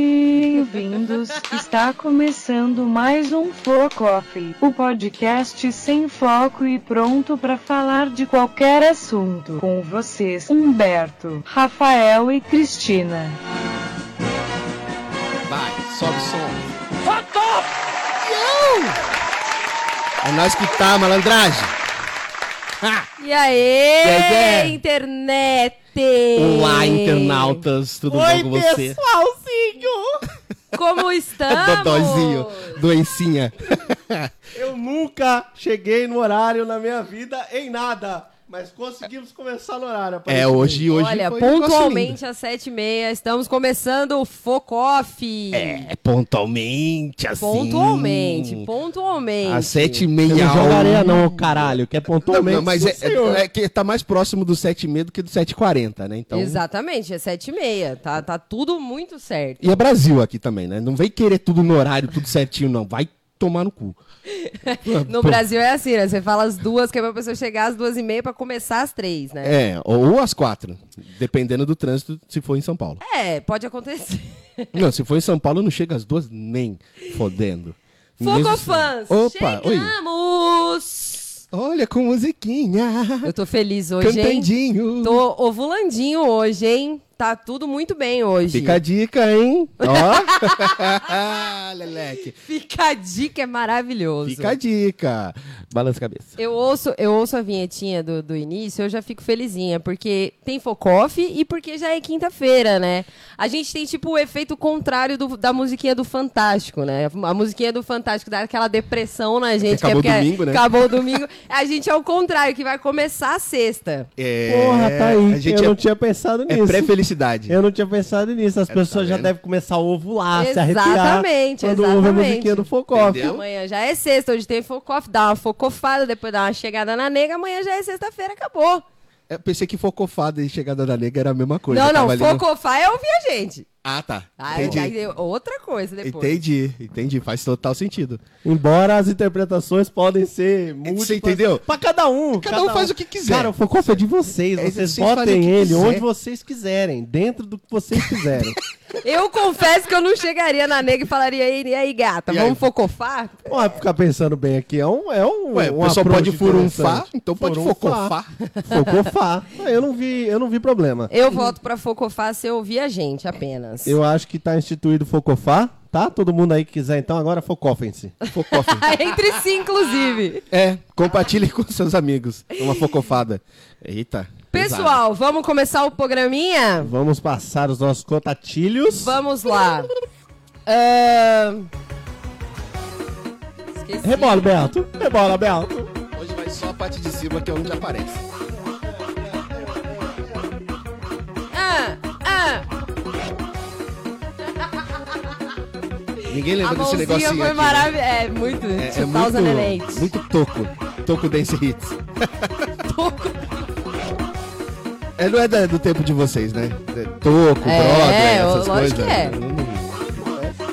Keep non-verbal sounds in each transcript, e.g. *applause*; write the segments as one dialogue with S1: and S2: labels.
S1: Bem-vindos! Está começando mais um Foco Off, o podcast sem foco e pronto para falar de qualquer assunto. Com vocês, Humberto, Rafael e Cristina.
S2: Vai, sobe o som. É nós que tá, malandragem. Ha!
S3: E aê,
S2: Yeah, yeah.
S3: internet!
S2: Olá, internautas, tudo bom com você?
S3: pessoalzinho! *laughs* Como estamos?
S2: Dodózinho,
S4: *laughs*
S2: doencinha.
S4: Eu nunca cheguei no horário na minha vida em nada. Mas conseguimos começar no horário.
S2: É, hoje, hoje
S3: Olha,
S2: foi um negócio
S3: pontualmente às sete e meia, estamos começando o Foco Off.
S2: lindo. É, pontualmente, assim.
S3: Pontualmente, pontualmente.
S2: Às sete e
S4: Eu
S2: meia.
S4: não
S2: ao-
S4: jogo areia não, caralho. Que é
S2: Não,
S4: pontualmente.
S2: não, mas
S4: do
S2: é,
S4: senhor.
S2: é que tá mais próximo do 7 e meia do que do 7 e 40, né? Então...
S3: Exatamente, é sete e meia, tá, tá tudo muito certo.
S2: E é Brasil aqui também, né? Não vem querer tudo no horário, tudo certinho, não. Vai tomar no cu.
S3: No Brasil é assim, né? Você fala as duas, que é pra pessoa chegar às duas e meia pra começar às três, né?
S2: É, ou às quatro, dependendo do trânsito, se for em São Paulo.
S3: É, pode acontecer.
S2: Não, se for em São Paulo, não chega às duas nem fodendo. Mesmo
S3: assim.
S2: se-
S3: Focofãs,
S2: Opa, oi.
S3: chegamos!
S2: Olha com musiquinha,
S3: Eu tô feliz hoje, hein?
S2: cantandinho.
S3: Tô ovulandinho hoje, hein? Tá tudo muito bem hoje.
S2: Fica a dica, hein?
S4: *laughs*
S2: Ó. Leleque.
S3: Fica a dica, é maravilhoso.
S2: Fica a dica. Balança a cabeça.
S3: Eu ouço, eu ouço a vinhetinha do, do início, eu já fico felizinha, porque tem focoff e porque já é quinta-feira, né? A gente tem, tipo, o efeito contrário do- da musiquinha do Fantástico, né? A musiquinha do Fantástico dá aquela depressão na gente.
S2: acabou o
S3: que é porque
S2: domingo, né?
S3: Acabou o domingo. A gente é o contrário, que vai começar a sexta.
S2: É,
S4: Porra, tá aí.
S2: A gente
S4: eu não
S2: é,
S4: tinha pensado
S2: é
S4: nisso.
S2: pré-felicidade.
S4: Eu não tinha pensado nisso. As pessoas já
S2: vendo?
S4: devem começar a ovular, se arrepiar.
S3: Exatamente,
S4: Quando ouve a
S3: exatamente.
S4: musiquinha do Focoff.
S2: Entendeu?
S3: Amanhã já é sexta, hoje tem focoff, dá uma focofada, depois dá uma chegada na nega, amanhã já é sexta-feira, acabou.
S2: Eu pensei que focofada e chegada da nega era a mesma coisa.
S3: não,
S2: Tava
S3: não,
S2: ali no-
S3: focofar é ouvir a gente.
S2: Ah, tá.
S3: Ah,
S2: Entendi.
S3: aí é outra coisa depois.
S2: Entendi, entendi. Faz total sentido.
S4: Embora as interpretações podem ser múltiplas.
S2: entendeu?
S4: Pra cada um.
S2: Cada um faz o que quiser.
S4: Cara, o Focoff é de vocês.
S2: É,
S4: Vocês
S2: vocês fazem o
S4: botem
S2: que
S4: ele
S2: quiser.
S4: onde vocês quiserem. Dentro do que
S2: *laughs*
S4: vocês quiserem.
S3: Eu confesso que eu não chegaria na nega e falaria, "Ei, e aí, gata,
S2: E aí?
S3: vamos focofar?
S4: Não é pra ficar pensando bem aqui, é um. É um
S2: Ué, o
S4: um
S2: pessoal pode
S4: approach
S2: furunfar,
S4: interessante.
S2: então pode
S4: Furunfar.
S2: focofar.
S4: Focofar. Ah, eu não vi, eu não vi problema.
S3: Eu volto pra focofar se eu ouvir a gente apenas.
S4: Eu acho que tá instituído focofar, tá? Todo mundo aí que quiser, então agora focofem-se.
S2: Focofa.
S3: *laughs* Entre si, inclusive.
S2: *laughs* é, compartilhe com seus amigos. Uma focofada. Eita. pesado.
S3: Pessoal, vamos começar o programinha?
S4: Vamos passar os nossos contatilhos.
S3: Vamos lá. Ahn. Esqueci.
S4: Rebola, Beto. Rebola, Beto.
S2: Hoje vai só a parte de cima que é onde aparece.
S3: Ah, ah.
S2: Ninguém
S3: A
S2: lembra desse
S3: mãozinha
S2: negocinho
S3: foi
S2: aqui, né?
S3: maravilhosa. É, muito.
S2: É, é
S3: 2008.
S2: muito,
S3: *laughs*
S2: muito toco. Toco Dance Hits. É, não é da- do tempo de vocês, né? É toco,
S3: É,
S2: droga, essas
S3: eu- lógico
S2: coisas.
S3: que é.
S2: Hum.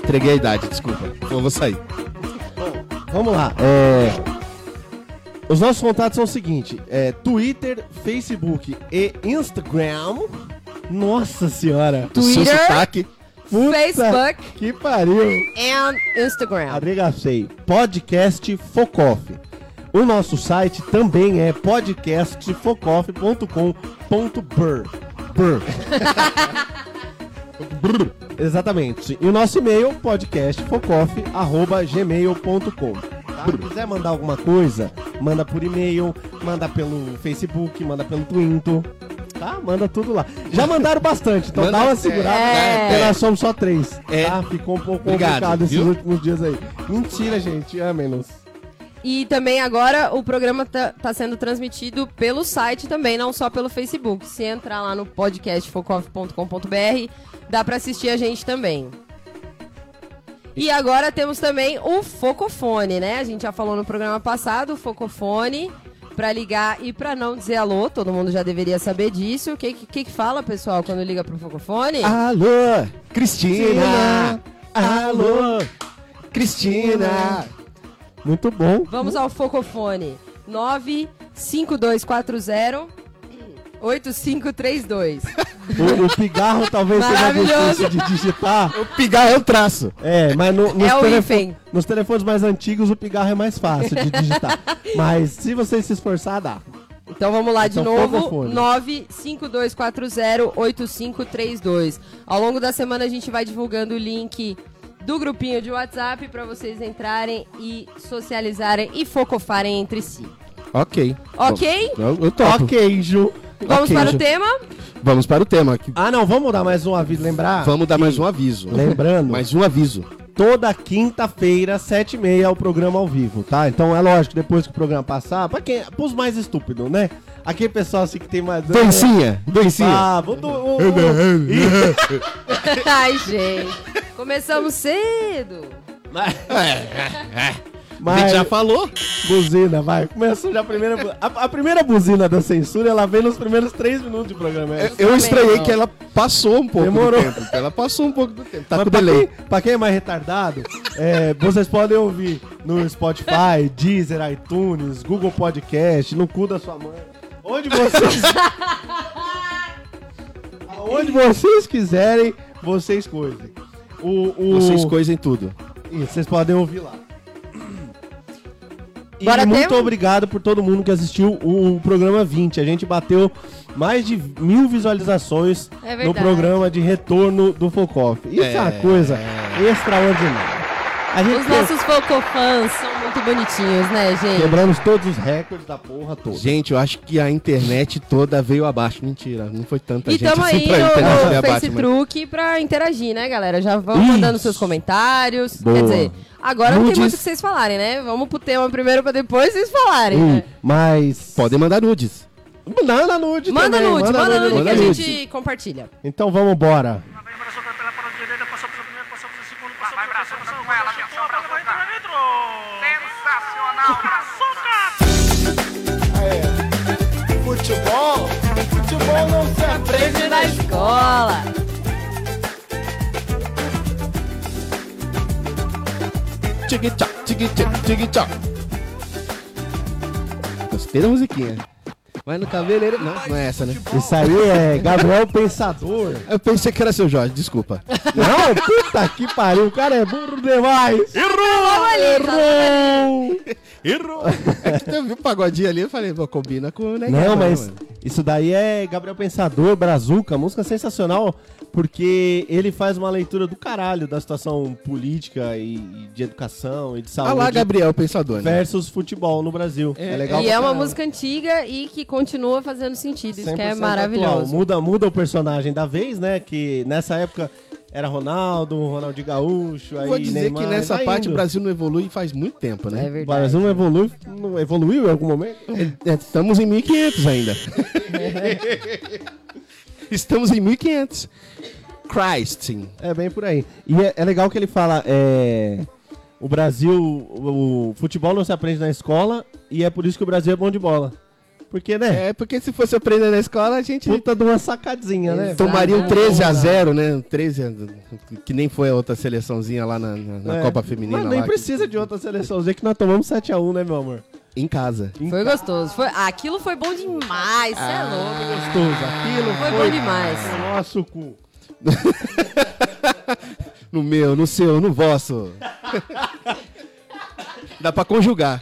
S2: Entreguei a idade, desculpa. Eu vou sair.
S4: Vamos lá. é, Os nossos contatos são o seguinte: é, Twitter, Facebook e Instagram. Nossa senhora!
S2: O seu
S3: Twitter.
S2: sotaque.
S4: Puta
S3: Facebook.
S4: Que pariu!
S3: And Instagram.
S4: Arregacei. Podcast Focoff. O nosso site também é podcastfocoff.com.br.
S3: *laughs*
S4: Brr.
S2: Brrr.
S4: Exatamente. E o nosso e-mail, podcastfocoff.gmail.com. Tá? Se quiser mandar alguma coisa, manda por e-mail, manda pelo Facebook, manda pelo Twinto. Tá? Manda tudo lá. Já mandaram bastante, então
S2: Manda-
S4: dá uma segurada.
S3: É.
S4: porque nós somos só três.
S2: É.
S4: Tá? Ficou um pouco
S2: Obrigado,
S4: complicado esses
S2: viu?
S4: últimos dias aí. Mentira, gente. É, Amem-nos.
S3: E também agora o programa tá, tá sendo transmitido pelo site também, não só pelo Facebook. Se entrar lá no podcastfocoff.com.br, dá pra assistir a gente também. E agora temos também o Focofone, né? A gente já falou no programa passado, o Focofone pra ligar e pra não dizer alô, todo mundo já deveria saber disso. O que, que, que fala, pessoal, quando liga pro Focofone?
S4: Alô, Cristina! Alô, Cristina! Muito bom.
S3: Vamos ao Focofone. 95240 8532.
S4: O, o pigarro talvez seja
S3: Maravilhoso.
S4: difícil de digitar.
S2: O pigar é o traço.
S4: É, mas no- nos,
S3: É o
S4: telefo-
S3: hífen.
S4: nos telefones mais antigos o pigarro é mais fácil
S3: *laughs*
S4: de digitar. mas se você se esforçar, dá.
S3: Então vamos lá de
S4: Então,
S3: novo.
S4: Focofone.
S3: 952408532. Ao longo da semana a gente vai divulgando o link do grupinho de WhatsApp pra vocês entrarem e socializarem e focofarem entre si.
S2: Ok.
S3: Ok?
S2: Bom, Eu, eu topo.
S4: Ok, Ju.
S3: Vamos
S2: Ok,
S3: para o
S2: Ju.
S3: tema? *laughs*
S2: Vamos para o tema. que-
S4: Ah, não, vamos dar mais um aviso, lembrar?
S2: Vamos dar mais um aviso.
S4: Lembrando,
S2: Mais um aviso.
S4: toda quinta-feira, 7h30, é o programa ao vivo, tá? Então é lógico, depois que o programa passar, pra quem, pros mais estúpidos, né? Aquele pessoal assim que tem mais...
S2: Dancinha. Dancinha.
S4: Ah, vamos... o- o- Ih,
S3: Ai, gente. Começamos cedo.
S2: A gente
S4: Mas...
S2: já falou.
S4: Buzina, vai. Começou já a primeira... bu- A, a primeira buzina da censura, ela vem nos primeiros 3 minutos de programa. É,
S2: Eu estranhei
S3: não.
S2: que ela passou um pouco
S4: Demorou.
S2: do tempo. Ela passou um pouco do tempo. Tá
S4: Mas
S2: com
S4: pra,
S2: delay.
S4: Quem, pra quem é mais retardado, é, vocês podem ouvir no Spotify, Deezer, iTunes, Google Podcast, no cu da sua mãe. Onde
S2: *laughs*
S4: vocês. Aonde vocês quiserem, vocês coisem. O, o...
S2: Vocês coisem tudo.
S4: Isso, vocês podem ouvir lá. E
S3: Bora
S4: muito
S3: ter um?
S4: obrigado por todo mundo que assistiu o, o programa 20. A gente bateu mais de mil visualizações
S3: É
S4: no
S3: verdade.
S4: programa de retorno do Focoff. Isso é, uma
S2: É.
S4: coisa extraordinária. A gente
S3: Os nossos focofãs são muito bonitinhos, né,
S4: que-
S3: gente?
S4: quebramos todos os recordes da porra toda.
S2: Gente, eu acho que a internet toda veio abaixo. Mentira, não foi tanta
S3: E
S2: gente
S3: tamo
S2: assim
S3: aí
S2: pra internet
S3: no,
S2: ver
S3: no
S2: abaixo,
S3: Face
S2: mas-
S3: Truque pra interagir, né, galera? Já vão
S4: Isso.
S3: mandando seus comentários.
S4: Boa.
S3: Quer dizer, agora não tem
S2: Nudes.
S3: muito o que vocês falarem, né? Vamos pro tema primeiro pra depois vocês falarem.
S4: Hum,
S3: né?
S2: é.
S4: mas.
S2: Podem mandar nudes.
S4: Manda nude
S3: Manda
S4: também,
S3: nude, manda nude que a
S4: nude.
S3: gente compartilha.
S4: Então vamos embora.
S5: Passou pela ponta direita, passou pelo primeiro, passou pelo segundo, passou pelo terceiro, passou pelo quarto, abraçou, vai entrar, entrou! Sensacional! Açúcar!
S4: Futebol? Futebol não se aprende
S3: Na escola.
S2: Tigui tchau, tigui tchau, tigui tchau. Gostei da musiquinha. Vai no cabeleireiro. Não, não é essa, né?
S4: Isso aí é Gabriel Pensador.
S2: Eu pensei que era seu Jorge, desculpa.
S4: Não, puta que pariu, o cara é burro demais.
S3: Vamos ali, tá?
S4: Errou!
S2: É que eu vi o pagodinho ali, eu falei, pô, combina com o negão. né,
S4: Não, mas
S2: mano?
S4: isso daí é Gabriel Pensador, Brazuca, música sensacional, porque ele faz uma leitura do caralho da situação política e, e de educação e de saúde
S2: Ah lá, Gabriel, pensador, né?
S4: versus futebol no Brasil. É,
S2: É,
S4: legal.
S3: E é
S4: pra
S3: uma
S4: caralho.
S3: música antiga e que continua fazendo sentido. Isso que é
S4: 100%
S3: maravilhoso.
S4: atual. Muda, muda o personagem da vez, né? Que nessa época era Ronaldo, Ronaldinho Gaúcho, aí
S2: Vou dizer
S4: Neymar,
S2: que nessa
S4: vai
S2: parte
S4: indo.
S2: o Brasil não evolui faz muito tempo,
S3: É
S2: né?
S4: O
S3: verdade.
S4: Brasil não evoluiu, não evoluiu em algum momento?
S2: É, Estamos em 1500
S4: *laughs*
S2: ainda. Estamos em 1500. Christ, sim.
S4: É bem por aí. E é, é legal que ele fala, é, o Brasil, o, o futebol não se aprende na escola e é por isso que o Brasil é bom de bola. Porque, né?
S2: É, porque se fosse aprender na escola, a gente
S4: Puta de uma sacadinha, né?
S2: tomaria um
S3: Exato.
S2: 13 a 0 né? Um 13 a- que nem foi a outra seleçãozinha lá na, na- na
S4: É.
S2: Copa Feminina.
S4: Mas nem
S2: lá, que-
S4: precisa de outra seleção, dizer que nós tomamos 7x1, né, meu amor?
S2: Em casa.
S3: Foi gostoso. Foi... ah, Aquilo foi bom demais. Cê é
S4: Ah.
S3: louco.
S4: Gostoso, aquilo
S3: Foi
S4: foi...
S3: bom demais.
S4: o Nosso cu.
S2: No meu, no seu, no
S3: *laughs*
S2: vosso. Dá pra conjugar.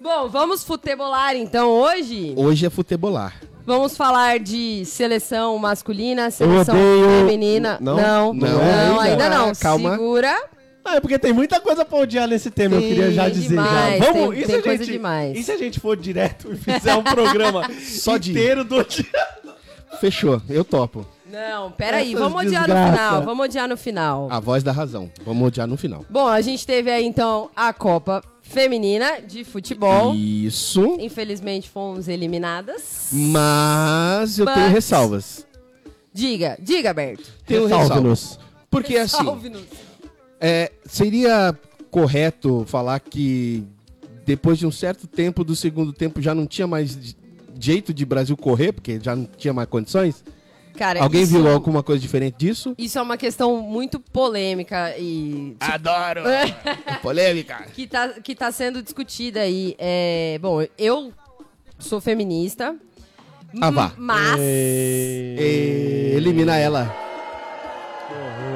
S3: Bom, vamos futebolar então hoje.
S2: Hoje é futebolar.
S3: Vamos falar de seleção masculina, seleção
S4: odeio-
S3: feminina.
S4: Não?
S3: não,
S2: Não,
S3: não, ainda
S2: ainda.
S3: não.
S2: Ah, calma.
S3: Segura.
S4: Ah, é porque tem muita coisa pra odiar nesse tema, eu
S3: Sim,
S4: queria já
S3: tem
S4: dizer
S3: demais,
S4: já. Vamos,
S3: tem-
S4: e se
S3: tem
S4: a
S3: coisa
S4: gente-
S3: demais.
S4: E se a gente for direto e fizer um programa
S2: Só de-
S4: inteiro do dia?
S2: Fechou, eu topo.
S3: Não, peraí,
S4: Essas
S3: vamos odiar no
S4: desgraça.
S3: final. Vamos odiar no final.
S2: A voz da razão. Vamos odiar no final.
S3: Bom, a gente teve aí então a Copa Feminina de Futebol.
S2: Isso.
S3: Infelizmente fomos eliminadas.
S2: Mas eu
S3: Mas-
S2: tenho ressalvas.
S3: Diga, diga, Berto. um
S2: Tenho ressalvas.
S4: Ressalve-nos.
S2: Porque
S3: *laughs*
S2: assim,
S3: Salve-nos.
S2: é, seria correto falar que Depois de um certo tempo do segundo tempo, já não tinha mais de- jeito de Brasil correr, porque já não tinha mais condições.
S3: Cara,
S2: Alguém
S3: isso-
S2: viu alguma coisa diferente disso?
S3: Isso é uma questão muito polêmica e
S2: Ah. Adoro!
S3: É.
S2: Polêmica!
S3: que tá, que tá sendo discutida aí. É, bom, eu sou feminista.
S2: Ah, vá.
S3: m- Mas.
S2: E- Elimina ela.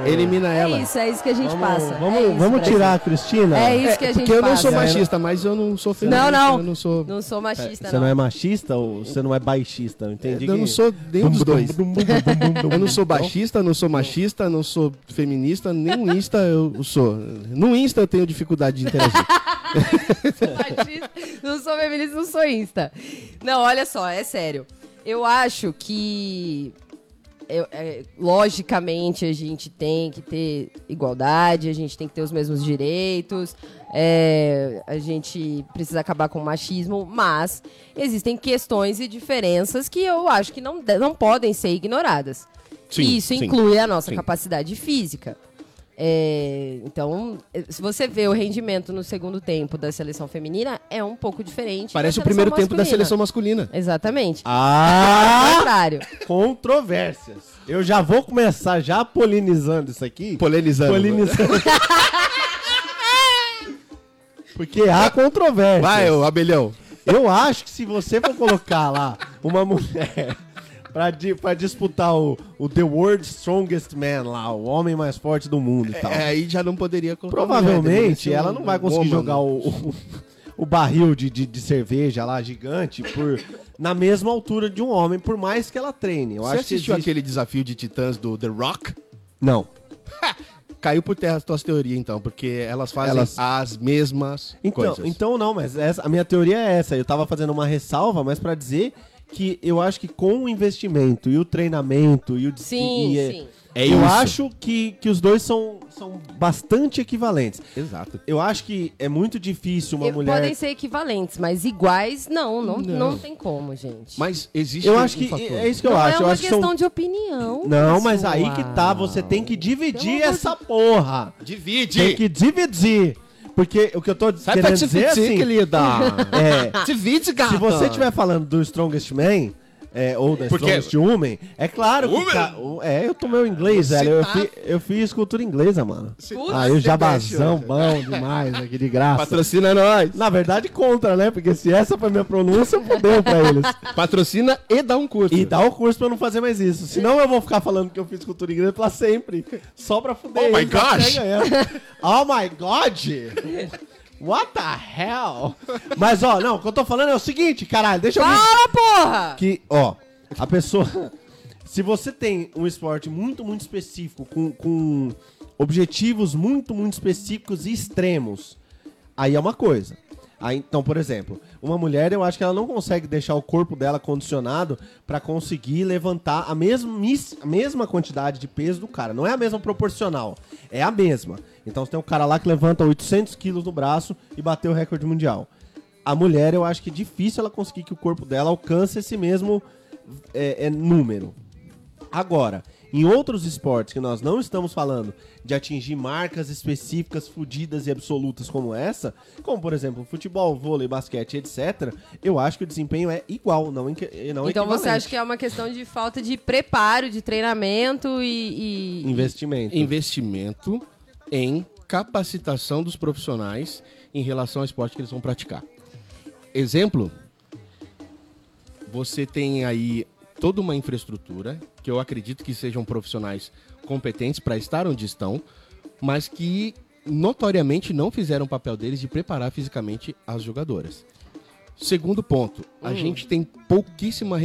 S2: Elimina
S3: É
S2: ela.
S3: isso, é isso que a gente
S4: Vamos,
S3: passa.
S4: vamos,
S3: É isso,
S4: vamos
S3: Brasil.
S4: tirar a Cristina?
S3: É isso que a gente
S2: Porque eu não sou
S3: passa.
S2: machista, mas eu não sou
S3: Não,
S2: feminista.
S3: não.
S2: Eu não sou.
S3: Não sou machista,
S4: Você
S3: não. *laughs*
S4: não é machista ou você não é baixista? Eu entendi
S2: Eu
S4: que-
S2: não sou nenhum dos dois. Eu não sou baixista, não sou machista, não sou feminista, nem um Insta eu sou. No Insta eu tenho dificuldade de
S3: *laughs*
S2: interagir.
S3: machista, não sou feminista, não sou insta. Não, olha só, é sério. Eu acho que. eu- é, logicamente a gente tem que ter igualdade, a gente tem que ter os mesmos direitos, é, a gente precisa acabar com o machismo, mas existem questões e diferenças que eu acho que não, de- não podem ser ignoradas.
S2: Sim,
S3: E isso
S2: sim.
S3: inclui a nossa
S2: Sim.
S3: capacidade física. É, então, eh, se você vê o rendimento no segundo tempo da seleção feminina, é um pouco diferente. da
S2: Parece o
S3: seleção
S2: primeiro tempo da
S3: masculina.
S2: seleção Ah! masculina.
S3: Exatamente. Ao
S4: Ah!
S3: contrário.
S4: Controvérsias. Eu já vou começar já polinizando isso aqui.
S2: Polinizando.
S4: Polinizando. *laughs* Porque há controvérsias.
S2: Vai, ô abelhão.
S4: Eu acho que se você for colocar lá uma mulher pra, di- pra disputar o, o The World's Strongest Man lá, o homem mais forte do mundo e tal.
S2: É, aí já não poderia colocar mulher, deveria
S4: Tá. Provavelmente
S2: ser um-
S4: ela não vai conseguir
S2: um woman.
S4: jogar o, o, o barril de, de, de cerveja lá gigante por, na mesma altura de um homem, por mais que ela treine. Eu
S2: Você
S4: acho que
S2: assistiu
S4: existe-
S2: aquele desafio de titãs do The Rock?
S4: Não.
S2: Caiu por terra as tuas teorias, então, porque elas fazem
S4: Elas-
S2: as mesmas
S4: Então,
S2: coisas.
S4: então não, mas essa- a minha teoria é essa. Eu tava fazendo uma ressalva, mas pra dizer que eu acho que com o investimento e o treinamento e o dis-
S3: Sim,
S4: e-
S3: sim.
S2: É
S4: eu
S2: isso.
S4: acho que, que os dois são, são bastante equivalentes.
S2: Exato.
S4: Eu acho que é muito difícil uma
S3: Eh,
S4: mulher.
S3: Podem ser equivalentes, mas iguais, não. Não, não. tem como, gente.
S2: Mas existe
S4: Eu acho
S2: um
S4: que
S2: fator.
S4: é isso que eu
S3: não
S4: acho.
S3: é
S4: eu
S3: uma
S4: acho que
S3: questão
S4: são
S3: de opinião.
S4: Não, mas
S3: pessoal.
S4: aí que tá, você tem que dividir essa porra.
S2: Divide!
S4: Tem que dividir. Porque o que eu tô
S2: Sai pra
S4: querendo
S2: te
S4: dizer é assim,
S2: querida!
S4: é,
S2: Divide, gata!
S4: se você estiver falando do Strongest Man, é, ou da
S2: Porque-
S4: Strongest Woman, é claro que
S2: Woman?
S4: tá, o- É, eu tomei o inglês,
S2: Você
S4: velho. Eu,
S2: tá-
S4: fi- eu fiz cultura inglesa, mano.
S3: Putz,
S4: Aí o jabazão
S2: deixa,
S4: bom demais aqui de graça.
S2: Patrocina nós!
S4: Na verdade, contra, né? Porque se essa foi minha pronúncia, fudeu pra eles.
S2: Patrocina e dá um curso.
S4: E dá o curso pra eu não fazer mais isso. Senão eu vou ficar falando que eu fiz cultura inglesa pra sempre. Só pra fuder.
S2: Oh my
S4: eles até
S2: gosh!
S4: ganhar. Oh my god! What the hell? Mas ó, não, o que eu tô falando é o seguinte, caralho, deixa eu me
S3: Para, porra!
S4: que, ó, a pessoa. *laughs* Se você tem um esporte muito, muito específico, com, com objetivos muito, muito específicos e extremos, aí é uma coisa. Aí, então, por exemplo, uma mulher, eu acho que ela não consegue deixar o corpo dela condicionado pra conseguir levantar a mesma, mis- a mesma quantidade de peso do cara. Não é a mesma proporcional, é a mesma. Então, você tem um cara lá que levanta 800 quilos no braço e bateu o recorde mundial. A mulher, eu acho que é difícil ela conseguir que o corpo dela alcance esse mesmo é, é, número. Agora, em outros esportes que nós não estamos falando de atingir marcas específicas, fodidas e absolutas como essa, como por exemplo futebol, vôlei, basquete, etc., eu acho que o desempenho é igual, não, inque- não
S3: então você
S4: equivalente.
S3: acha que é uma questão de falta de preparo, de treinamento e. e-
S4: Investimento.
S2: Investimento em capacitação dos profissionais em relação ao esporte que eles vão praticar. Exemplo, você tem aí toda uma infraestrutura, que eu acredito que sejam profissionais competentes para estar onde estão, mas que notoriamente não fizeram o papel deles de preparar fisicamente as jogadoras. Segundo ponto,
S3: Hum.
S2: a gente tem pouquíssima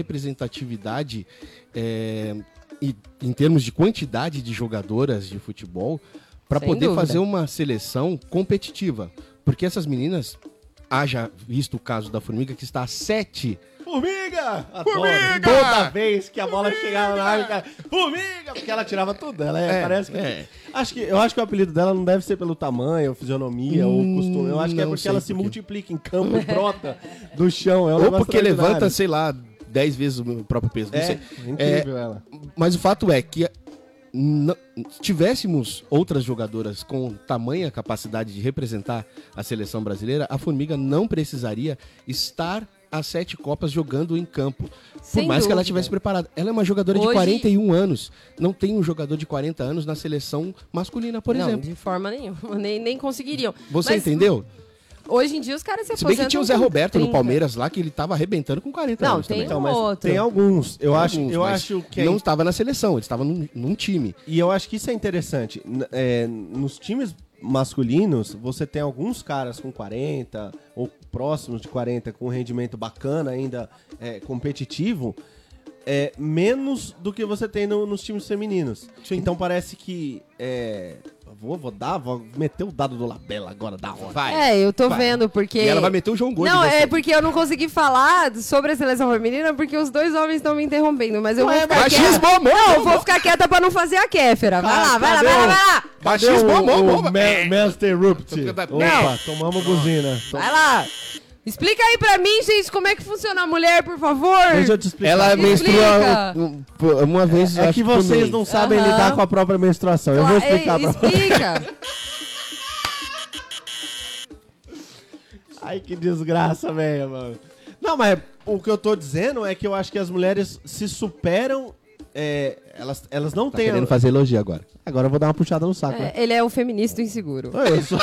S2: representatividade é, e, em termos de quantidade de jogadoras de futebol para
S3: Sem
S2: poder
S3: dúvida.
S2: fazer uma seleção competitiva. Porque essas meninas, haja visto o caso da Formiga, que está a sete
S4: Formiga! Adoro. Toda vez que a bola chegava na área, cara, Formiga! Porque ela tirava tudo, ela é,
S2: É,
S4: parece que...
S2: é.
S4: Acho que. Eu acho que o apelido dela não deve ser pelo tamanho, fisionomia ou
S2: Hum,
S4: costume. Eu acho que é
S2: não
S4: porque
S2: sei
S4: ela
S2: por quê.
S4: se multiplica em campo *laughs* e brota do chão. É um
S2: Ou
S4: negócio É,
S2: porque levanta, assim,
S4: extraordinário.
S2: sei lá, 10 vezes o meu próprio peso, não sei.
S4: É, incrível ela.
S2: Mas o fato é que não- se tivéssemos outras jogadoras com tamanha capacidade de representar a seleção brasileira, a Formiga não precisaria estar as sete Copas jogando em campo.
S3: Sem
S2: por mais que ela
S3: dúvida.
S2: tivesse preparada. Ela é uma jogadora de
S3: Hoje-
S2: 41 anos. Não tem um jogador de 40 anos na seleção masculina, por
S3: não,
S2: exemplo.
S3: de forma nenhuma. Nem, nem conseguiriam.
S2: Você
S3: Mas hum,
S2: entendeu?
S3: Hoje em dia os caras se
S2: Se bem
S3: aposentam.
S2: que tinha o Zé
S3: com
S2: Roberto no
S3: 30.
S2: Palmeiras lá, que ele tava arrebentando com 40
S3: Não,
S2: anos
S3: tem
S2: também.
S4: Então,
S3: um
S4: mas
S3: outro.
S4: tem alguns. Eu acho,
S2: Alguns,
S4: eu
S2: mas
S4: acho que é
S2: não estava na seleção, ele estava num, num time.
S4: E eu acho que isso é interessante. N- é, nos times masculinos, você tem alguns caras com 40 ou próximos de 40 com um rendimento bacana ainda é, competitivo, é, menos do que você tem no- nos times femininos.
S2: Sim.
S4: Então parece que é, vou, vou dar, vou meter o dado do Labela agora da hora.
S3: É, eu tô
S2: Vai.
S3: vendo, porque.
S2: E ela vai meter o João Gordo.
S3: Não,
S2: em você.
S3: é porque eu não consegui falar sobre a seleção feminina porque os dois homens estão me interrompendo, mas eu vou ficar
S2: é machismo,
S3: quieta.
S2: amor,
S3: Não, eu
S2: amor.
S3: vou ficar quieta pra não fazer a Kéfera. Vai
S4: Cara,
S3: lá, vai lá,
S4: cadê
S3: vai lá,
S4: o-
S3: vai lá.
S2: Machismo, amor, amor.
S4: Ma- Master Rupt. Opa, tomamos buzina.
S3: Vai lá. Explica aí pra mim, gente, como é que funciona a mulher, por favor.
S4: Deixa eu te explicar.
S2: Ela
S3: Me explica.
S2: menstrua um- um- uma vez.
S4: É
S2: acho
S4: que
S2: por
S4: vocês
S2: mês.
S4: não sabem
S3: Aham. É,
S4: lidar com a própria menstruação. Eu
S3: Lá,
S4: vou explicar
S3: ei,
S4: pra vocês. *laughs*
S3: Explica.
S4: Ai, que desgraça, velho, mano. Não, mas o que eu tô dizendo é que eu acho que as mulheres se superam. é, elas, elas não
S2: Tá
S4: têm.
S2: querendo fazer elogio agora.
S4: Agora eu vou dar uma puxada no saco. né?
S3: É, ele é o feminista inseguro.
S4: Eu sou-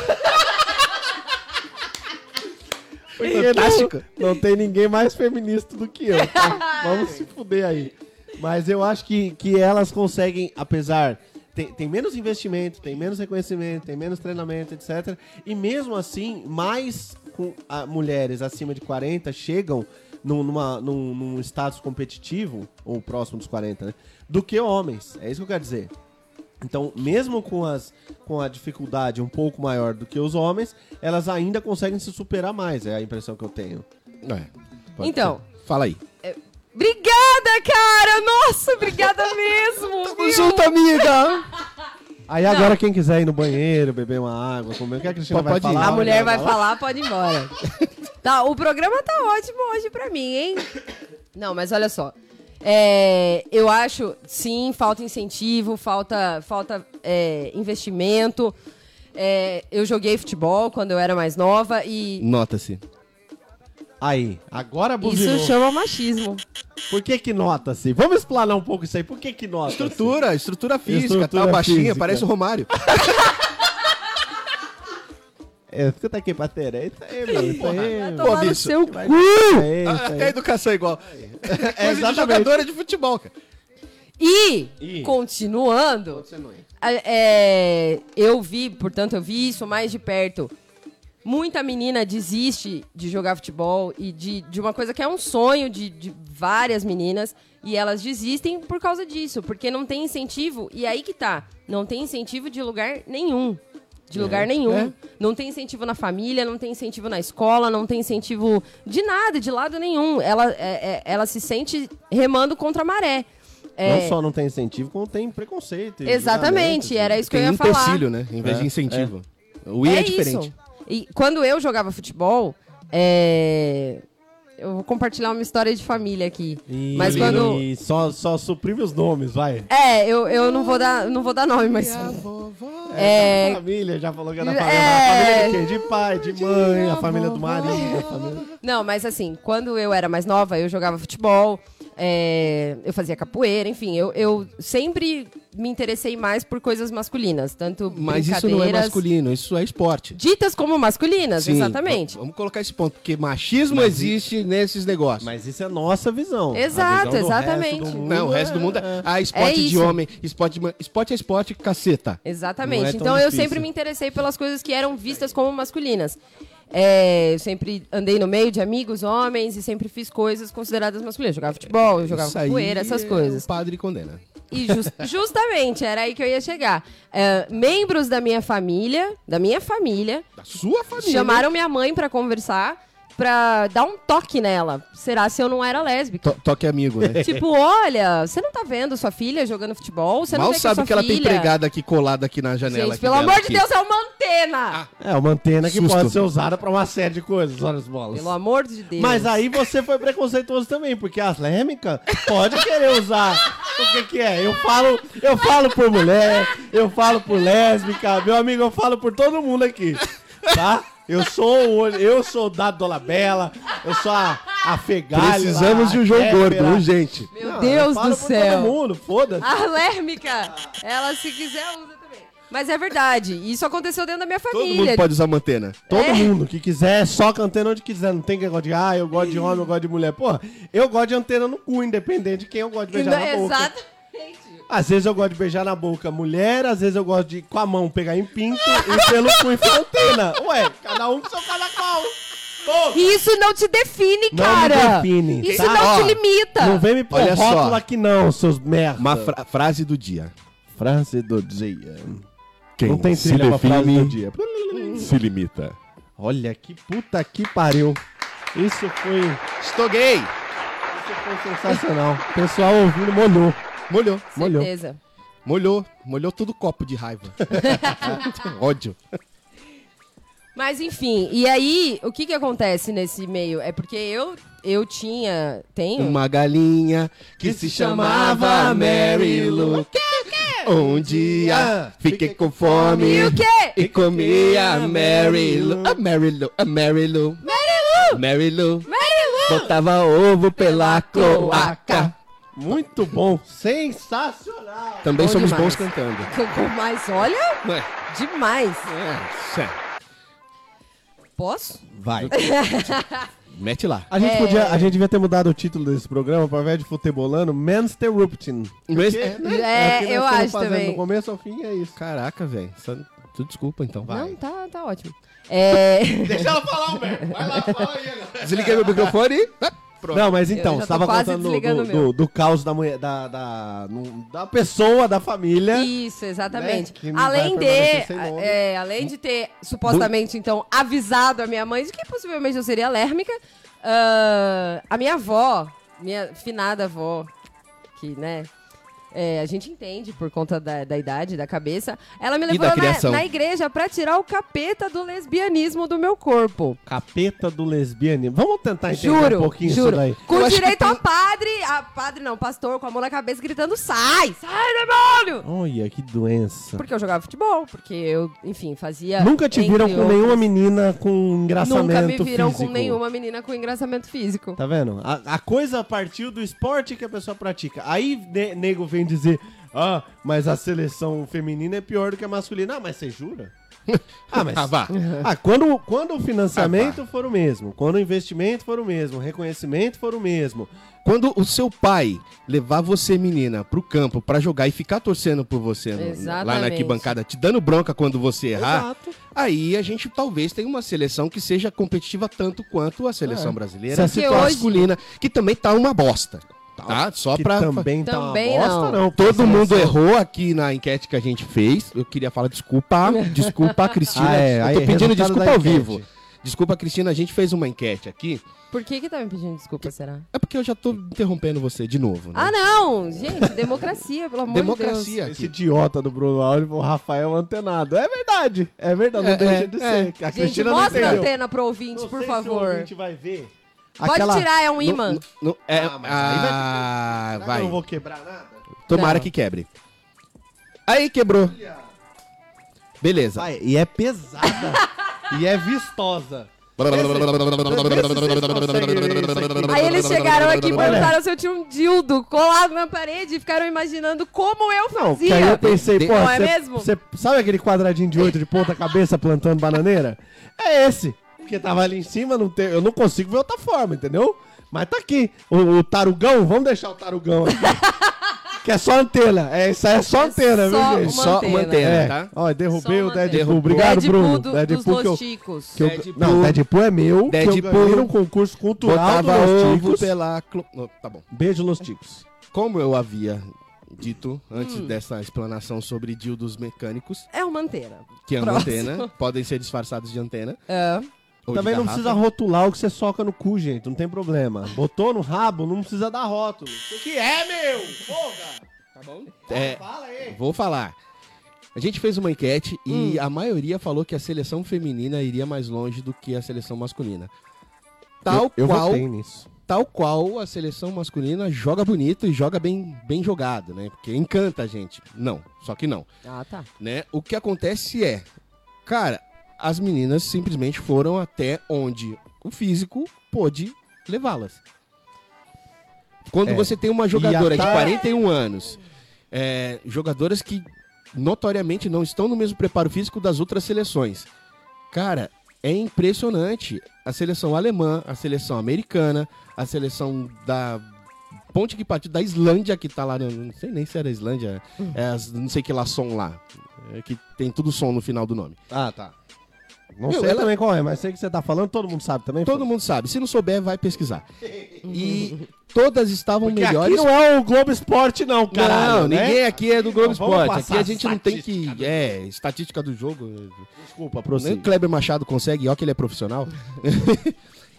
S4: Porque
S2: fantástico.
S4: Não, não tem ninguém mais feminista do que eu. tá? Vamos se fuder aí. Mas eu acho que, que elas conseguem, apesar. Tem, tem menos investimento, tem menos reconhecimento, tem menos treinamento, etc. E mesmo assim, mais com- a- mulheres acima de 40 chegam num, numa- num- num status competitivo, ou próximo dos 40, né? Do que homens. É isso que eu quero dizer. Então, mesmo com, as, com a dificuldade um pouco maior do que os homens, elas ainda conseguem se superar mais, é a impressão que eu tenho.
S2: É, pode
S3: Então.
S2: ser. Fala aí.
S3: Obrigada, cara! Nossa, obrigada mesmo! viu?
S2: Junta, amiga!
S4: Aí agora quem quiser ir no banheiro, beber uma água, comer, o que a
S2: Pô,
S4: Cristina vai
S2: pode ir.
S4: falar?
S3: A mulher vai
S4: Ela
S3: falar, pode ir embora. tá, o programa tá ótimo hoje pra mim, hein? Não, mas olha só. É, eu acho, sim, falta incentivo, falta, falta é, investimento. É, eu joguei futebol quando eu era mais nova e
S2: Nota-se.
S4: Aí, agora buzinou.
S3: isso chama machismo.
S4: Por que que nota-se? Vamos explanar um pouco isso aí, por que que nota
S2: Estrutura, estrutura física,
S4: Estrutura
S2: tal, baixinha,
S4: física.
S2: parece o
S4: *laughs*
S2: Romário.
S4: É, fica aqui pra ter, é isso aí, mano, isso aí.
S2: Pô,
S3: Tomar no
S2: bicho.
S3: seu cu.
S4: É isso aí.
S2: Até a educação é igual. É
S4: exatamente.
S2: de jogadora de futebol, cara.
S3: E,
S4: E?
S3: continuando, a- é, eu vi, portanto, eu vi isso mais de perto. Muita menina desiste de jogar futebol e de, de uma coisa que é um sonho de, de várias meninas. E elas desistem por causa disso, porque não tem incentivo. E aí que tá, não tem incentivo de lugar nenhum. De lugar nenhum.
S2: é.
S3: Não tem incentivo na família, não tem incentivo na escola, não tem incentivo de nada, de lado nenhum. Ela, é- é- ela se sente remando contra a maré. É,
S4: Não só não tem incentivo, como tem preconceito. e
S3: Exatamente,
S4: julgamento,
S3: era isso que
S2: assim. Tem
S3: eu ia falar.
S2: empecilho, né? Em vez
S4: É,
S2: de incentivo. O I é, diferente.
S3: Isso. E quando eu jogava futebol, é, eu vou compartilhar uma história de família aqui.
S4: assim.
S3: Mas
S4: E-
S3: quando
S4: e só, só suprime os nomes, vai.
S3: é, eu, eu não vou dar, não vou dar nome, mas é,
S4: Família, já falou que era
S3: É.
S4: família. A família de quem? De pai, de mãe, a família do marido. a família-
S3: Não, mas assim, quando eu era mais nova, eu jogava futebol, é, eu fazia capoeira, enfim, eu, eu sempre me interessei mais por coisas masculinas, tanto
S2: Mas isso não é
S3: brincadeiras
S2: masculino, isso é esporte.
S3: ditas como masculinas,
S2: Sim,
S3: exatamente.
S2: v- Vamos colocar esse ponto, porque machismo existe nesses negócios.
S4: Mas isso é nossa visão.
S3: Exato,
S4: A visão do
S3: exatamente.
S4: resto do mundo
S2: Não, o resto do mundo é. Ah, esporte de
S3: isso.
S2: homem, esporte de. ma- Esporte é esporte, caceta.
S3: Exatamente.
S4: Não é tão
S3: então eu
S4: difícil.
S3: sempre me interessei pelas coisas que eram vistas como masculinas. É, eu sempre andei no meio de amigos homens e sempre fiz coisas consideradas masculinas. Jogava futebol, eu jogava
S2: Isso aí
S3: poeira, essas
S2: é
S3: coisas.
S2: O padre condena.
S3: E
S2: *laughs*
S3: jus- justamente era aí que eu ia chegar. É, membros da minha família, da minha família,
S2: Da sua família. né?
S3: chamaram minha mãe pra conversar, pra dar um toque nela. Será se eu não era lésbica?
S2: To- *laughs* toque amigo, né?
S3: Tipo, olha, você não tá vendo sua filha jogando futebol? *laughs* Você não
S2: Mal
S3: vê é
S2: sabe
S3: sua
S2: que ela tem
S3: filha-
S2: pregada aqui colada aqui na janela.
S3: Gente,
S2: aqui
S3: pelo
S2: dela
S3: amor de
S2: aqui. Ah.
S3: Deus, é uma antena!
S4: É uma antena que
S2: Susto.
S4: pode ser usada pra uma série de coisas, olha as bolas.
S3: Pelo amor de Deus.
S4: Mas aí você foi preconceituoso também, porque a Lêmica pode querer usar O que, que é? Eu falo, eu falo por mulher, eu falo por lésbica, meu amigo, eu falo por todo mundo aqui, tá? Eu sou o, olho- eu sou o Dado Dolabella, eu sou a, a Fegalho.
S2: Precisamos
S4: a
S2: de um João
S4: Kéfera.
S2: Gordo, hein, gente?
S3: Meu
S4: Eu
S3: Deus
S4: falo
S3: do
S4: por
S3: céu. Ah,
S4: todo mundo, foda-se.
S3: A lérmica, ela se quiser usa também. Mas é verdade, isso aconteceu dentro da minha
S2: Todo
S3: família.
S2: mundo pode usar mantena.
S4: Todo
S3: é?
S4: mundo que quiser, soca antena onde quiser. Não tem que negócio de, ah, eu gosto de homem, eu gosto de mulher. Porra, eu gosto de antena no cu, independente de quem eu gosto de beijar na boca.
S3: Então, Exatamente.
S4: Às vezes eu gosto de beijar na boca mulher, às vezes eu gosto de com a mão pegar em pinto e pelo cu enfiar antena. Ué, cada um com seu cada qual.
S3: E isso não te define,
S4: Não
S3: cara.
S4: me define.
S3: Isso
S4: tá?
S3: não
S4: Ó,
S3: te limita.
S4: Não vem me pôr
S2: Olha só.
S4: rótula aqui não, seus merda.
S2: Uma fra- frase do dia.
S4: frase do dia.
S2: Quem
S4: não tem
S2: se Hum.
S4: trilha pra frase do
S2: define,
S4: dia.
S2: se limita.
S4: Olha que puta que pariu. Isso foi,
S2: Estou gay.
S4: isso foi sensacional. O pessoal ouvindo molhou.
S2: Molhou, molhou.
S3: Certeza.
S2: Molhou, molhou todo o copo de raiva. *laughs* Ódio.
S3: Mas enfim, e aí, o que que acontece nesse meio? É porque eu eu tinha, tenho
S2: Uma galinha que
S4: Que
S2: se
S4: se
S2: chamava
S4: chamava
S2: Mary
S4: Mary
S2: Lou. Um dia
S4: Ah,
S2: fiquei com fome.
S3: E o quê?
S2: E comia a Mary Lou. A Mary Lou, a Mary Lou.
S3: Mary Lou!
S2: Mary Lou.
S3: Mary Lou!
S2: Botava ovo pela cloaca.
S4: Muito bom. Sensacional.
S2: Também
S3: Bom
S2: somos
S3: demais.
S2: bons cantando.
S3: Cocô, *laughs* Mas olha,
S2: Ué,
S3: demais.
S2: é, sério.
S3: Posso?
S4: Vai.
S2: *laughs* Mete lá.
S4: A
S3: É.
S4: gente, podia, a gente devia ter mudado o título desse programa para invés de futebolano, Men's Terrupting.
S2: Mas- né?
S3: É,
S4: o que nós
S3: eu
S4: estamos
S3: acho
S4: fazendo
S3: também.
S4: Do começo ao fim é isso.
S2: Caraca, velho. Só- Tu desculpa, então. Vai.
S3: Não, tá, tá ótimo. É...
S4: *laughs*
S2: Deixa ela falar, Humberto. Vai lá, fala aí. Desliguei meu microfone e... Ah, Pronto.
S4: Não, mas então,
S3: Eu já
S4: você
S3: tô
S4: tava
S3: quase
S4: contando
S3: desligando
S4: do,
S3: o
S4: do,
S3: meu.
S4: do- do caos da mulher, da, da, num- da pessoa, da família.
S3: Isso, exatamente.
S4: Né? Que não
S3: Além de,
S4: vai permanecer sem nome.
S3: é, além de ter supostamente então avisado a minha mãe de que possivelmente eu seria alérmica, ah, a minha avó, minha finada avó, que né, é, a gente entende por conta da, da idade, da cabeça, ela me levou
S2: da
S3: na,
S2: criação.
S3: na igreja pra tirar o capeta do lesbianismo do meu corpo.
S4: Capeta do lesbianismo. Vamos tentar entender
S3: Juro,
S4: um pouquinho
S3: juro.
S4: isso daí.
S3: Com
S2: Eu acho que
S3: direito
S2: tem-
S3: ao padre, a padre não, pastor, com a mão na cabeça gritando: sai, sai, demônio!
S4: Olha, que doença.
S3: Porque eu jogava futebol, porque eu, enfim, fazia.
S4: Tá. Nunca te
S3: entre
S4: viram com
S3: outros.
S4: nenhuma menina com engraçamento
S3: Nunca me viram
S4: físico.
S3: com nenhuma menina com engraçamento físico.
S4: Tá vendo? A, a coisa partiu do esporte que a pessoa pratica. Aí ne- nego vem dizer, ah, mas a seleção feminina é pior do que a masculina. Ah, mas você jura? Ah,
S2: *laughs*
S4: mas...
S2: Ah, vá.
S4: *laughs*
S2: Ah,
S4: Ah, quando, quando o financiamento for o mesmo, quando o investimento for o mesmo, o reconhecimento for o mesmo.
S2: Quando o seu pai levar você, menina, pro campo pra jogar e ficar torcendo por você no- lá
S3: Exatamente.
S2: na arquibancada, te dando bronca quando você errar,
S4: Exato.
S2: aí a gente talvez tenha uma seleção que seja competitiva tanto quanto a
S4: É.
S2: seleção brasileira,
S4: Se a
S2: que
S3: situação-
S2: masculina, que também tá uma bosta. Tá? Só
S4: Ah, que
S2: pra.
S4: também tá
S3: Também
S4: uma
S3: não.
S4: bosta, não. porque
S2: Todo
S4: a
S2: mundo
S4: seleção-
S2: errou aqui na enquete que a gente fez. Eu queria falar
S3: *laughs*
S2: desculpa, desculpa, Cristina.
S4: Ah, é, aí,
S2: eu tô pedindo
S4: resultado da
S2: desculpa ao
S4: enquete.
S2: vivo. Desculpa, Cristina, a gente fez uma enquete aqui.
S3: Por que que tá me pedindo desculpa, será?
S2: É porque eu já tô interrompendo você de novo, né?
S3: Ah, não! Gente, democracia, pelo amor de Deus.
S2: Democracia
S4: Esse
S2: aqui.
S4: idiota do Bruno Alves, o Rafael Antenado. É verdade. É verdade, não
S2: É,
S4: deixa
S2: é,
S4: de
S2: é.
S4: ser. A
S3: Gente,
S4: Cristina não
S3: mostra a
S4: entendeu.
S3: antena pro ouvinte,
S4: Não
S3: por
S4: sei se o
S3: favor.
S4: ouvinte vai ver.
S3: Pode tirar, é um imã.
S2: Não- não- é,
S4: Ah, mas aí vai ter
S2: ah,
S4: Será que
S2: vai.
S4: Eu não vou quebrar nada.
S2: Tomara
S3: Não.
S2: que quebre. Aí quebrou. Beleza.
S4: Vai, e é pesada. e é vistosa.
S3: Aí eles chegaram aqui e
S4: Olha.
S3: perguntaram se eu tinha um dildo colado na parede e ficaram imaginando como eu
S4: Não, que aí
S3: fazia.
S4: eu pensei, pô,
S3: Não é
S4: cê-
S3: mesmo?
S4: cê- sabe aquele quadradinho de oito de ponta cabeça plantando bananeira? É esse. Porque tava ali em cima, não tem, eu não consigo ver outra forma, entendeu? Mas tá aqui. O, o tarugão, vamos deixar o tarugão aqui. que é só antena. É, isso aí é só antena,
S3: só
S4: viu, gente?
S3: uma
S2: Só
S3: antena.
S2: uma antena,
S4: É,
S2: tá?
S4: ó, derrubei
S3: Só
S4: o
S3: uma antena.
S4: Deadpool. Obrigado,
S3: Deadpool
S4: Bruno.
S3: do-
S4: Deadpool
S3: dos
S4: que eu,
S3: Los Chicos.
S4: que eu-
S2: Deadpool.
S4: Não, Deadpool é meu. que
S2: Deadpool
S4: eu ganhei num concurso cultural
S2: Botava
S4: do Los
S2: ovo
S4: Chicos.
S2: pela... clo- Oh, tá bom.
S4: Beijo, Los Chicos.
S2: Como eu havia dito antes dessa explanação sobre dildos mecânicos,
S3: É uma antena.
S2: que é uma
S3: Próximo.
S2: antena, podem ser disfarçados de antena.
S3: É.
S2: ou de
S4: Também não
S2: garrafa.
S4: precisa rotular o que você soca no cu, gente. Não tem problema. Botou no rabo, não precisa dar rótulo. O que é, meu? Porra! Tá bom?
S2: É.
S4: Fala aí. Hum.
S2: Vou falar. A gente fez uma enquete e a maioria falou que a seleção feminina iria mais longe do que a seleção masculina. Tal
S4: eu, eu
S2: qual
S4: votei nisso.
S2: tal qual a seleção masculina joga bonito e joga bem, bem jogado, né? Porque encanta a gente. Não, só que não
S3: Ah, tá.
S2: né? O que acontece é, cara, as meninas simplesmente foram até onde o físico pôde levá-las. Quando
S4: É.
S2: você tem uma jogadora
S4: E a
S2: de
S4: ta-
S2: 41 anos, é, jogadoras que notoriamente não estão no mesmo preparo físico das outras seleções. Cara, é impressionante. A seleção alemã, a seleção americana, a seleção da ponte que partiu da Islândia, que tá lá, no- não sei nem se era Islândia, é as- não sei que lá som lá. É que tem tudo som no final do nome.
S4: Ah, tá. Não
S2: Meu,
S4: sei
S2: ela-
S4: também qual é, mas sei o que você tá falando, todo mundo sabe também.
S2: Todo
S4: pô.
S2: mundo sabe. Se não souber, vai
S4: *laughs*
S2: pesquisar. E todas estavam
S4: Porque
S2: melhores.
S4: aqui não é o Globo Esporte, não, caralho.
S2: não,
S4: né?
S2: ninguém aqui é do Globo
S4: Então vamos
S2: Esporte.
S4: passar
S2: Aqui a gente não tem
S4: estatística
S2: que. É, estatística do jogo. né?
S4: Desculpa,
S2: Nem o
S4: prossiga.
S2: Kleber Machado consegue, ó que ele é profissional. *laughs*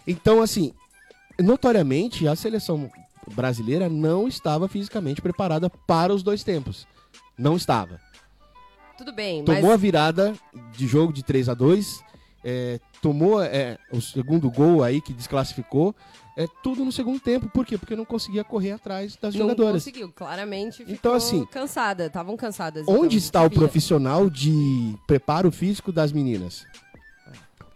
S2: então, assim, notoriamente a seleção brasileira não estava fisicamente preparada para os dois tempos. Não estava.
S3: Tudo bem,
S2: Tomou a
S3: mas.
S2: virada de jogo de 3 a 2 é, tomou é, o segundo gol aí que desclassificou. É tudo no segundo tempo. Por quê? Porque não conseguia correr atrás das
S3: Não
S2: jogadoras.
S3: conseguiu, claramente. Ficou
S2: Então, assim,
S3: Cansada, estavam cansadas. então,
S2: Onde está o
S3: devia.
S2: profissional de preparo físico das meninas?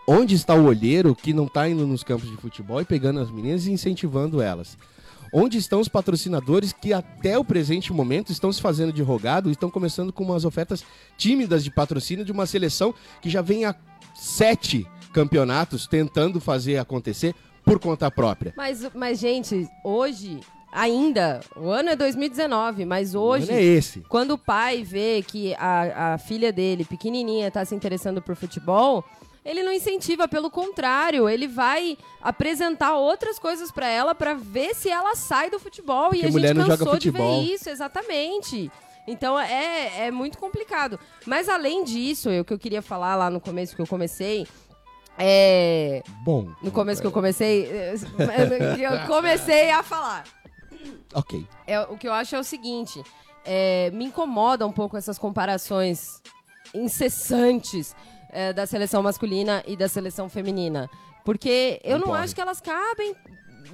S2: Onde está o olheiro que não está indo nos campos de futebol e pegando as meninas e incentivando elas? Onde estão os patrocinadores que até o presente momento estão se fazendo de rogado e estão começando com umas ofertas tímidas de patrocínio de uma seleção que já vem há sete campeonatos tentando fazer acontecer por conta própria?
S3: Mas, mas, gente, hoje, ainda, o ano é 2019, mas hoje.
S2: Não é esse.
S3: Quando o pai vê que a, a filha dele, pequenininha, tá se interessando por futebol, ele não incentiva, pelo contrário, ele vai apresentar outras coisas pra ela pra ver se ela sai do futebol.
S2: Porque
S3: e a
S2: mulher
S3: gente
S2: não
S3: cansou
S2: joga futebol.
S3: de ver isso, exatamente. Então é, é muito complicado. Mas além disso, eu- o que eu queria falar lá no começo que eu comecei. É,
S2: Bom.
S3: no começo que eu comecei, *laughs* é, que eu comecei a falar
S2: Ok.
S3: é, o que eu acho é o seguinte: é, me incomoda um pouco essas comparações incessantes é, da seleção masculina e da seleção feminina. Porque eu não,
S2: Concordo.
S3: acho que elas cabem.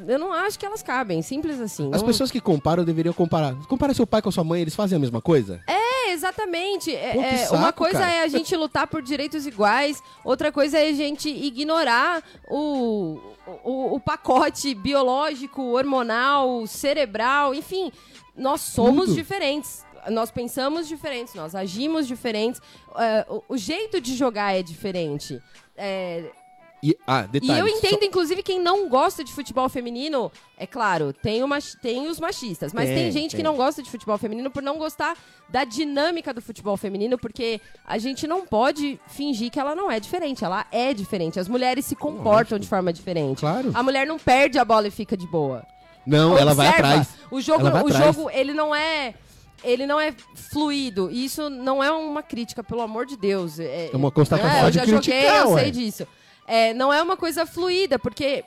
S3: Eu não acho que elas cabem, simples assim.
S2: As
S3: Não-
S2: pessoas que comparam deveriam comparar. Compara seu pai com sua mãe, eles fazem a mesma coisa?
S3: É, exatamente. É,
S2: Pô, que
S3: é,
S2: saco,
S3: uma coisa
S2: cara.
S3: é a gente lutar por direitos iguais, outra coisa é a gente ignorar o, o, o pacote biológico, hormonal, cerebral, enfim. Nós somos
S2: Tudo.
S3: diferentes. Nós pensamos diferentes, nós agimos diferentes. é, o, o jeito de jogar é diferente. É,
S2: E, ah,
S3: e
S2: detalhe.
S3: eu
S2: só-
S3: entendo, inclusive, quem não gosta de futebol feminino, é claro, tem, o machi- tem os machistas, mas tem,
S2: Tem,
S3: gente que
S2: tem.
S3: não gosta de futebol feminino por não gostar da dinâmica do futebol feminino, porque a gente não pode fingir que ela não é diferente, ela é diferente. As mulheres se comportam de forma diferente.
S2: Claro.
S3: A mulher não perde a bola e fica de boa.
S2: Não, ela vai
S3: Observa,
S2: atrás.
S3: O jogo,
S2: Ela vai
S3: o
S2: atrás.
S3: jogo, ele não é ele não é fluido. E isso não é uma crítica, pelo amor de Deus. É,
S2: É uma constatação.
S3: É, eu
S4: Pode
S3: já joguei,
S4: criticar,
S3: eu
S4: ué.
S3: sei disso. É, não é uma coisa fluida, porque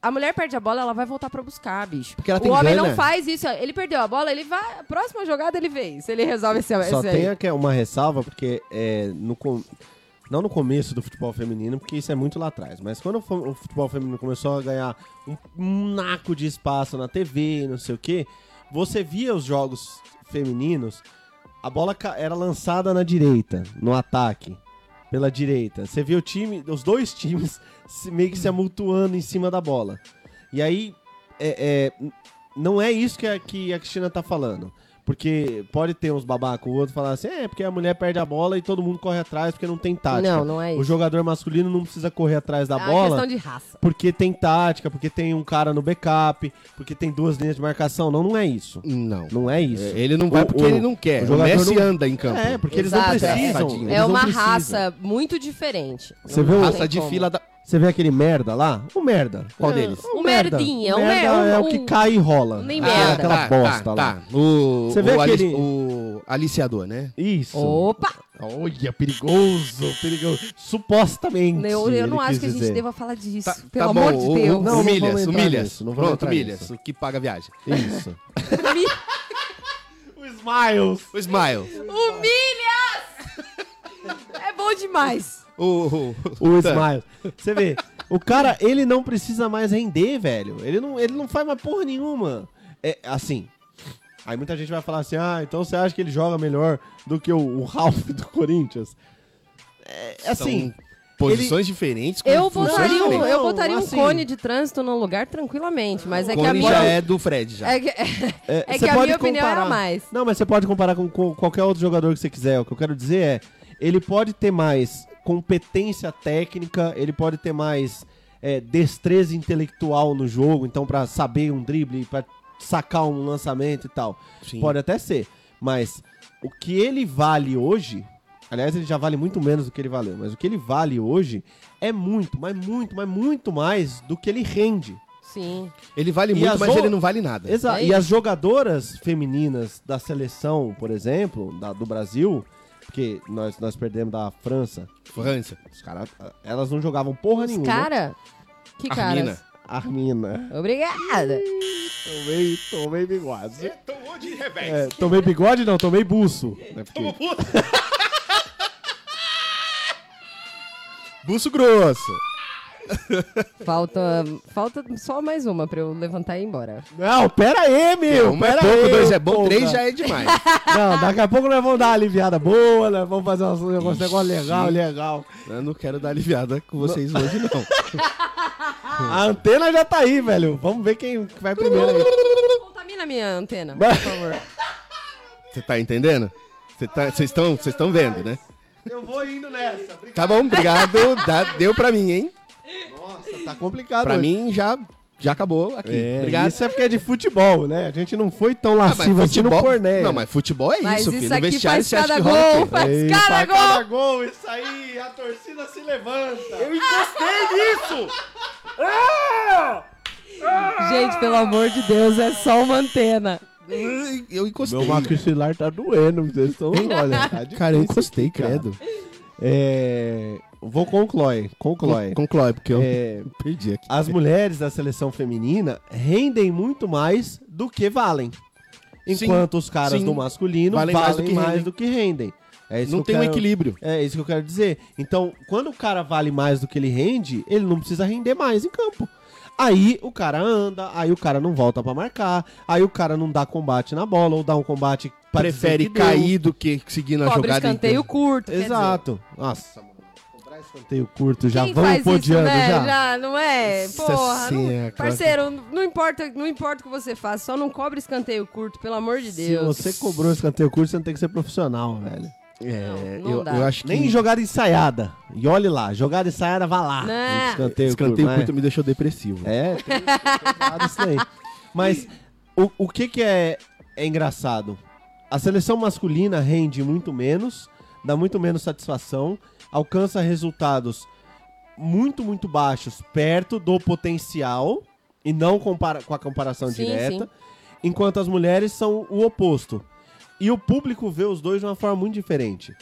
S3: a mulher perde a bola, ela vai voltar pra buscar, bicho.
S2: Porque ela
S3: o
S2: tem
S3: homem
S2: gana.
S3: não faz isso. Ele perdeu a bola, ele vai. A próxima jogada ele vê. Se ele resolve esse,
S4: Só
S3: Então, esse
S4: tem
S3: aí.
S4: aqui uma ressalva, porque é, no com- não no começo do futebol feminino, porque isso é muito lá atrás, mas quando o fu- o futebol feminino começou a ganhar um, um naco de espaço na TV, não sei o quê, você via os jogos femininos, a bola ca- era lançada na direita, no ataque, pela direita. Você via o time, os dois times se- meio que se amultuando em cima da bola. E aí, é- é, não é isso que a, que a Cristina tá falando. Porque pode ter uns babacos, o outro falar assim, é, porque a mulher perde a bola e todo mundo corre atrás porque não tem tática.
S3: Não, não é
S4: O
S3: isso.
S4: jogador masculino não precisa correr atrás da
S3: é uma
S4: bola
S3: questão de raça.
S4: porque tem tática, porque tem um cara no backup, porque tem duas linhas de marcação. Não, não é isso.
S2: Não.
S4: Não é isso.
S2: Ele não vai
S4: O-
S2: porque
S4: o-
S2: ele não quer.
S4: o
S2: O,
S4: jogador
S2: Messi
S4: não-
S2: anda em campo.
S4: É, porque eles
S3: Exato,
S4: não
S3: é.
S4: precisam.
S2: Eles
S3: É
S4: não
S3: uma
S4: precisam.
S3: raça muito diferente.
S4: Você
S3: Não
S4: vê o-
S3: tem
S2: Raça de
S3: como.
S2: fila da.
S4: Você vê aquele merda lá? O merda.
S2: Qual
S4: É,
S2: deles?
S3: O Ah, um merdinha, o mer-
S4: é
S3: um-
S4: o que cai e rola.
S3: Nem
S4: Ah,
S3: merda.
S4: Aquela
S2: tá,
S4: bosta
S2: tá,
S4: lá.
S2: Tá. O,
S4: Você vê
S2: o, ali-
S4: aquele-
S2: o aliciador, né?
S4: Isso.
S3: Opa!
S4: Olha, perigoso, perigoso. Supostamente.
S3: Eu, eu não
S4: ele
S3: acho
S4: quis
S3: que a gente
S4: dizer.
S3: deva falar disso.
S2: Tá-
S3: pelo
S2: tá
S3: amor
S2: bom,
S3: de
S2: o-
S3: Deus.
S2: o-
S4: Não, não vamos
S2: Humilhas,
S4: entrar
S2: humilhas.
S4: nisso, não vamos
S2: Pronto,
S4: entrar
S2: humilhas.
S4: nisso.
S2: O que paga a viagem.
S3: *laughs*
S4: Isso. o Smiles.
S2: O Smile.
S3: Humilhas! é bom demais.
S2: O, o-
S4: O Smiles. Você vê, o O cara, ele não precisa mais render, velho. Ele não, ele não faz mais porra nenhuma. É assim. Aí muita gente vai falar assim: ah, então você acha que ele joga melhor do que o, o Ralph do Corinthians? É assim.
S2: Posições diferentes com
S3: Eu
S2: funções
S3: botaria, um,
S2: diferentes.
S3: eu botaria
S4: assim-
S3: um cone de trânsito no lugar tranquilamente, mas é que a
S2: Cone
S3: minha.
S2: já é do Fred, já.
S3: É que, é, é
S4: você
S3: que a
S4: pode
S3: minha opinião era
S4: comparar.
S3: mais.
S4: Não, mas você pode comparar com, com qualquer outro jogador que você quiser. O que eu quero dizer é, ele pode ter mais competência técnica, ele pode ter mais é, destreza intelectual no jogo, então pra saber um drible, pra sacar um lançamento e tal.
S2: Sim.
S4: Pode até ser, mas o que ele vale hoje, aliás, ele já vale muito menos do que ele valeu, mas o que ele vale hoje é muito, mas muito, mas muito mais do que ele rende.
S3: Sim.
S2: Ele vale
S4: E
S2: muito,
S4: as
S2: mas
S4: o-
S2: ele não vale nada.
S4: Exato.
S3: É
S4: e
S3: isso.
S4: as jogadoras femininas da seleção, por exemplo, da- do Brasil, porque nós, nós perdemos da França,
S2: França.
S4: os cara, elas não jogavam porra
S3: Os
S2: né?
S4: nenhuma.
S3: cara? Que caras?
S2: Armina.
S4: Armina.
S3: Obrigada.
S4: Tomei, tomei bigode. É, Tomou de revés. tomei bigode, não, tomei buço. né, porque-
S2: Buço grosso.
S3: Falta, falta só mais uma pra eu levantar e ir embora.
S4: Não, pera aí,
S2: um
S4: meu.
S2: é
S4: Então, pera
S2: pouco,
S4: aí,
S2: dois é bom,
S4: porra.
S2: três já é
S4: *laughs*
S2: demais.
S4: Não, daqui a pouco nós vamos dar uma aliviada boa, nós vamos fazer um negócio negócio legal, legal.
S2: eu não quero dar aliviada com vocês hoje, não.
S4: A antena já tá aí, velho. Vamos ver quem vai
S2: *laughs*
S4: primeiro. aí.
S3: Contamina minha antena.
S4: Vai.
S2: Você tá entendendo? tá, Vocês estão vendo, né?
S4: Eu vou indo nessa.
S2: Tá bom, obrigado. Dá- deu pra mim, hein?
S4: Nossa, tá complicado.
S2: Pra
S4: hoje.
S2: mim já, já acabou aqui.
S4: É,
S2: obrigado. Ah,
S4: Isso é porque é de futebol, né? A gente não foi tão lascivo assim no Corneia.
S2: não, mas futebol é
S3: Mas
S2: isso,
S3: isso
S2: filho. No
S3: aqui
S2: vestiário
S3: faz
S2: você acha
S3: cada
S2: que rola o
S3: gol,
S2: quê?
S3: faz
S4: Ei,
S3: cada
S4: pra
S3: gol.
S4: gol, isso aí, a torcida se levanta.
S3: Gente, pelo amor de Deus, é só uma antena.
S2: Eu encostei.
S4: Meu maxilar tá doendo, vocês estão... Olha, tá difícil.
S2: Cara, eu encostei,
S4: cara.
S2: credo.
S4: É... Vou conclói, conclói.
S2: Conclói, porque eu
S4: É,
S2: perdi aqui.
S4: As mulheres da seleção feminina rendem muito mais do que valem.
S2: Sim,
S4: Enquanto os caras
S2: sim.
S4: do masculino valem,
S2: Valem mais do que
S4: mais
S2: rendem.
S4: do que rendem. É isso
S2: não
S4: que eu
S2: tem um
S4: quero-
S2: equilíbrio.
S4: É isso que eu quero dizer. Então, quando o cara vale mais do que ele rende, ele não precisa render mais em campo. Aí o cara anda, aí o cara não volta pra marcar, aí o cara não dá combate na bola ou dá um combate pra
S2: Prefere
S4: dizer que deu.
S2: cair do que seguir na
S3: Cobra
S2: jogada.
S3: escanteio
S2: inteira.
S3: curto. quer
S4: Exato. Nossa, mano. Cobrar escanteio curto,
S3: dizer,
S4: já
S3: Quem
S4: vamos
S3: faz isso,
S4: podiando
S3: né?
S4: já.
S3: não é?
S2: Nossa
S3: Porra, não-
S2: senhora, cara.
S3: parceiro, não importa, não importa o que você faça, só não cobre escanteio curto, pelo amor de
S4: Se
S3: Deus.
S4: você cobrou escanteio curto, você não tem que ser profissional, velho.
S2: É,
S3: Não, não
S2: eu,
S3: dá.
S2: eu acho que.
S4: Nem jogada ensaiada. E olhe lá, jogada ensaiada, vá lá.
S3: Né?
S4: Escanteio,
S2: Escanteio
S4: né?
S2: curto me deixou depressivo.
S4: É,
S3: *laughs*
S4: tem cuidado isso aí. Mas o, o que que é, é engraçado? A seleção masculina rende muito menos, dá muito menos satisfação, alcança resultados muito, muito baixos, perto do potencial, e não compara com a comparação
S3: Sim,
S4: direta,
S3: sim.
S4: enquanto as mulheres são o oposto. E o público vê os dois de uma forma muito diferente.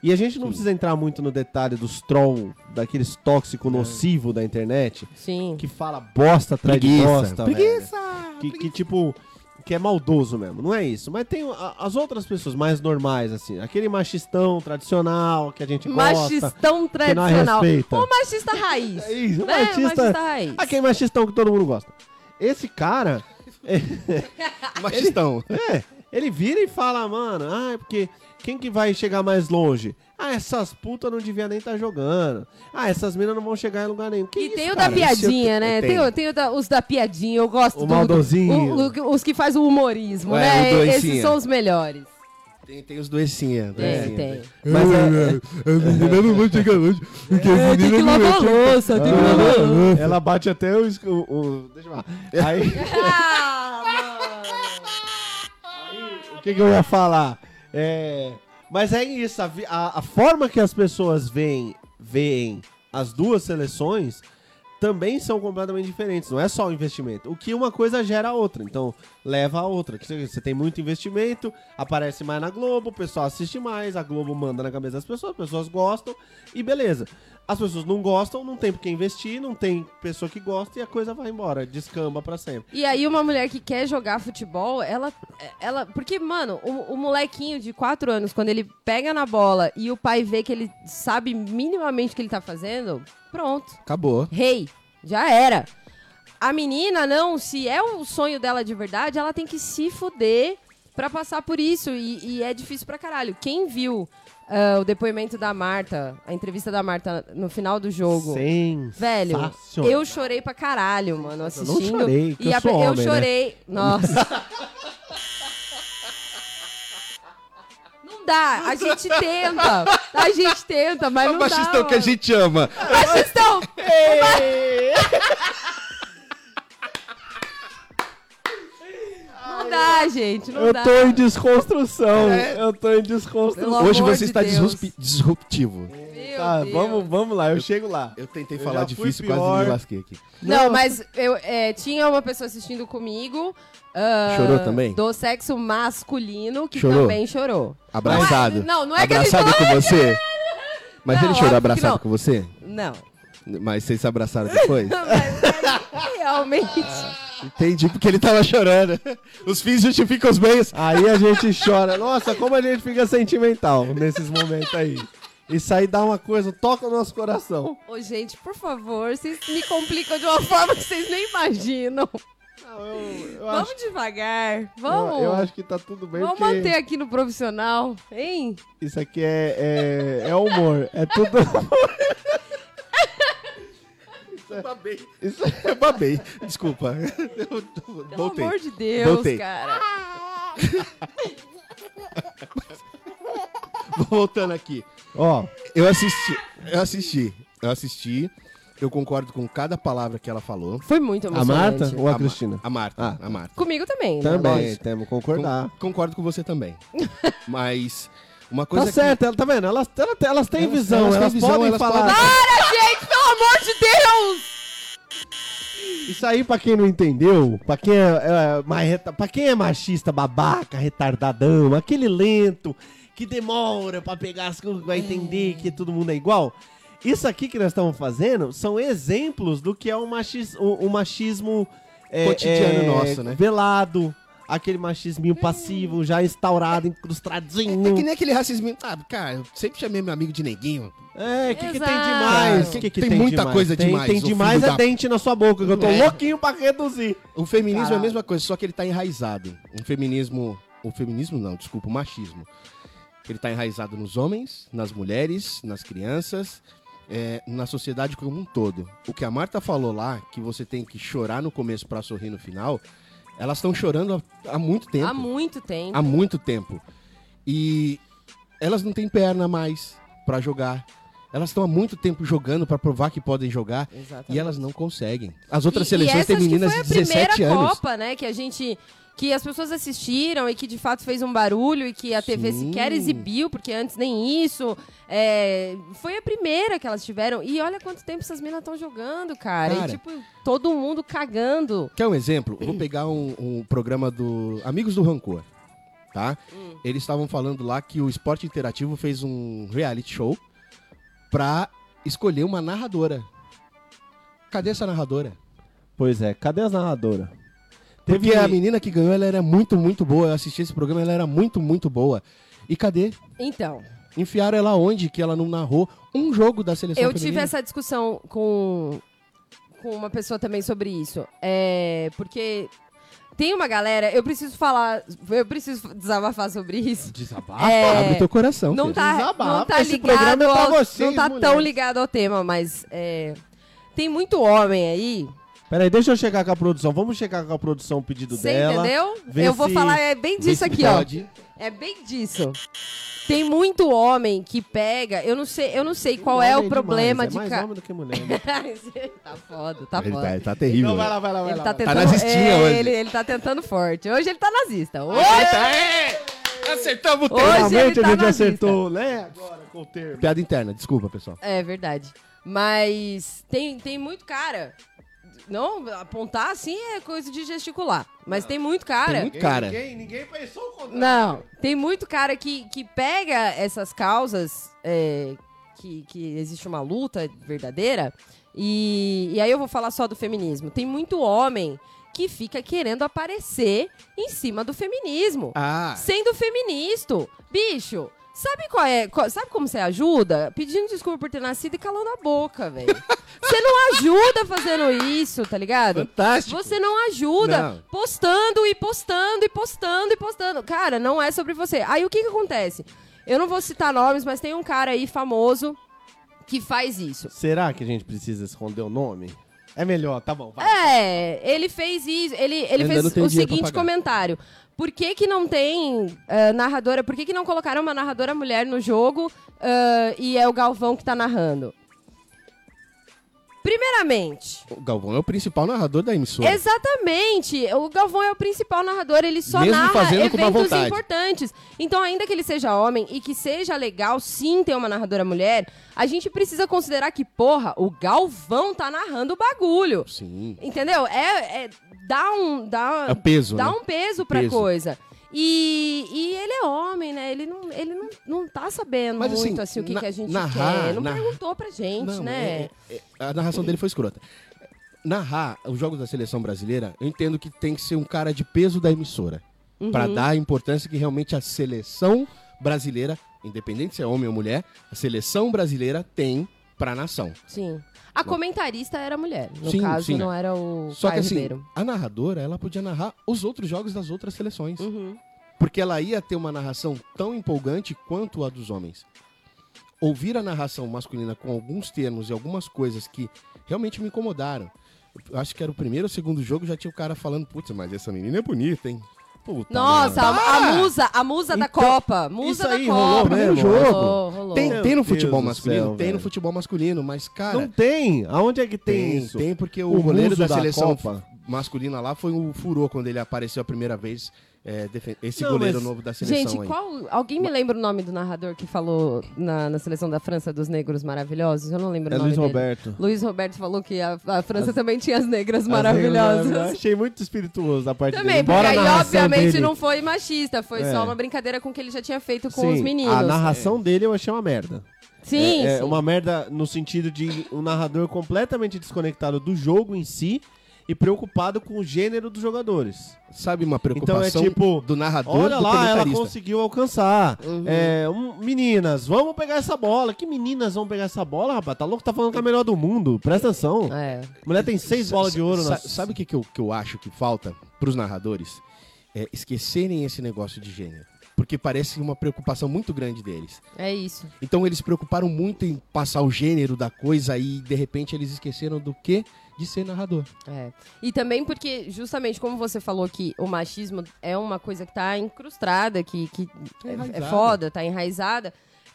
S4: E a gente não precisa entrar muito no detalhe dos troll, daqueles tóxico nocivo da internet,
S3: Sim.
S4: que fala bosta atrás de
S2: Preguiça,
S4: bosta, velho. Que, que, tipo, que é maldoso mesmo, não é isso. Mas tem a- as outras pessoas mais normais, assim, aquele machistão tradicional que a gente gosta.
S3: Machistão
S4: que não
S3: tradicional.
S4: respeita.
S3: O machista raiz.
S4: É isso, o
S3: né? O
S4: machista-
S3: machista raiz.
S4: Aquele machistão que todo mundo gosta. Esse cara,
S3: Ah,
S2: Machistão.
S4: é, ele vira e fala, mano, ah, é porque quem que vai chegar mais longe? Ah, essas putas não devia nem estar jogando. Ah, essas minas não vão chegar em lugar nenhum. Que
S3: E
S4: isso,
S3: tem o
S4: cara? é
S3: da piadinha,
S2: eu-
S3: né?
S2: eu
S3: Tem,
S2: tenho.
S3: o- tem o da- os da piadinha, eu gosto
S4: O
S3: do-
S4: maldosinho.
S3: do- o- os que faz o humorismo,
S2: É,
S3: né?
S2: o doencinha.
S3: Esses são os melhores.
S2: Tem, tem os doencinha.
S3: Tem, tem.
S4: Mas é-
S2: As meninas não vão chegar longe. Porque as
S3: Ah, Tem que lavar a louça, tem que
S4: Ah. *laughs*
S3: lavar a louça.
S4: Ela- Ela bate até o. esco- o- o- deixa eu falar. Aí,
S3: Ah, mano.
S4: o que, que eu ia falar? É, mas é isso. A, vi- a- a forma que as pessoas veem, veem as duas seleções também são completamente diferentes. Não é só o investimento. O que uma coisa gera a outra. Então, leva a outra. Que Você você tem muito investimento, aparece mais na Globo, o pessoal assiste mais, a Globo manda na cabeça das pessoas, as pessoas gostam e beleza. As pessoas não gostam, não tem por que investir, não tem pessoa que gosta e a coisa vai embora, descamba pra sempre.
S3: E aí uma mulher que quer jogar futebol, ela ela porque mano, o, o molequinho de 4 anos quando ele pega na bola e o pai vê que ele sabe minimamente o que ele tá fazendo, pronto.
S2: Acabou.
S3: Rei. Já era. A menina, não, se é o sonho dela de verdade, ela tem que se fuder pra passar por isso. E, e é difícil pra caralho. Quem viu ah, o depoimento da Marta, a entrevista da Marta no final do jogo?
S4: Sem.
S3: Velho, eu chorei pra caralho, mano, assistindo.
S4: chorei, que eu sou
S3: eu
S4: homem, né?
S3: chorei. Nossa. não dá, a gente tenta. A gente tenta, mas
S2: É
S3: não
S2: o
S3: dá.
S2: machistão que a
S3: mano.
S2: gente ama.
S3: Machistão! Não dá, gente, não
S4: Eu
S3: dá.
S4: tô em desconstrução.
S3: É.
S4: Eu tô em desconstrução.
S3: Pelo
S2: Hoje
S3: amor
S2: você
S3: de
S2: está
S3: Deus.
S2: disrupi- disruptivo.
S3: Meu
S4: Tá,
S3: Deus.
S4: vamos, vamos lá, eu chego lá.
S2: Eu tentei
S4: Eu
S2: falar
S4: já fui
S2: difícil, quase
S4: pior.
S2: me lasquei aqui.
S3: Não, mas eu é, tinha uma pessoa assistindo comigo. ah,
S2: Chorou também?
S3: Do sexo masculino, que
S2: Chorou?
S3: também chorou.
S2: Abraçado.
S3: Não é- não, não é que ele
S2: abraçado
S3: falou,
S2: com você. Mas
S3: Não,
S2: ele chorou
S3: óbvio que não.
S2: abraçado com você?
S3: Não.
S2: Mas vocês se abraçaram depois?
S4: é
S3: *laughs* Mas, realmente.
S2: Entendi porque ele tava chorando. Os fins justificam os meios.
S4: Aí a gente chora. Nossa, como a gente fica sentimental nesses momentos aí. Isso aí dá uma coisa, toca o nosso coração.
S3: Ô, gente, por favor, vocês me complicam de uma forma que vocês nem imaginam.
S4: Eu
S3: Vamos
S4: acho,
S3: devagar.
S4: eu,
S3: Vamos.
S4: eu acho que tá tudo bem,
S3: Vamos
S4: porque
S3: manter aqui no profissional, hein?
S4: isso aqui é, é, é humor.
S2: *laughs*
S4: É tudo humor. é
S2: Isso eu babei. Desculpa. Eu
S3: Pelo
S2: voltei.
S3: amor de Deus,
S2: Voltei.
S3: cara.
S2: Voltando aqui.
S4: Ó,
S2: Eu assisti. Eu assisti. Eu assisti. Eu concordo com cada palavra que ela falou.
S3: Foi muito
S4: a
S3: emocionante.
S4: Marta ou a,
S2: Ma-
S4: Cristina?
S2: A Marta.
S4: Ah.
S2: A Marta.
S3: Comigo também, né?
S4: Também,
S2: lógico.
S4: temos que concordar.
S2: Con- concordo com você
S4: *laughs*
S2: também. Mas uma coisa
S4: Tá certo, ela, tá vendo? Elas, ela- elas têm
S2: Elas-
S4: visão,
S2: elas
S4: elas,
S2: têm visão,
S4: podem
S2: elas
S4: falar.
S2: podem-
S3: Para, gente, pelo amor de Deus!
S4: Isso aí, pra quem não entendeu, pra quem é, é, marreta- pra quem é machista, babaca, retardadão, aquele lento que demora pra pegar as coisas, vai entender que todo mundo é igual. Isso aqui que nós estamos fazendo são exemplos do que é o, machis, o, o machismo é,
S2: Cotidiano
S4: é,
S2: nosso, né?
S4: Velado, aquele machisminho passivo, já instaurado,
S2: que... É que
S4: incrustadinho.
S2: nem aquele racismo. Ah, cara, eu sempre chamei meu amigo de neguinho.
S4: É, o que, que tem
S3: Exato.
S4: demais? O
S2: Tem muita coisa
S4: tem,
S2: demais,
S4: Tem
S2: ô
S4: demais
S2: filho
S4: é
S2: da-
S4: dente na sua boca, que eu tô
S2: É.
S4: louquinho pra reduzir.
S2: O feminismo é a
S4: Caralho.
S2: mesma coisa, só que ele tá enraizado. Um feminismo. O feminismo não, desculpa, o machismo. Ele tá enraizado nos homens, nas mulheres, nas crianças, é, na sociedade como um todo. O que a Marta falou lá, que você tem que chorar no começo pra sorrir no final, elas estão chorando há, há muito tempo.
S3: Há muito tempo.
S2: Há muito tempo. E elas não têm perna mais pra jogar. Elas estão há muito tempo jogando pra provar que podem jogar.
S3: Exatamente.
S2: E elas não conseguem. As outras
S3: E-
S2: seleções
S3: e
S2: têm
S3: essas
S2: meninas
S3: que foi
S2: de
S3: a
S2: 17
S3: primeira
S2: anos.
S3: Copa, né, que a gente que as pessoas assistiram e que de fato fez um barulho e que a TV
S2: Sim.
S3: sequer exibiu, porque antes nem isso. É, foi a primeira que elas tiveram. E olha quanto tempo essas meninas estão jogando, cara.
S2: Cara.
S3: E tipo, todo mundo cagando.
S2: Quer um exemplo? Eu vou pegar um, um programa do Amigos do Rancor, tá?
S3: Hum.
S2: Eles estavam falando lá que o Esporte Interativo fez um reality show pra escolher uma narradora. Cadê essa narradora?
S4: Pois é, cadê as narradoras?
S2: Porque a menina que ganhou, ela era muito, muito boa. Eu assisti esse programa, ela era muito, muito boa. E cadê?
S3: Então,
S2: Enfiaram ela onde que ela não narrou um jogo da seleção
S3: eu
S2: feminina?
S3: tive essa discussão com, com uma pessoa também sobre isso. É, porque tem uma galera, eu preciso falar, eu preciso desabafar sobre isso.
S4: Desabafa?
S3: É,
S2: Abre teu coração,
S3: Não
S2: filho.
S3: tá,
S4: Desabafa,
S3: não tá
S4: esse
S3: ligado
S4: programa é pra
S3: ao-
S4: vocês,
S3: Não tá
S4: mulheres.
S3: tão ligado ao tema, mas é, tem muito homem aí.
S4: Peraí, deixa eu chegar com a produção. Vamos chegar com a produção o pedido
S3: Você
S4: dela.
S3: entendeu?
S4: vê
S3: Eu vou
S4: se-
S3: falar é bem
S2: se
S3: disso aqui, ó.
S2: pode.
S3: É bem disso. Tem muito homem que pega. Eu não sei, eu não sei qual é
S4: Homem
S3: o problema
S4: demais,
S3: de
S4: É mais
S3: cara.
S4: homem do que mulher.
S3: *laughs*
S4: *laughs* né? Então
S3: tá foda, tá
S2: Ele tá,
S3: foda.
S2: ele tá terrível.
S4: vai lá, vai lá, vai
S3: Ele
S4: lá.
S3: tá
S4: vai lá.
S3: tentando,
S2: nazistinha hoje.
S3: Ele, ele tá tentando forte. Hoje ele tá nazista. Hoje,
S2: Eita, é! Acertamos o
S3: hoje ele
S4: Finalmente
S3: tá
S4: a gente
S3: nazista.
S4: acertou, né? Agora com o termo.
S2: Piada interna, desculpa, pessoal.
S3: É verdade. Mas tem, tem muito cara. Não, apontar assim é coisa de gesticular. Mas tem muito cara.
S2: Tem muito cara.
S4: Ninguém, ninguém pensou o contrário.
S3: Não, tem muito cara que, que pega essas causas é, que, que existe uma luta verdadeira. E, e aí eu vou falar só do feminismo. Tem muito homem que fica querendo aparecer em cima do feminismo.
S2: Ah,
S3: Sendo feministo. Bicho, Sabe qual é? qual- sabe como você ajuda? Pedindo desculpa por ter nascido e calando a
S2: *laughs*
S3: boca, velho. Você não ajuda fazendo isso, tá ligado?
S2: Fantástico.
S3: Você não ajuda
S2: Não.
S3: postando e postando e postando e postando. Cara, não é sobre você. Aí o que que acontece? Eu não vou citar nomes, mas tem um cara aí famoso que faz isso.
S4: Será que a gente precisa esconder o nome? É melhor, tá bom. Vai.
S3: É, ele fez isso. Ele, ele
S2: Ainda
S3: fez
S2: não tem
S3: o
S2: dinheiro pra
S3: seguinte
S2: pagar.
S3: comentário. Por que, que não tem ah, narradora? Por que, que não colocaram uma narradora mulher no jogo ah, e é o Galvão que tá narrando? Primeiramente,
S2: O Galvão é o principal narrador da emissora.
S3: exatamente. O Galvão é o principal narrador, ele só
S2: Mesmo
S3: narra
S2: fazendo com má
S3: eventos
S2: vontade.
S3: importantes. Então, ainda que ele seja homem e que seja legal sim ter uma narradora mulher, a gente precisa considerar que, porra, o Galvão tá narrando o bagulho.
S2: Sim.
S3: Entendeu? É, é- dá um dá,
S2: É peso,
S3: dá
S2: né?
S3: um peso pra
S2: Peso.
S3: coisa. E, e ele é homem, né? Ele não, ele não, não tá sabendo
S2: Mas, assim,
S3: muito assim, o que,
S2: na-
S3: que a gente
S2: narrar-
S3: quer. Não
S2: narrar-
S3: perguntou pra gente,
S2: Não,
S3: né?
S2: é- é- a narração dele foi escrota. Narrar os jogos da seleção brasileira, eu entendo que tem que ser um cara de peso da emissora.
S3: Uhum.
S2: Pra dar a importância que realmente a seleção brasileira, independente se é homem ou mulher, a seleção brasileira tem pra nação.
S3: Sim. A comentarista era mulher. No
S2: Sim,
S3: caso,
S2: sim.
S3: não era o
S2: Só que
S3: Caio
S2: assim,
S3: Ribeiro.
S2: a narradora, ela podia narrar os outros jogos das outras seleções.
S3: Uhum.
S2: Porque ela ia ter uma narração tão empolgante quanto a dos homens. Ouvir a narração masculina com alguns termos e algumas coisas que realmente me incomodaram. Eu Acho que era o primeiro ou segundo jogo, já tinha o cara falando, putz, mas essa menina é bonita, hein? Puta
S3: Nossa,
S2: merda."
S3: a, a musa, a musa da
S2: Então,
S3: Copa. Musa
S2: isso
S3: da
S2: aí
S3: Copa.
S2: rolou
S4: mesmo?
S3: Rolou, rolou.
S2: Tem,
S4: Meu
S2: tem no
S4: Deus
S2: futebol
S4: do
S2: masculino?
S4: céu,
S2: tem no
S4: velho.
S2: futebol masculino, mas, cara...
S4: Não tem? Aonde é que tem, isso?
S2: Tem, porque o,
S4: O
S2: goleiro
S4: muso
S2: da,
S4: da
S2: seleção
S4: Copa.
S2: masculina lá foi o furor quando ele apareceu a primeira vez. é, defen- esse
S4: Não,
S2: goleiro
S4: mas-
S2: novo da seleção
S3: Gente,
S2: aí.
S3: qual. Alguém me lembra o nome do narrador que falou na, na seleção da França dos negros maravilhosos? Eu não lembro
S4: É
S3: o nome
S4: Luiz
S3: dele.
S4: Roberto.
S3: Luiz Roberto falou que a, a França também tinha as negras
S4: As
S3: maravilhosas.
S4: negras maravilhosas. Achei muito espirituoso da parte
S3: Também,
S4: dele.
S3: porque
S4: Embora a
S3: aí
S4: narração
S3: obviamente
S4: dele-
S3: não foi machista, foi
S4: É.
S3: só uma brincadeira com o que ele já tinha feito com
S4: Sim,
S3: os meninos.
S4: A narração dele eu achei uma merda.
S3: Sim,
S4: é, é
S3: sim.
S4: uma merda no sentido de um narrador completamente desconectado do jogo em si e preocupado com o gênero dos jogadores.
S2: Sabe uma
S4: Então é
S2: preocupação
S4: tipo,
S2: do narrador e
S4: olha
S2: do
S4: lá, ela
S2: comentarista?
S4: conseguiu alcançar.
S3: Uhum.
S4: É, um- meninas, vamos pegar essa bola. Que meninas vão pegar essa bola, rapaz? Tá louco? Tá falando que é a melhor do mundo. Presta atenção.
S3: É.
S4: Mulher tem seis
S2: Sa-
S4: bolas de ouro.
S2: sa-
S4: na-
S2: Sabe o que, que, eu, que eu acho que falta pros narradores? É esquecerem esse negócio de gênero. Porque parece uma preocupação muito grande deles.
S3: É isso.
S2: Então eles se preocuparam muito em passar o gênero da coisa e de repente eles esqueceram do quê? De ser narrador.
S3: É. E também porque, justamente como você falou que o machismo é uma coisa que tá incrustada, que, que
S2: Tá
S3: é, é
S2: enraizada.
S3: foda, tá enraizada.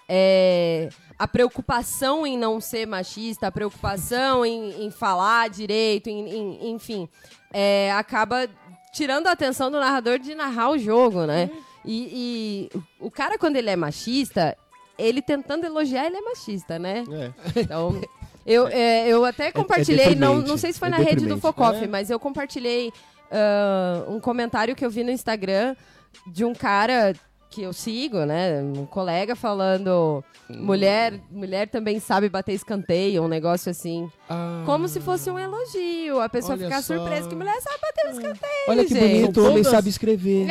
S3: É, a preocupação em não ser machista, a preocupação em, em falar direito, em- em- enfim, é, acaba tirando a atenção do narrador de narrar o jogo, né? E, e o cara, quando ele é machista, ele tentando elogiar, ele é machista, né?
S2: É.
S3: Então,
S2: *laughs*
S3: eu, é, eu até compartilhei, não,
S2: deprimente,
S3: não sei se foi
S2: é
S3: na rede do
S2: deprimente.
S3: Focoff, mas eu compartilhei ah, um comentário que eu vi no Instagram de um cara que eu sigo, né? Um colega falando mulher, mulher também sabe bater escanteio, um negócio assim.
S2: Ah,
S3: Como se fosse um elogio, a pessoa
S2: Olha
S3: ficar
S2: só.
S3: surpresa que mulher sabe bater escanteio.
S2: Olha que
S3: gente.
S2: bonito, o
S4: São
S2: homem
S4: todas-
S2: sabe escrever.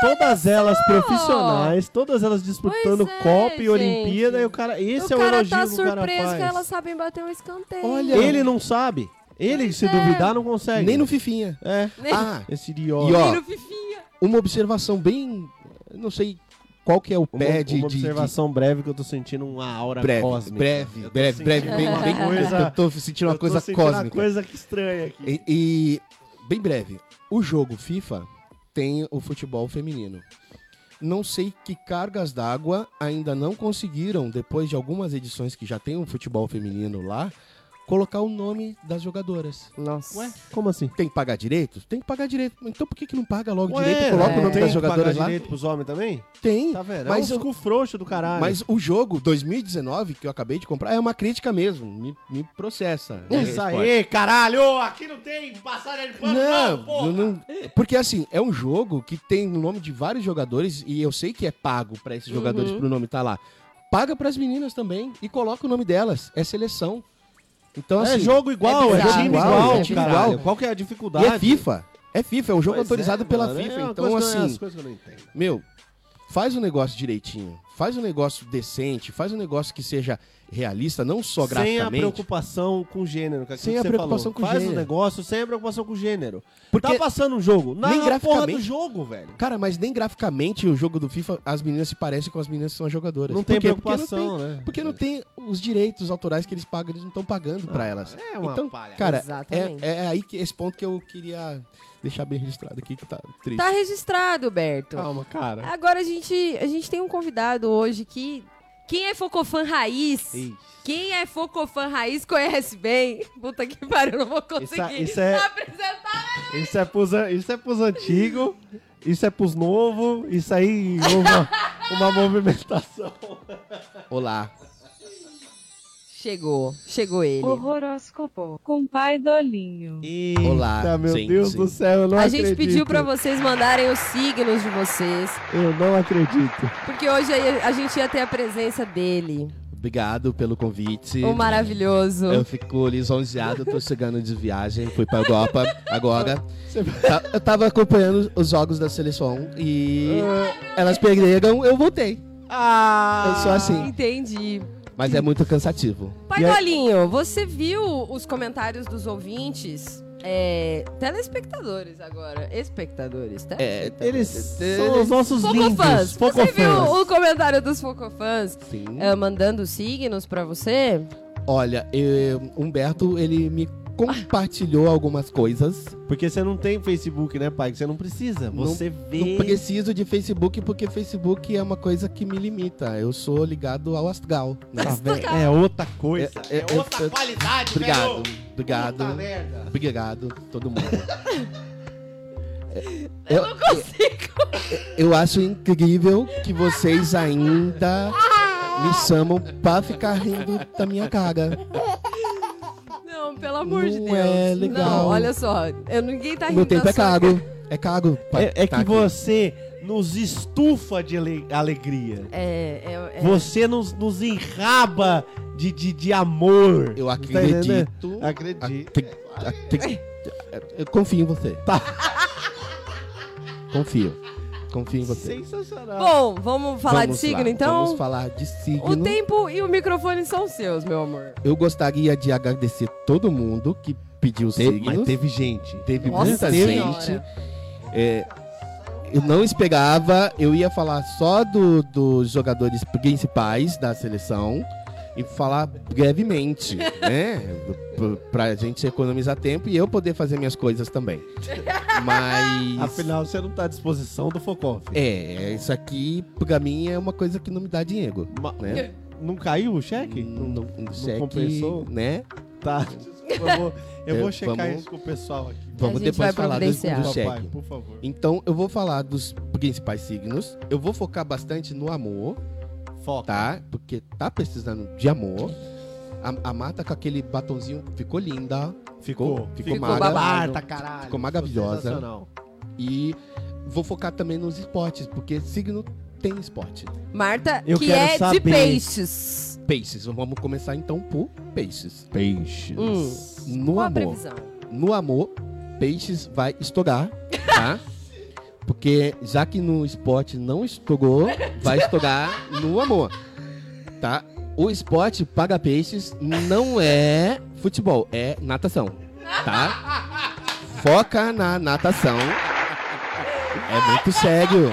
S4: Todas elas profissionais, todas elas disputando
S3: Pois é,
S4: Copa e
S3: gente.
S4: Olimpíada. E o cara,
S3: o
S4: esse é o
S3: cara
S4: elogio
S3: tá
S4: que o cara
S3: surpreso
S4: faz.
S3: que elas sabem bater um escanteio.
S2: Olha,
S3: *laughs*
S4: Ele não sabe. Ele,
S3: é.
S4: se duvidar, não consegue.
S2: Nem no Fifinha.
S4: É.
S3: Nem-
S2: Ah,
S4: Esse
S2: E,
S4: idiota.
S2: ó,
S3: Menino fifinha.
S2: uma observação bem. Não sei qual que é o
S4: Uma,
S2: pé de.
S4: uma
S2: de-
S4: observação breve que eu tô sentindo uma aura
S2: de- breve,
S4: cósmica.
S2: breve,
S4: Eu tô
S2: breve, breve,
S4: sentindo
S2: bem,
S4: uma
S2: bem
S4: coisa-
S2: Eu tô sentindo
S4: eu
S2: uma
S4: tô
S2: coisa
S4: sentindo
S2: cósmica.
S4: Uma coisa que estranha aqui.
S2: E, e- bem breve. O jogo FIFA tem o futebol feminino. Não sei que cargas d'água ainda não conseguiram, depois de algumas edições que já tem o futebol feminino lá, colocar o nome das jogadoras.
S3: Nossa.
S4: Como assim?
S2: Tem que pagar direito? Tem que pagar direito. Então por que, que não paga logo
S4: Ué,
S2: direito e coloca
S3: é.
S2: o nome
S4: tem
S2: das
S4: que
S2: jogadoras
S4: pagar
S2: lá?
S4: direito pros homens também?
S2: Tem.
S4: Tá vendo?
S2: Mas
S4: é um
S2: eu-
S4: cu frouxo do caralho.
S2: Mas o jogo 2019, que eu acabei de comprar, é uma crítica mesmo. Me, me processa.
S4: É Isso
S2: Esporte.
S4: aí, caralho! Aqui não tem passagem de pano, não,
S2: Não,
S4: porra!
S2: não- porque assim, é um jogo que tem o nome de vários jogadores e eu sei que é pago pra esses jogadores pro nome tá lá. Paga pras meninas também e coloca o nome delas. É seleção. Então
S4: é
S2: assim,
S4: jogo igual, é,
S3: bizarro.
S4: time
S3: Igual,
S4: igual,
S3: é time
S4: caralho.
S2: igual.
S4: Qual que é a
S2: e
S4: dificuldade?
S2: é FIFA. É FIFA, é um jogo
S4: Pois
S2: autorizado
S4: é,
S2: pela
S4: mano, é
S2: FIFA.
S4: uma
S2: então
S4: coisa que eu-
S2: assim,
S4: as coisas que eu não entendo.
S2: meu, Faz um negócio direitinho. Faz um negócio decente. Faz um negócio que seja realista, não só
S4: Sem a
S2: graficamente.
S4: preocupação com gênero, que é aquilo
S2: Sem
S4: que
S2: a
S4: você
S2: preocupação
S4: falou.
S2: com
S4: Faz o
S2: gênero.
S4: negócio sem a preocupação com gênero.
S2: Porque-
S4: Tá passando um jogo, narra
S2: Nem
S4: a porra do
S2: graficamente.
S4: jogo, velho.
S2: Cara, mas nem graficamente o jogo do FIFA, as meninas se parecem com as meninas que são as jogadoras.
S4: Não tem
S2: Por quê?
S4: preocupação,
S2: porque não tem,
S4: né?
S2: Porque não tem os direitos autorais que eles pagam, eles não estão pagando pra elas.
S4: é uma
S2: então,
S4: palha.
S2: cara, é,
S3: Exatamente.
S2: é aí que esse ponto que eu queria deixar bem registrado aqui, que tá triste.
S3: Tá registrado, Berto.
S4: Então, Ah.
S2: Calma, cara.
S3: Agora a gente, a gente tem um convidado hoje que. Quem é Focofan Raiz? Quem é Focofan Raiz conhece bem. Puta que pariu, eu não vou conseguir
S4: isso é-
S3: apresentar. né?
S4: Isso é pros, an- isso é pros antigos, isso é pros novos, isso aí uma, uma movimentação.
S2: Olá.
S3: Chegou, chegou ele.
S1: O horóscopo com pai Dolinho.
S2: Olá,
S4: Ah, meu
S2: sim,
S4: Deus
S2: sim.
S4: do céu, eu não
S3: a
S4: acredito.
S3: gente pediu pra vocês mandarem os signos de vocês,
S4: Eu não acredito.
S3: porque hoje aí a gente ia ter a presença dele,
S2: Obrigado pelo convite.
S3: o maravilhoso.
S2: Eu fico lisonjeado, tô chegando de viagem, fui pra Europa agora. Tá- Eu tava acompanhando os jogos da seleção e elas perderam, eu voltei.
S4: Ah!
S2: Eu sou assim,
S3: Entendi.
S2: mas é muito cansativo.
S3: Pai
S4: E aí-
S3: Dolinho, você viu os comentários dos ouvintes? É, telespectadores agora. Espectadores, tá?
S2: É,
S4: Eles são os nossos lindos.
S3: Focofãs. Você
S4: Focofãs.
S3: viu o comentário dos Focofãs
S2: sim.
S3: é, mandando signos pra você?
S2: Olha, eu- Humberto, ele me compartilhou algumas coisas.
S4: Porque você não tem Facebook, né, pai? Que Você não precisa.
S2: Não-
S4: Você vê.
S2: Não preciso de Facebook porque Facebook é uma coisa que me limita. Eu sou ligado ao astral. né?
S4: Tá vendo? É outra coisa.
S2: É- é- é-
S4: qualidade,
S2: Obrigado,
S4: velho.
S2: obrigado,
S4: Puta merda.
S2: obrigado, todo mundo. É, Eu, não consigo. Eu, acho incrível que vocês ainda me chamam pra ficar rindo da minha cara.
S3: Não, pelo amor de
S2: Não
S3: Deus.
S2: é legal.
S3: Não, olha só. Eu, ninguém tá rindo.
S2: Meu tempo
S3: da
S2: é
S3: sua-
S2: caro, é caro. pra
S4: É, é
S2: tá
S4: que
S2: aqui.
S4: você nos estufa de ale- alegria.
S3: É, é, é.
S4: Você nos, nos enraba de, de, de amor.
S2: Eu
S4: Tá
S2: acredito.
S4: entendendo?
S3: Ah,
S4: Acredito.
S2: Ac- ac- Eu confio em você.
S4: Tá.
S2: *laughs* Confio. Confio em você.
S4: Sensacional.
S3: Bom, vamos falar
S2: Vamos
S3: de signo
S2: lá,
S3: então?
S2: Vamos falar de signo.
S3: O tempo e o microfone são seus, meu amor.
S2: Eu gostaria de agradecer todo mundo que pediu
S4: Te-
S2: signos.
S4: mas teve gente.
S2: Teve
S3: Nossa
S2: muita
S3: Senhora.
S2: gente. É, eu não esperava, eu ia falar só do- dos jogadores principais da seleção e falar
S3: *laughs*
S2: brevemente, né? P- Pra gente economizar tempo e eu poder fazer minhas coisas
S3: *laughs*
S2: também. Mas.
S4: Afinal, você não tá à disposição do Focoff.
S2: É, isso aqui pra mim é uma coisa que não me dá dinheiro.
S4: Ma-
S2: Né? Hum,
S4: Não caiu o cheque?
S2: Não, não cheque,
S4: compensou?
S2: né?
S4: Tá. Eu vou, eu
S2: É,
S4: vou checar
S2: vamos-
S4: isso com o pessoal aqui.
S2: Vamos
S3: gente
S2: depois
S3: vai
S2: falar do,
S3: providenciar.
S2: do
S4: Papai,
S2: cheque.
S4: por favor.
S2: Então, eu vou falar dos principais signos. Eu vou focar bastante no amor,
S4: Foca.
S2: tá? Porque tá precisando de amor. A, a Marta com aquele batonzinho ficou linda.
S4: Ficou.
S2: tá, Ficou
S3: magra.
S4: Marta, caralho.
S2: Ficou maravilhosa.
S4: sensacional.
S2: E vou focar também nos esportes, porque signo tem esporte.
S3: Marta,
S4: Eu
S3: que
S4: quero
S3: é de
S4: saber.
S3: peixes.
S2: Peixes, vamos começar então por peixes.
S4: Peixes.
S3: Hum.
S2: No
S3: Qual a
S2: amor.
S3: previsão?
S2: No amor, peixes vai estourar,
S4: *laughs*
S2: tá? Porque já que no esporte não estourou, vai estourar no amor, tá? O esporte paga peixes não é futebol, é natação, tá? Foca na natação. É muito sério.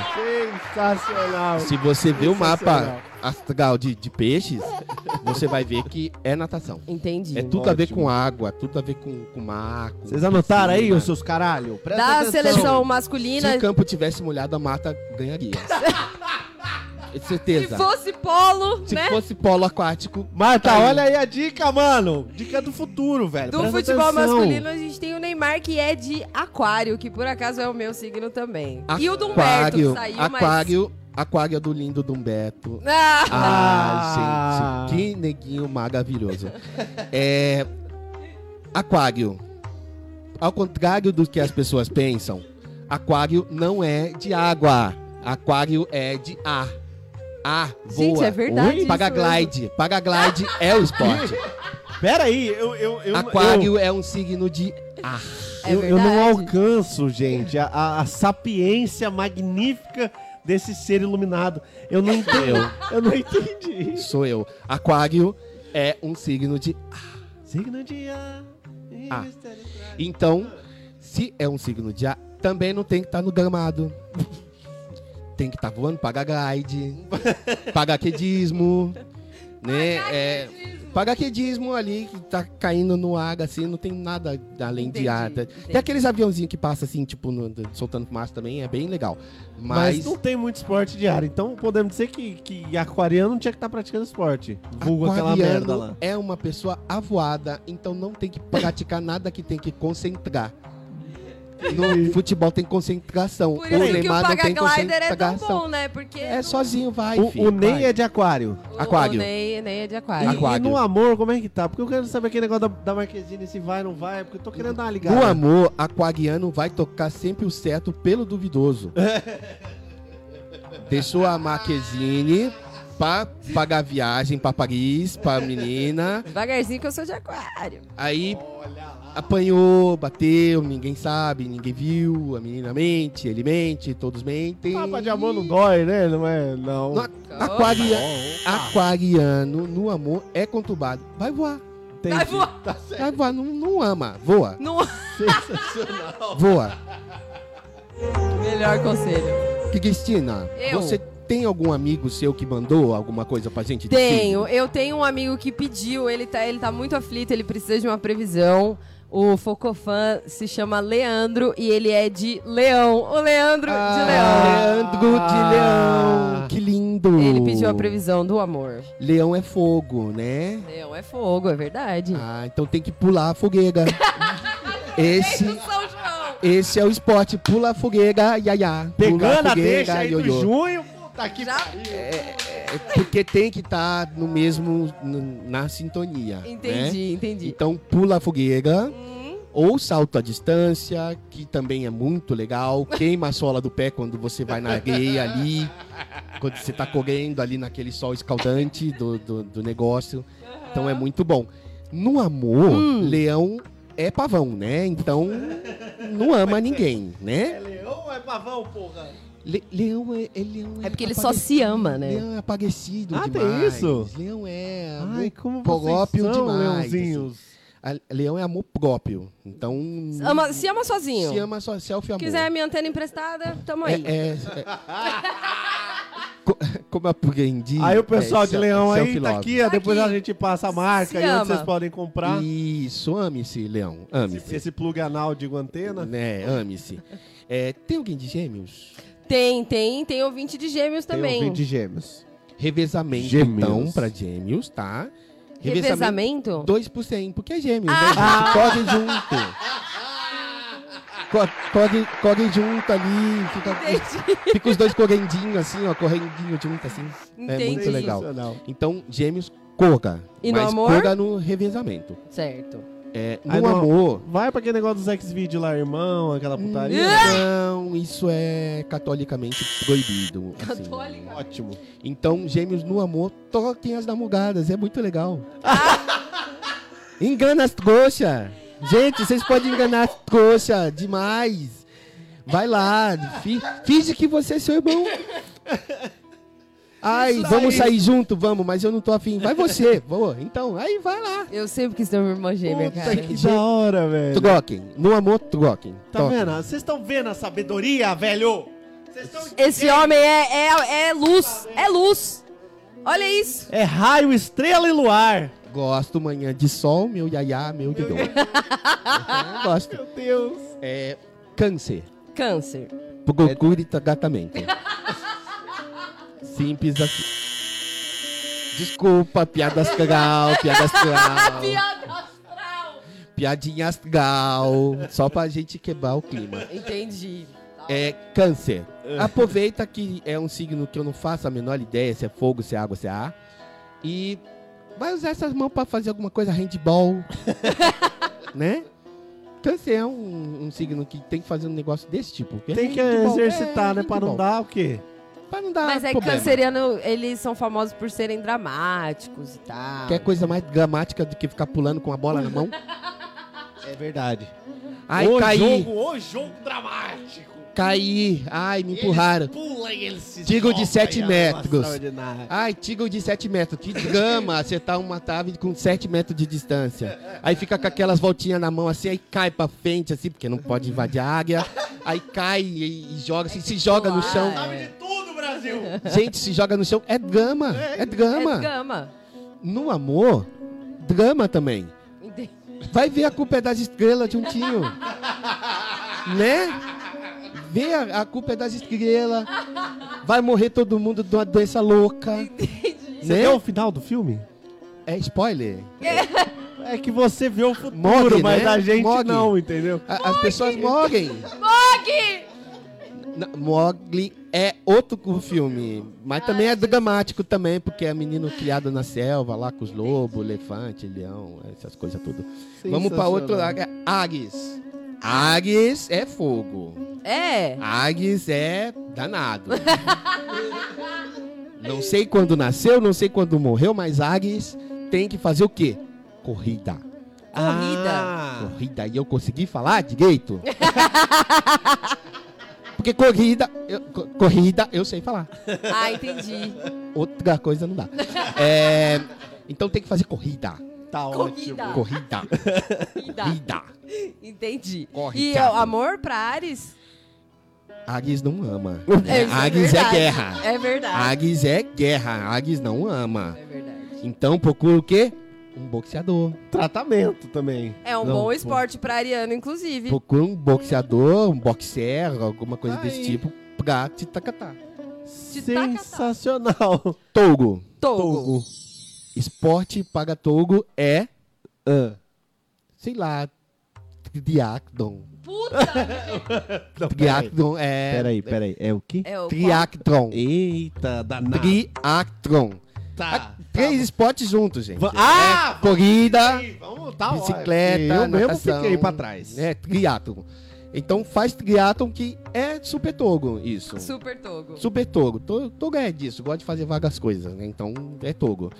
S4: Sensacional.
S2: Se você vê o mapa
S4: Sensacional.
S2: astral de, de peixes, você vai ver que é natação.
S3: Entendi.
S2: É tudo a ver com água, tudo a ver com, com mar. com
S4: Vocês anotaram aí,
S2: piscina.
S4: os seus caralho? Presta
S3: da
S4: atenção.
S3: seleção
S2: Se
S3: masculina.
S2: o campo tivesse molhado, a mata
S3: *laughs*
S2: ganharia. É de
S3: Se
S2: certeza.
S3: fosse polo,
S2: Se
S3: né?
S2: fosse polo aquático,
S4: Marta,
S2: Tá aí.
S4: olha aí a dica, mano. Dica do futuro, velho.
S3: Do
S4: É, Presta
S3: futebol
S4: atenção.
S3: masculino, a gente tem o Neymar, que é de aquário, que por acaso é o meu signo também. E o do Humberto, que
S2: aquário,
S3: saiu,
S2: aquário, aquário é do lindo do Humberto.
S3: mas... Ah,
S2: Ah,
S4: Ah.
S2: gente, que neguinho maravilhoso. É, aquário. Ao contrário do que as pessoas pensam, aquário não é de água. Aquário é de ar. Ar, voa.
S3: gente, é verdade isso
S2: Paraglide. Paraglide é o esporte.
S4: Pera aí, eu... eu, eu
S2: Aquário é um signo de ar.
S3: mesmo. É
S4: Eu, eu, eu não
S3: verdade.
S4: alcanço, gente, a, a- a sapiência magnífica desse ser iluminado. Eu não entendi. Eu não entendi.
S2: Sou eu. Aquário é um signo de
S4: Signo de A.
S2: Ah. Então, se é um signo de ar, também não tem que estar no gramado. Tem que estar voando, pagar guide, pagar quedismo, né? É, pagar quedismo ali que tá caindo no ar, assim, não tem nada além de
S3: Entendi,
S2: ar. Tem
S3: entendi.
S2: aqueles aviãozinhos que passa assim, tipo, no- soltando fumaça também, é bem legal.
S4: Mas...
S2: Mas,
S4: não tem muito esporte de ar, então podemos dizer que, que aquariano tinha que estar praticando esporte. Vulgo aquela
S2: aquariano
S4: merda lá.
S2: é uma pessoa avoada, então não tem que praticar nada que tem que concentrar.
S3: *laughs*
S2: No futebol tem concentração.
S3: Por isso que o
S2: Neymar não tem
S3: Pagaglider é tão
S2: concentração.
S3: bom, né? Porque
S2: É sozinho, vai.
S4: O,
S2: filho,
S4: o Ney
S2: vai.
S4: é de aquário.
S3: o-
S2: Aquário.
S3: O Ney, Ney é de
S4: E,
S3: aquário.
S4: e
S2: Aquário.
S4: no amor, como é que tá? Porque eu quero saber aquele negócio da, da Marquezine, se vai ou não vai, é porque eu tô querendo dar uma ligada.
S2: No amor, aquariano vai tocar sempre o certo pelo
S4: *laughs*
S2: duvidoso. Deixou a Marquezine pra pagar viagem pra Paris, pra menina.
S3: Devagarzinho que eu sou de aquário.
S2: Aí apanhou, bateu, ninguém sabe, ninguém viu. A menina mente, ele mente, todos mentem.
S4: Papa de amor não dói, né? Não é, não.
S2: No-
S3: Então,
S2: aquaria- Aquariano, no amor, é conturbado. Vai voar,
S4: Entendi.
S3: Vai voar.
S4: Tá certo.
S2: vai voar, não, não ama, voa,
S3: Não...
S2: voa.
S3: *laughs* Melhor conselho.
S2: Que, Cristina,
S3: Eu?
S2: você tem algum amigo seu que mandou alguma coisa pra gente? de
S3: Tenho.
S2: signo?
S3: Eu tenho um amigo que pediu, ele tá, ele tá muito aflito, ele precisa de uma previsão. O Focofan se chama Leandro e ele é de Leão. O Leandro de
S2: Ah.
S3: Leão.
S2: Leandro de Leão. Que lindo.
S3: Ele pediu a previsão do amor.
S2: Leão é fogo, né?
S3: Leão é fogo, é verdade.
S2: Ah, então tem que pular a
S3: *laughs*
S2: fogueira. esse,
S3: São João.
S2: esse é o esporte. Pula a fogueira, iaiá.
S4: Pegando
S2: Pula
S4: a deixa aí do
S2: ioiô.
S4: junho, puta que
S3: Já-
S2: É porque tem que estar no mesmo, n- na sintonia. né?
S3: Entendi, entendi.
S2: Então pula a fogueira.
S3: Hum,
S2: ou salto à distância, que também é muito legal, queima a sola do pé quando você vai na areia ali, quando você tá correndo ali naquele sol escaldante do, do, do negócio. Então é muito bom. No amor,
S3: Hum.
S2: leão é pavão, né? Então não ama ninguém, né?
S4: leão ou é pavão, porra?
S2: Le- leão é, é leão
S3: É porque ele só se ama, né?
S2: Leão é apadecido
S4: Ah, tem
S2: demais.
S4: isso?
S2: Leão é amor
S4: Ai, como vocês
S2: próprio
S4: são,
S2: demais.
S4: leãozinhos.
S2: assim. A- leão é amor próprio. Então
S3: ama- se ama sozinho.
S2: se ama só selfie amor.
S3: Quiser minha antena emprestada, tamo
S2: É,
S3: aí. *laughs*
S2: é, é. Co- Como aprendi.
S4: Aí o pessoal
S2: é,
S4: de
S2: se-
S4: leão aí
S2: selfie
S4: tá
S2: love.
S4: aqui, ó,
S3: Tá
S4: depois
S3: aqui.
S4: a gente passa a
S3: Se
S4: marca e
S3: ama.
S4: onde vocês podem comprar.
S2: Isso, ame-se, leão.
S4: Esse,
S2: Ame-se.
S4: esse plug anal de antena.
S2: Né, ame-se. É, tem alguém de gêmeos?
S3: Tem, tem, tem ouvinte de gêmeos também.
S4: Tem um vídeo de gêmeos.
S2: Revezamento,
S4: Gêmeos.
S2: então, pra gêmeos, tá?
S3: Revezamento?
S2: 2 por 100, porque é gêmeos, né? gente?
S3: Ah!
S2: Corre junto. Co- Corre, corre junto ali, fica, fica os dois correndinho assim, ó, correndinho junto assim. É muito
S3: Entendi.
S2: legal.
S4: Sensacional.
S2: Então, gêmeos, corra.
S3: E no
S2: mas
S3: amor?
S2: corra no revezamento.
S3: Certo.
S2: É, no
S4: Aí no-
S2: amor,
S4: Vai pra aquele negócio dos ex-vídeos lá, irmão, aquela putaria.
S3: Hum.
S2: não, isso é catolicamente proibido. assim.
S3: Católica.
S4: Ótimo.
S2: Então, gêmeos no amor, toquem as namoradas, é muito legal. Engana as trouxas. Gente, vocês podem enganar as trouxas demais. Vai lá, fi- finge que você é seu irmão. Ai, vamos sair junto, vamos, mas eu não tô afim. Vai você, vou. Então, aí vai lá.
S3: Eu sempre quis ter uma irmã gêmea,
S4: Puta
S3: cara.
S4: que da hora, velho.
S2: Troquem. No amor, troquem.
S4: Tá
S2: Troquem.
S4: vendo? Vocês estão vendo a sabedoria, velho? Vocês estão
S3: Esse homem é, é, é luz. É luz. Olha isso.
S4: É raio, estrela e luar.
S2: Gosto manhã de sol, meu iaiá, meu didô. Ah, Gosto.
S4: Meu Deus.
S2: É, câncer.
S3: Câncer.
S2: Procure tratamento. Simples assim. Desculpa, piada astral, piada astral. Piadinha astral. Só pra gente quebrar o clima.
S3: Entendi.
S2: É câncer. Aproveita que é um signo que eu não faço a menor ideia se é fogo, se é água, se é ar. E vai usar essas mãos pra fazer alguma coisa, handball. né? Câncer é um, um signo que tem que fazer um negócio desse tipo. porque
S4: Tem que
S2: handball,
S4: exercitar,
S2: é,
S4: né? Pra não
S2: handball.
S4: dar o quê?
S2: Pra não dar
S3: Mas é que
S2: problema.
S3: canceriano, eles são famosos por serem dramáticos e tal.
S2: Quer é coisa mais dramática do que ficar pulando com a bola na
S4: *laughs*
S2: mão?
S4: É verdade.
S2: Ai,
S4: o
S2: caí.
S4: jogo, o jogo dramático.
S2: Caí. Ai, me empurraram.
S4: Pula e ele se
S2: Digo de
S4: joga
S2: sete
S4: e é
S2: metros.
S4: extraordinário.
S2: Ai, Tigre de 7 metros. Que drama acertar uma trave com 7 metros de distância. Aí fica com aquelas voltinhas na mão assim, aí cai pra frente, assim, porque não pode invadir a águia. Aí cai e, e joga, assim, se joga no chão.
S4: Sabe de tudo, Brasil!
S2: Gente, se joga no chão. É drama. É
S3: É
S2: drama.
S3: gama.
S2: No amor, drama também.
S3: Entendi.
S2: Vai ver a culpa é das estrelas, Juntinho. né? Vê a, a culpa é das estrelas. Vai morrer todo mundo de uma doença louca.
S4: Você
S2: Né?
S4: viu o final do filme?
S2: É spoiler.
S4: É que você vê o futuro,
S2: Morre,
S4: mas
S2: né?
S4: a gente
S2: Morre.
S4: não, entendeu?
S2: A- as pessoas morrem. Na- Mogli é outro cu- filme, mas também é dramático também, porque é menino criado na selva, lá com os lobos, elefante, leão, essas coisas tudo. Vamos para outro lado, é Ares. Ares é fogo.
S3: É.
S2: Ares é danado. não sei quando nasceu, não sei quando morreu, mas Ares tem que fazer o quê? Corrida.
S3: Corrida.
S4: Ah,
S2: Corrida e eu consegui falar direito? *laughs* Porque corrida, eu, co- corrida eu sei falar.
S3: Ah, *laughs* entendi.
S2: Outra coisa não dá. É, então tem que fazer corrida.
S4: tá ótimo.
S3: Corrida.
S2: Corrida. Corrida.
S3: Tá. Entendi.
S2: Corre,
S3: e
S2: Thiago.
S3: o amor pra Ares?
S2: Águis não ama.
S3: É, isso é
S2: Águis é,
S3: verdade.
S2: guerra.
S3: É verdade.
S2: Águis é guerra. Águis não ama.
S3: É verdade.
S2: Então procura o quê? Um boxeador.
S4: Tratamento também.
S3: É um
S2: Não,
S3: bom
S2: pô.
S3: esporte pra Ariano, inclusive.
S2: Procura um boxeador, um boxer, alguma coisa desse
S4: Aí.
S2: tipo pra te tacatar.
S3: taca, tá.
S4: Sensacional.
S2: Togo.
S3: Togo.
S2: Esporte para Togo é,
S4: Ah.
S2: sei lá, triatlon.
S3: Puta!
S4: Não, peraí.
S2: Triatlon é.
S4: Peraí, peraí. É o quê?
S3: É o
S2: Triatlon.
S4: Eita, danado.
S2: Triatlon.
S4: Tá.
S2: Três esportes juntos, gente.
S4: Va- Ah!
S2: Corrida,
S4: Ih, Vamos, tá ótimo.
S2: bicicleta,
S4: Eu mesmo
S2: natação.
S4: fiquei pra trás.
S2: É, triatlon. Então faz triatlon que é super togo, isso.
S3: quarto. Super Togo.
S2: Super togo. To- Togo é disso, gosta de fazer vagas coisas, né? Então é togo.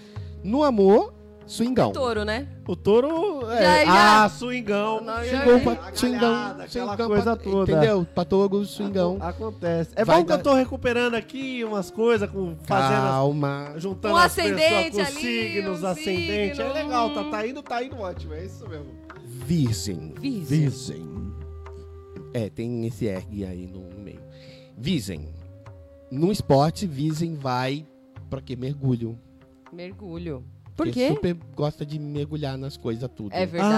S2: No amor, swingão.
S3: Touro, né?
S4: O touro é.
S3: Já, já.
S4: Ah, swingão.
S3: Não, já-
S2: Swingão,
S3: já-
S2: pra,
S4: já-
S2: swingão,
S4: aquela
S2: swingão
S4: coisa
S2: pra-
S4: toda.
S2: Entendeu? Pra togo, swingão.
S4: Acontece. É
S2: Vai
S4: bom que
S2: dar-
S4: eu tô recuperando aqui umas coisas, com fazendo.
S2: Calma.
S4: as- Juntando
S3: Um
S4: as
S3: ascendente
S4: pessoas com
S3: ali,
S4: signos,
S3: um
S4: ascendente.
S3: signo.
S4: É legal, tá, tá indo, tá indo ótimo. É isso mesmo.
S2: Virgem.
S3: Virgem.
S4: Dizem.
S2: É, tem esse erg aí no no meio. Virgem. No esporte, Virgem vai pra que mergulho.
S3: Mergulho. é Por
S2: Porque
S3: quê?
S2: super gosta de mergulhar nas coisas tudo.
S3: É verdade.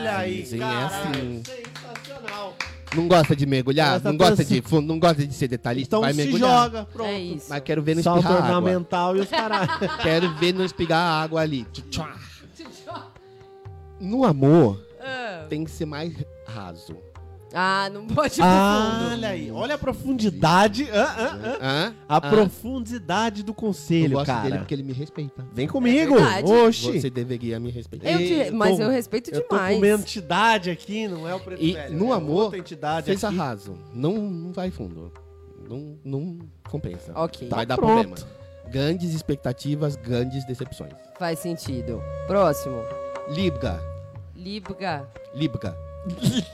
S4: Olha aí,
S2: Dizem é
S4: caralho.
S2: assim.
S4: Sensacional.
S2: Não gosta de mergulhar,
S4: Essa
S2: não gosta
S4: transi-
S2: de fundo, não gosta de ser detalhista,
S4: tá assim. Então
S2: vai
S4: se
S2: mergulhar.
S4: joga, pronto.
S3: é isso.
S2: Mas quero ver não
S4: Salto
S2: espirrar água.
S4: ornamental e os caras.
S2: Quero ver não espirrar água ali. Tchau, tchau.
S4: *laughs*
S2: No amor,
S3: Ah.
S2: tem que ser mais raso.
S3: Ah, não pode ir
S4: Ah,
S3: pro fundo.
S4: olha aí, olha a profundidade. ah, ah, ah.
S2: Hã?
S4: A
S2: Hã?
S4: profundidade do
S2: Eu
S4: conselho,
S2: gosto
S4: cara.
S2: dele porque ele me respeita.
S4: Vem comigo.
S3: É verdade.
S4: Oxi.
S2: Você deveria me respeitar.
S3: Eu te-
S4: Ei,
S3: Mas
S4: tô-
S3: eu respeito
S4: Eu tô
S3: demais.
S4: com uma entidade aqui, não é o preto
S2: E
S4: velho.
S2: no
S4: é
S2: amor,
S4: outra entidade
S2: Fez
S4: aqui.
S2: arraso. Não, não vai fundo. Não, não compensa.
S3: Ok.
S4: Tá.
S2: Vai dar
S4: Pronto.
S2: problema. Grandes expectativas, grandes decepções.
S3: Faz sentido. Próximo.
S2: Libra.
S3: Libga.
S2: Libra.
S3: Li-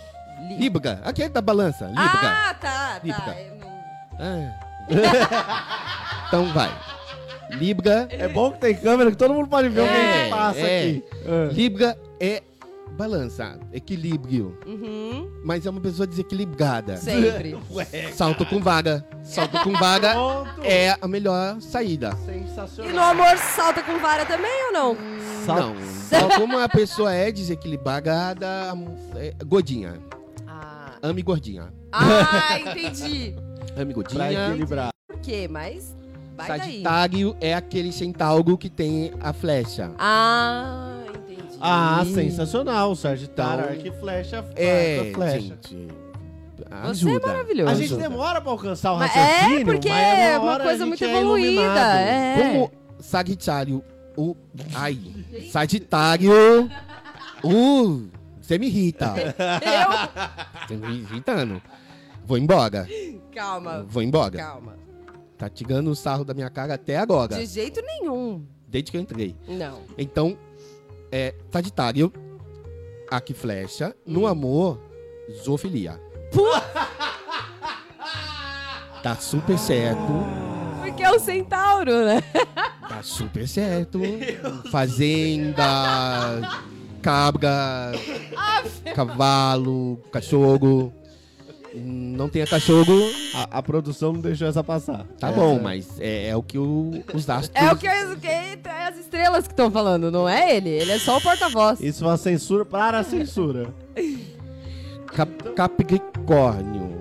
S2: Libra. Aquele é da balança. Libra.
S3: Ah, tá, tá.
S2: Libga.
S3: Eu não-
S2: Ah. *laughs* então vai. Libra.
S4: É bom que tem câmera que todo mundo pode ver o que a
S2: É,
S4: gente passa
S2: é.
S4: aqui. Ah.
S2: Libra é balança. Equilíbrio.
S3: *laughs* Uhum.
S2: Mas é uma pessoa desequilibrada.
S3: Sempre.
S2: Salto com vaga. Salto com vaga
S4: Pronto.
S2: é a melhor saída.
S3: E
S4: Sensacional.
S3: no amor salta com vara também ou não?
S4: Sal-
S2: Não. Só como a pessoa é desequilibrada, é, godinha.
S3: Ah,
S2: Ame gordinha.
S3: *laughs* ah entendi.
S2: Ame
S4: Pra
S2: gordinha.
S4: equilibrar.
S3: Por quê? Mas vai daí.
S2: Sagitário é aquele centauro que tem a flecha.
S3: Ah, entendi.
S4: Ah, sensacional. Sagitário,
S2: Então-
S4: arco e flecha, flecha,
S2: É,
S4: flecha.
S2: gente.
S3: Você é
S2: Ajuda.
S3: maravilhoso.
S4: A gente demora pra alcançar o
S3: Mas
S4: raciocínio,
S3: é, porque
S4: mas
S3: é
S4: uma
S3: uma
S4: hora a
S3: coisa
S4: gente
S3: muito
S4: é
S3: evoluída.
S4: iluminado.
S3: É.
S2: Como Sagitário, o. Ai. Sagitário. O. Você me irrita.
S3: Eu?
S2: Você me irritando. Vou embora.
S3: Calma,
S2: Vou embora.
S3: calma.
S2: Tá tirando o sarro da minha cara até agora.
S3: De jeito nenhum.
S2: Desde que eu entrei.
S3: Não.
S2: Então, é Sagitário, aqui flecha, no amor, zoofilia. Tá super certo.
S3: Porque é o centauro, né?
S2: Tá super certo.
S4: *laughs*
S2: Fazenda, cabra, cavalo, cachorro. Não tenha cachorro,
S4: A, a produção não deixou essa passar.
S2: tá
S4: É.
S2: bom, mas é, é o que o- os astros.
S3: É o que, é o que é as estrelas que estão falando, não é ele? Ele é só o porta-voz.
S4: Isso é uma censura para a censura.
S2: Cap- Capricórnio.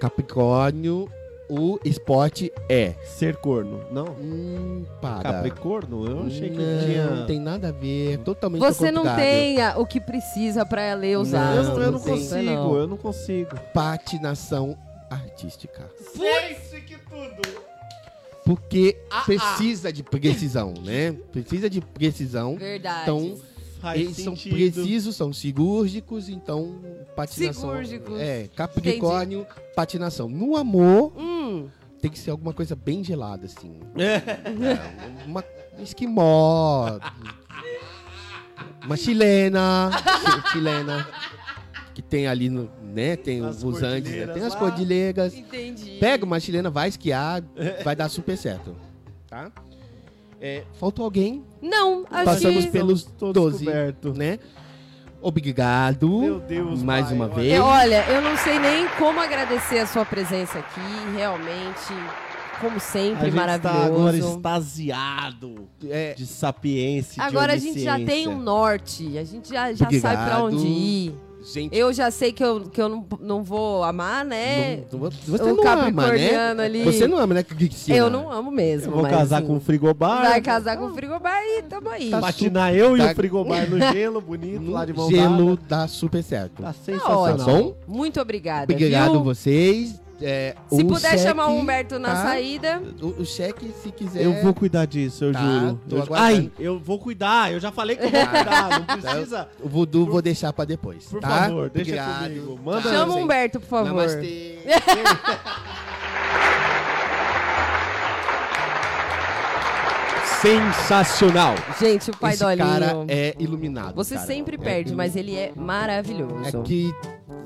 S2: Capricórnio, o esporte é.
S4: Ser corno. Não?
S2: Hum, para.
S4: Capricorno? Eu achei que
S2: não,
S4: tinha...
S2: não tem nada a ver. é Totalmente
S3: Você
S2: ao
S3: não
S2: contrário.
S3: tem a- o que precisa pra ler os
S2: Não,
S4: Eu
S3: astros.
S4: não, eu não
S3: tem.
S4: consigo,
S3: Não.
S4: eu não consigo.
S2: Patinação artística.
S4: Pense que tudo.
S2: Porque
S4: Ah,
S2: precisa de precisão, né? Precisa de precisão.
S3: Verdade.
S2: Então,
S4: Faz
S2: eles são
S4: sentido. *laughs*
S2: precisos, são cirúrgicos, então patinação.
S3: Cirúrgicos.
S2: É, Capricórnio, patinação. No amor,
S3: Hum,
S2: tem que ser alguma coisa bem gelada, assim. É, uma um esquimó. Uma chilena. chi- chilena. Que tem ali, no, né? Tem
S4: As
S2: os Andes, né?
S4: cordilheiras
S2: tem as
S4: lá.
S2: cordilheiras.
S3: entendi.
S2: Pega uma chilena, vai esquiar, vai dar super certo. Tá? É, faltou alguém,
S3: Não, acho
S2: Passamos
S3: que...
S2: pelo- Pelos
S4: Estamos
S2: 12.
S4: cobertos.
S2: né? Obrigado.
S4: Meu Deus,
S2: Mais
S4: pai,
S2: uma
S4: olha.
S2: vez.
S3: Eu- olha, É, eu não sei nem como agradecer a sua presença aqui, realmente, como
S4: A
S3: sempre,
S4: gente tá agora
S3: maravilhoso.
S4: extasiado
S2: É,
S4: de sapiência, e de
S3: Agora a gente já tem
S4: onisciência.
S3: um norte, a gente já, já sabe pra
S2: Obrigado.
S3: onde ir.
S2: gente,
S3: Eu já sei que eu, que eu não, não vou amar, né?
S2: não- você
S3: o
S2: não ama, né?
S3: capricorniano ali.
S2: Você não ama, né, Cristina?
S3: Eu não amo mesmo.
S4: Eu vou
S3: mas,
S4: casar
S2: um.
S3: assim,
S4: com o frigobar.
S3: Vai casar com o frigobar e tamo aí.
S2: Tá
S4: Patinar eu e
S2: Tá-
S4: o
S2: *laughs*
S4: frigobar no gelo, bonito, lá de
S2: No
S4: mão
S2: gelo
S4: gelo.
S2: dá super certo. Tá
S4: Tá sensacional.
S3: ótimo.
S2: bom?
S3: Muito obrigada.
S2: Obrigado
S3: tá, viu?
S2: vocês. É,
S3: Se
S2: o
S3: puder
S2: cheque-
S3: chamar o Humberto na
S2: tá?
S3: saída.
S2: O, o cheque, se quiser.
S4: Eu vou cuidar disso, eu
S2: Tá,
S4: juro.
S2: tô
S4: Eu-
S2: aguardando.
S4: Ai, eu vou cuidar, eu já falei que eu vou
S2: *laughs*
S4: cuidar, não precisa.
S2: O voodoo vou deixar pra depois.
S4: Por
S2: tá?
S4: favor, deixa
S2: Obrigado.
S4: comigo. Manda-
S2: Tchau,
S3: Chama o
S2: gente.
S3: Humberto, por favor.
S2: Namastê.
S4: Sensacional.
S3: Gente, o pai
S2: Esse
S3: do Olinho.
S2: cara é iluminado.
S3: Você
S2: cara.
S3: sempre
S2: É-
S3: perde, mas ele é
S2: É
S3: maravilhoso.
S2: que.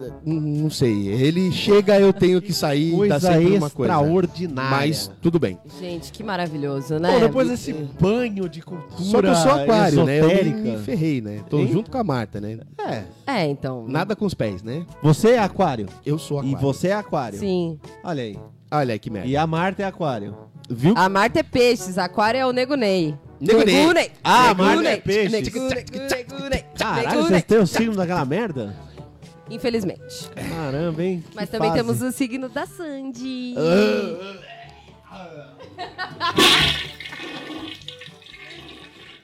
S2: é, n- Não sei. Ele chega, eu tenho que sair. dá Tá
S4: Coisa
S2: sempre uma coisa.
S4: extraordinária.
S2: Mas
S3: Né,
S2: tudo bem.
S3: Gente, que maravilhoso, né?
S4: Pô, depois desse banho de cultura
S2: Só que eu sou aquário, né? Eu me- me
S4: esotérica.
S2: ferrei, né? Tô
S4: Hein?
S2: junto com a Marta, né?
S4: É,
S3: É, então.
S2: Nada com os pés, né?
S4: você é aquário.
S2: Eu sou
S4: E
S2: aquário.
S4: você é aquário.
S3: Sim.
S4: Olha aí.
S2: Olha aí que merda.
S4: E a Marta é aquário.
S2: Viu?
S3: A Marta é peixes, aquário é o Nego Ney.
S2: Nego Ney.
S4: Ah,
S3: Nego
S4: Marta é
S3: Ney.
S4: peixes.
S3: Nego Ney, Nego Ney,
S4: Caralho,
S3: Nego
S4: vocês
S3: Ney.
S4: têm o signo daquela merda?
S3: Infelizmente.
S4: Caramba, hein? Que
S3: Mas também
S4: fase. Ah.
S3: temos o signo da Sandy.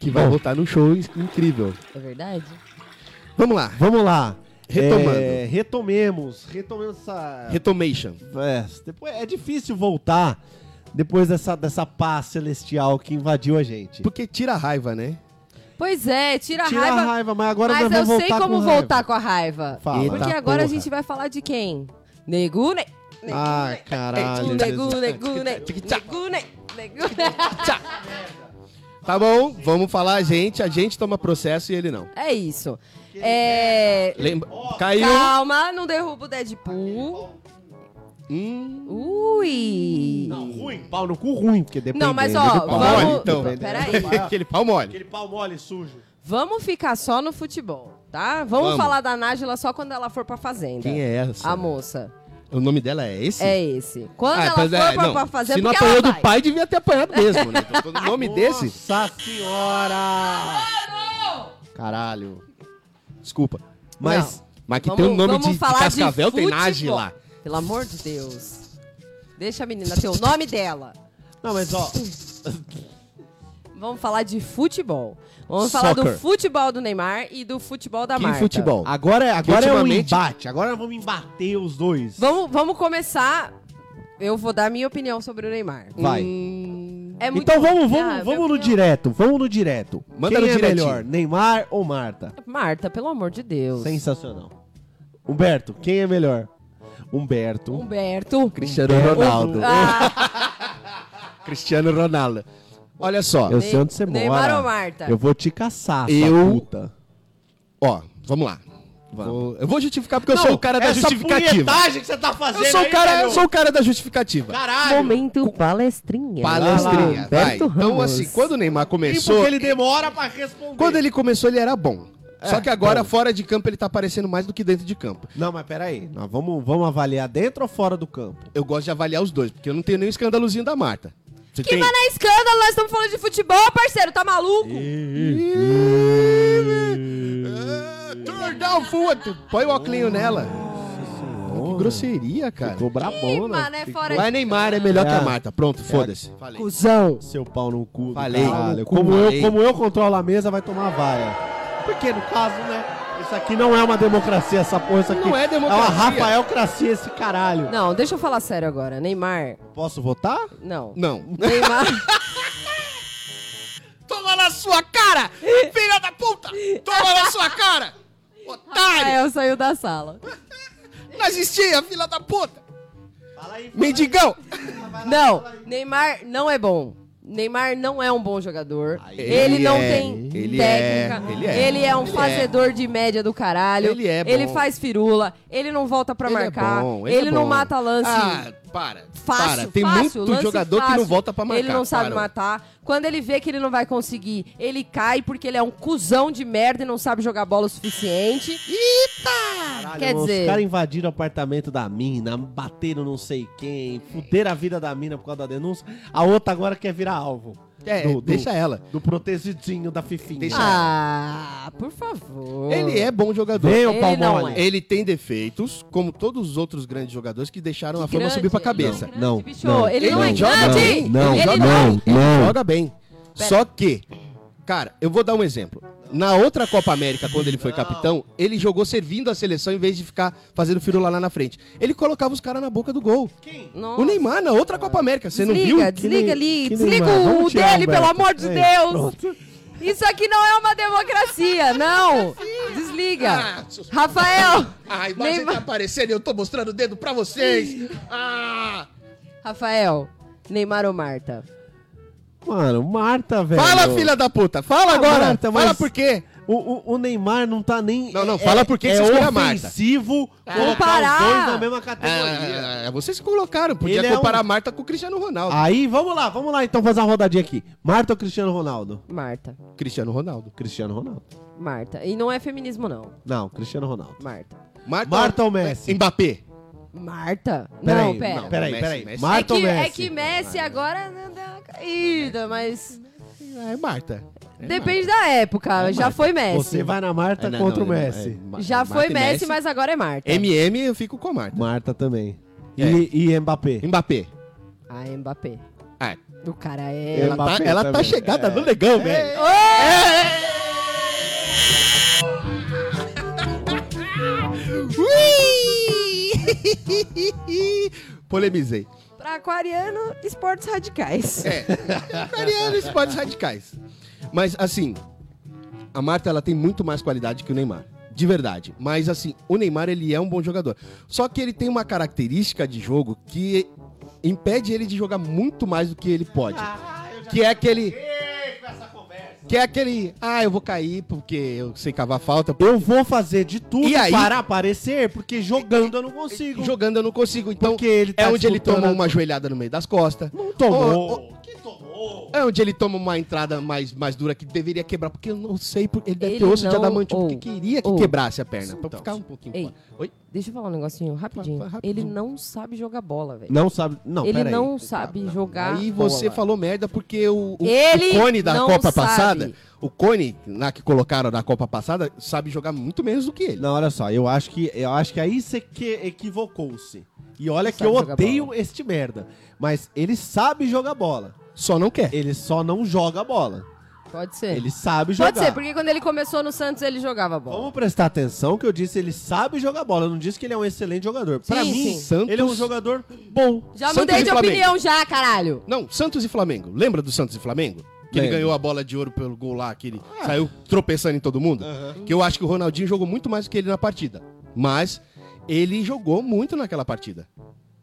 S2: Que vai voltar num show inc- incrível.
S3: É verdade?
S2: Vamos lá.
S4: Vamos lá.
S2: Retomando.
S4: É, retomemos. Retomemos essa.
S2: Retomation.
S4: É, depois, é difícil voltar depois dessa, dessa paz celestial que invadiu a gente.
S2: Porque tira a raiva, né?
S3: Pois é, tira a
S4: Tira
S3: raiva.
S4: a raiva, mas agora
S3: mas
S4: nós
S3: eu
S4: vamos
S3: sei
S4: voltar
S3: como
S4: com
S3: voltar
S4: raiva.
S3: com a raiva.
S4: Fala.
S3: Porque
S2: Eita
S3: agora a
S2: porra.
S3: gente vai falar de quem? Nego Ney. Nego
S2: né?
S4: Ah,
S3: Ney.
S4: caralho.
S3: Nego
S4: Jesus.
S3: Ney, Nego Ney, Nego Ney, Nego Ney.
S2: Tá bom, vamos falar a gente. A gente toma processo e ele não.
S3: *laughs* É isso. É...
S2: Lembra... Caiu.
S3: Calma, não derruba o Deadpool.
S2: Hum,
S3: Ui.
S4: Não, ruim, pau no cu ruim, porque depende.
S3: Não, mas ó,
S2: pau.
S3: vamos.
S2: Olha, então.
S3: Peraí.
S2: *laughs* aquele pau mole.
S4: Aquele pau mole sujo.
S3: Vamos ficar só no futebol, tá? Vamos,
S2: Vamos.
S3: falar da Nájila só quando ela for pra fazenda.
S2: Quem é essa?
S3: A moça.
S2: O nome dela é esse?
S3: É esse. Quando
S2: Ah,
S3: ela
S2: pois
S3: for
S2: é,
S3: pra,
S2: não.
S3: pra fazenda,
S2: Se não
S3: porque
S2: apanhou
S3: ela
S2: do
S3: vai.
S2: pai, devia ter apanhado mesmo, né? Então, O
S3: *laughs*
S2: nome desse.
S4: Nossa senhora!
S2: Caralho. Desculpa.
S4: Mas
S2: Mas que
S3: Vamos-
S2: tem o nome
S3: vamos
S2: de, de
S3: falar de
S2: Cascavel, tem
S3: futebol.
S2: Nájila.
S3: Pelo amor de Deus. Deixa a menina ter o nome dela.
S4: Não, mas ó,
S3: Vamos falar de futebol. Vamos falar do
S4: Soccer.
S3: futebol do Neymar e do futebol da
S2: Que
S3: Marta.
S2: futebol.
S4: agora, agora é um
S2: ultimamente-
S4: embate. Agora vamos embater os dois.
S3: Vamos, vamos começar. Eu vou dar minha opinião sobre o Neymar.
S4: Vai.
S3: É muito
S4: então vamos,
S3: ruim.
S4: vamos,
S3: Ah,
S4: vamos
S3: minha
S4: no
S3: opinião-
S4: direto, vamos no direto.
S2: Manda
S4: Quem
S2: no
S4: é
S2: direitinho.
S4: melhor, Neymar ou Marta?
S3: Marta, pelo amor de Deus.
S4: Sensacional. Humberto, quem é melhor? Humberto.
S3: Humberto. Ah.
S2: Cristiano Ronaldo. Cristiano Ronaldo. Olha só,
S4: Eu sei onde você
S3: Neymar
S4: mora.
S3: ou Marta?
S4: Eu vou te caçar, sua
S2: Eu-
S4: puta.
S2: ó, vamos lá. Vou- eu vou justificar porque eu sou o cara
S3: é
S2: da
S4: Essa
S2: justificativa.
S4: punhetagem que você tá fazendo
S2: Eu sou, o
S4: aí,
S2: cara,
S3: né,
S4: velho.
S2: eu sou o cara da justificativa.
S4: Caralho.
S3: Momento palestrinha.
S2: Palestrinha, vai.
S3: Humberto
S2: Então,
S3: Ramos.
S2: assim, quando o Neymar
S4: E
S2: começou,
S4: porque ele demora pra responder.
S2: quando ele começou, ele era bom.
S3: É,
S2: Só que agora, fora de campo, ele tá aparecendo mais do que dentro de campo.
S4: Não, mas peraí. Nós vamos, vamos avaliar dentro ou fora do campo?
S2: Eu gosto de avaliar os dois, porque eu não tenho nem o escandalozinho da Marta. Você
S3: Que vai na escândalo, nós estamos falando de futebol, parceiro, tá maluco?
S2: Ah, Turn down, fool. Põe o óculos nela. Que grosseria, cara.
S4: Ficou brabona.
S3: Ih, né?
S4: Ficou-
S3: Fora
S2: Vai Neymar, é melhor
S4: É.
S2: que a Marta. Pronto, foda-se. Falei.
S3: Cusão.
S4: Seu pau no cu. do
S2: Falei.
S4: caralho.
S2: Pau no cu,
S4: Como eu,
S2: falei.
S4: como eu controlo a mesa, vai tomar vaia. Porque, no caso, né? Isso aqui não é uma democracia, essa porra. Isso aqui
S2: Não é
S4: É uma
S2: democracia.
S4: Rafaelcracia esse caralho.
S3: Não, deixa eu falar sério agora. Neymar,
S4: Posso votar?
S3: não.
S2: Não. *laughs*
S3: Neymar, *laughs*
S2: Toma na sua cara, filha da puta! Toma na sua cara! Otário!
S3: Rafael saiu da sala.
S2: Não existia, filha da puta!
S4: Fala aí.
S2: Mendigão!
S3: Não, Neymar não é bom. Neymar não é um bom jogador. ele
S2: ele
S3: não
S2: é,
S3: tem
S2: ele
S3: técnica.
S2: é,
S3: ele,
S2: ele
S3: é.
S2: é.
S3: um fazedor de média do caralho.
S2: Ele é bom.
S3: Ele faz firula. Ele não volta pra
S2: Ele é
S3: marcar.
S2: bom,
S3: ele
S2: ele é
S3: não
S2: bom.
S3: mata lance.
S2: Ah, para.
S3: Fácil,
S2: para. Tem
S3: fácil,
S2: muito
S3: lance
S2: jogador que
S3: fácil.
S2: não volta pra marcar.
S3: Ele não sabe
S2: para.
S3: matar. Quando ele vê que ele não vai conseguir, ele cai porque ele é um cuzão de merda e não sabe jogar bola o suficiente.
S4: Caralho,
S3: Quer
S4: irmão,
S3: dizer-
S4: Os caras invadiram o apartamento da mina, bateram não sei quem, fuderam a vida da mina por causa da denúncia. A outra agora quer virar alvo.
S2: É,
S4: do, do-
S2: deixa ela.
S4: do protegidinho da fifinha.
S2: Deixa
S3: Ah, por favor.
S2: Ele é bom jogador.
S4: Ah, Vem, ô
S3: Ele
S4: pau
S3: não
S4: mole.
S3: é.
S2: Ele tem defeitos, como todos os outros grandes jogadores que deixaram a fama
S3: Grande,
S2: subir pra
S3: ele é
S2: cabeça.
S3: grande,
S4: Não,
S3: bicho.
S4: não.
S3: Ele não, é
S2: Ele joga
S3: grande.
S2: bem. Não,
S3: ele
S2: joga
S3: não. é
S2: bem. Ele joga bem. Só que, cara, eu vou dar um exemplo. Na outra Copa América, quando ele foi capitão, ele jogou servindo a seleção em vez de ficar fazendo firula lá na frente. Ele colocava os caras na boca do gol.
S3: Nossa.
S2: O Neymar na outra Copa América, você não viu?
S3: Desliga, desliga ali.
S4: que
S3: Desliga
S4: Neymar?
S3: o
S4: Vamos tirar,
S3: dele, pelo
S4: Humberto.
S3: amor de
S4: Ei,
S2: É,
S3: Deus.
S4: pronto.
S3: Isso aqui não é uma democracia, não. Desliga.
S2: Ah, seus-
S3: Rafael.
S2: Ai, mas
S3: Neymar.
S2: tá aparecendo e eu tô mostrando o dedo pra
S3: *laughs*
S2: vocês. Ah!
S3: Rafael, Neymar ou Marta?
S4: Mano, Marta, velho.
S2: Fala, filha da puta! Fala agora!
S4: Marta, mas-
S2: Fala por quê?
S4: O, o- o Neymar não tá nem. é
S2: Não, não, fala por que que você escolheu a Marta.
S4: ofensivo
S3: Vamos
S4: colocar
S3: parar.
S4: os dois na mesma categoria.
S2: Ah, vocês que colocaram, podia
S4: Ele é
S2: comparar
S4: um- Ah.
S2: a Marta com o Cristiano Ronaldo.
S4: Aí, vamos lá, vamos lá então fazer uma rodadinha aqui. Marta ou Cristiano Ronaldo?
S3: Marta.
S2: Cristiano Ronaldo.
S4: Cristiano Ronaldo.
S3: Marta. E não é feminismo, não.
S4: Não, Cristiano Ronaldo.
S3: Marta.
S2: Marta, é
S4: Marta ou Messi?
S2: Mbappé.
S3: Marta?
S4: Peraí,
S3: não, pera.
S4: não, peraí,
S2: Messi,
S4: peraí.
S2: Messi.
S3: É
S4: Marta
S3: que,
S4: ou
S3: é
S4: Messi?
S3: que Messi agora não deu uma caída, mas
S2: É Marta.
S3: depende da época. Já foi Messi.
S4: Você vai na Marta Tá
S2: É,
S4: contra o Messi.
S3: Já foi Messi, mas agora é Marta.
S2: MM eu fico com a Marta.
S4: Marta também.
S2: É.
S4: E, e Mbappé.
S2: Mbappé.
S3: Ah, Mbappé.
S2: Ah.
S3: O cara é...
S4: Mbappé.
S2: Tá- ela tá
S4: também. É.
S2: chegada no legal, velho. É. *laughs* Ui! *laughs* Polemizei.
S3: Pra aquariano, esportes radicais.
S2: É. Mariano esportes radicais. Mas assim, a Marta ela tem muito mais qualidade que o Neymar. De verdade. Mas assim, o Neymar ele é um bom jogador. Só que ele tem uma característica de jogo que impede ele de jogar muito mais do que ele pode.
S4: Ah,
S2: Que é aquele que é aquele, ah, eu vou cair porque eu sei cavar falta.
S4: Eu vou fazer de tudo
S2: E aí-
S4: para aparecer, porque jogando eu não consigo.
S2: Jogando eu não consigo. Então,
S4: Porque ele tá
S2: é onde ele
S4: disputando
S2: toma
S4: a-
S2: uma joelhada no meio das costas.
S4: Não tomou.
S2: Ou- É onde ele toma uma entrada mais, mais dura que deveria quebrar, porque eu não sei, porque ele deve
S3: Ele
S2: ter osso de
S3: não-
S2: adamante,
S3: ou-
S2: porque queria que
S3: ou-
S2: quebrasse a perna, pra
S4: Então,
S2: ficar um pouquinho
S3: Ei.
S2: fora. Oi?
S3: Deixa eu falar um negocinho rapidinho.
S2: Fa- fa- rapidinho.
S3: Ele não sabe jogar bola, velho.
S4: Não sabe. Não,
S3: Ele
S4: peraí.
S3: não sabe jogar
S2: Aí você
S3: bola.
S2: falou merda, porque o, o,
S3: Ele
S2: o Cone da
S3: não
S2: Copa
S3: sabe.
S2: passada, o Cone, na que colocaram na Copa passada, sabe jogar muito menos do que ele.
S4: Não, olha só, eu acho que eu acho que aí você que equivocou-se. E olha
S3: Não
S4: que eu
S3: sabe jogar
S4: odeio
S3: bola.
S4: este merda. Mas ele sabe jogar bola.
S2: Só não quer.
S4: Ele só não joga bola.
S3: Pode ser.
S4: Ele sabe jogar.
S3: É. Pode ser, porque quando ele começou no Santos, ele jogava bola.
S4: Vamos prestar atenção que eu disse ele sabe jogar bola. Eu não disse que ele é um excelente jogador. Pra
S3: Sim,
S4: mim,
S3: sim.
S4: ele é um jogador bom.
S3: Já
S2: Santos
S3: mudei
S2: e
S3: de
S2: Flamengo.
S3: opinião já, caralho.
S2: Não, Santos e Flamengo. Lembra do Santos e Flamengo? Que ele
S4: Lembro.
S2: ganhou a bola de ouro pelo gol lá, que ele saiu tropeçando em todo mundo. Que eu acho que o Ronaldinho jogou muito mais do que ele na partida. Mas ele jogou muito naquela partida.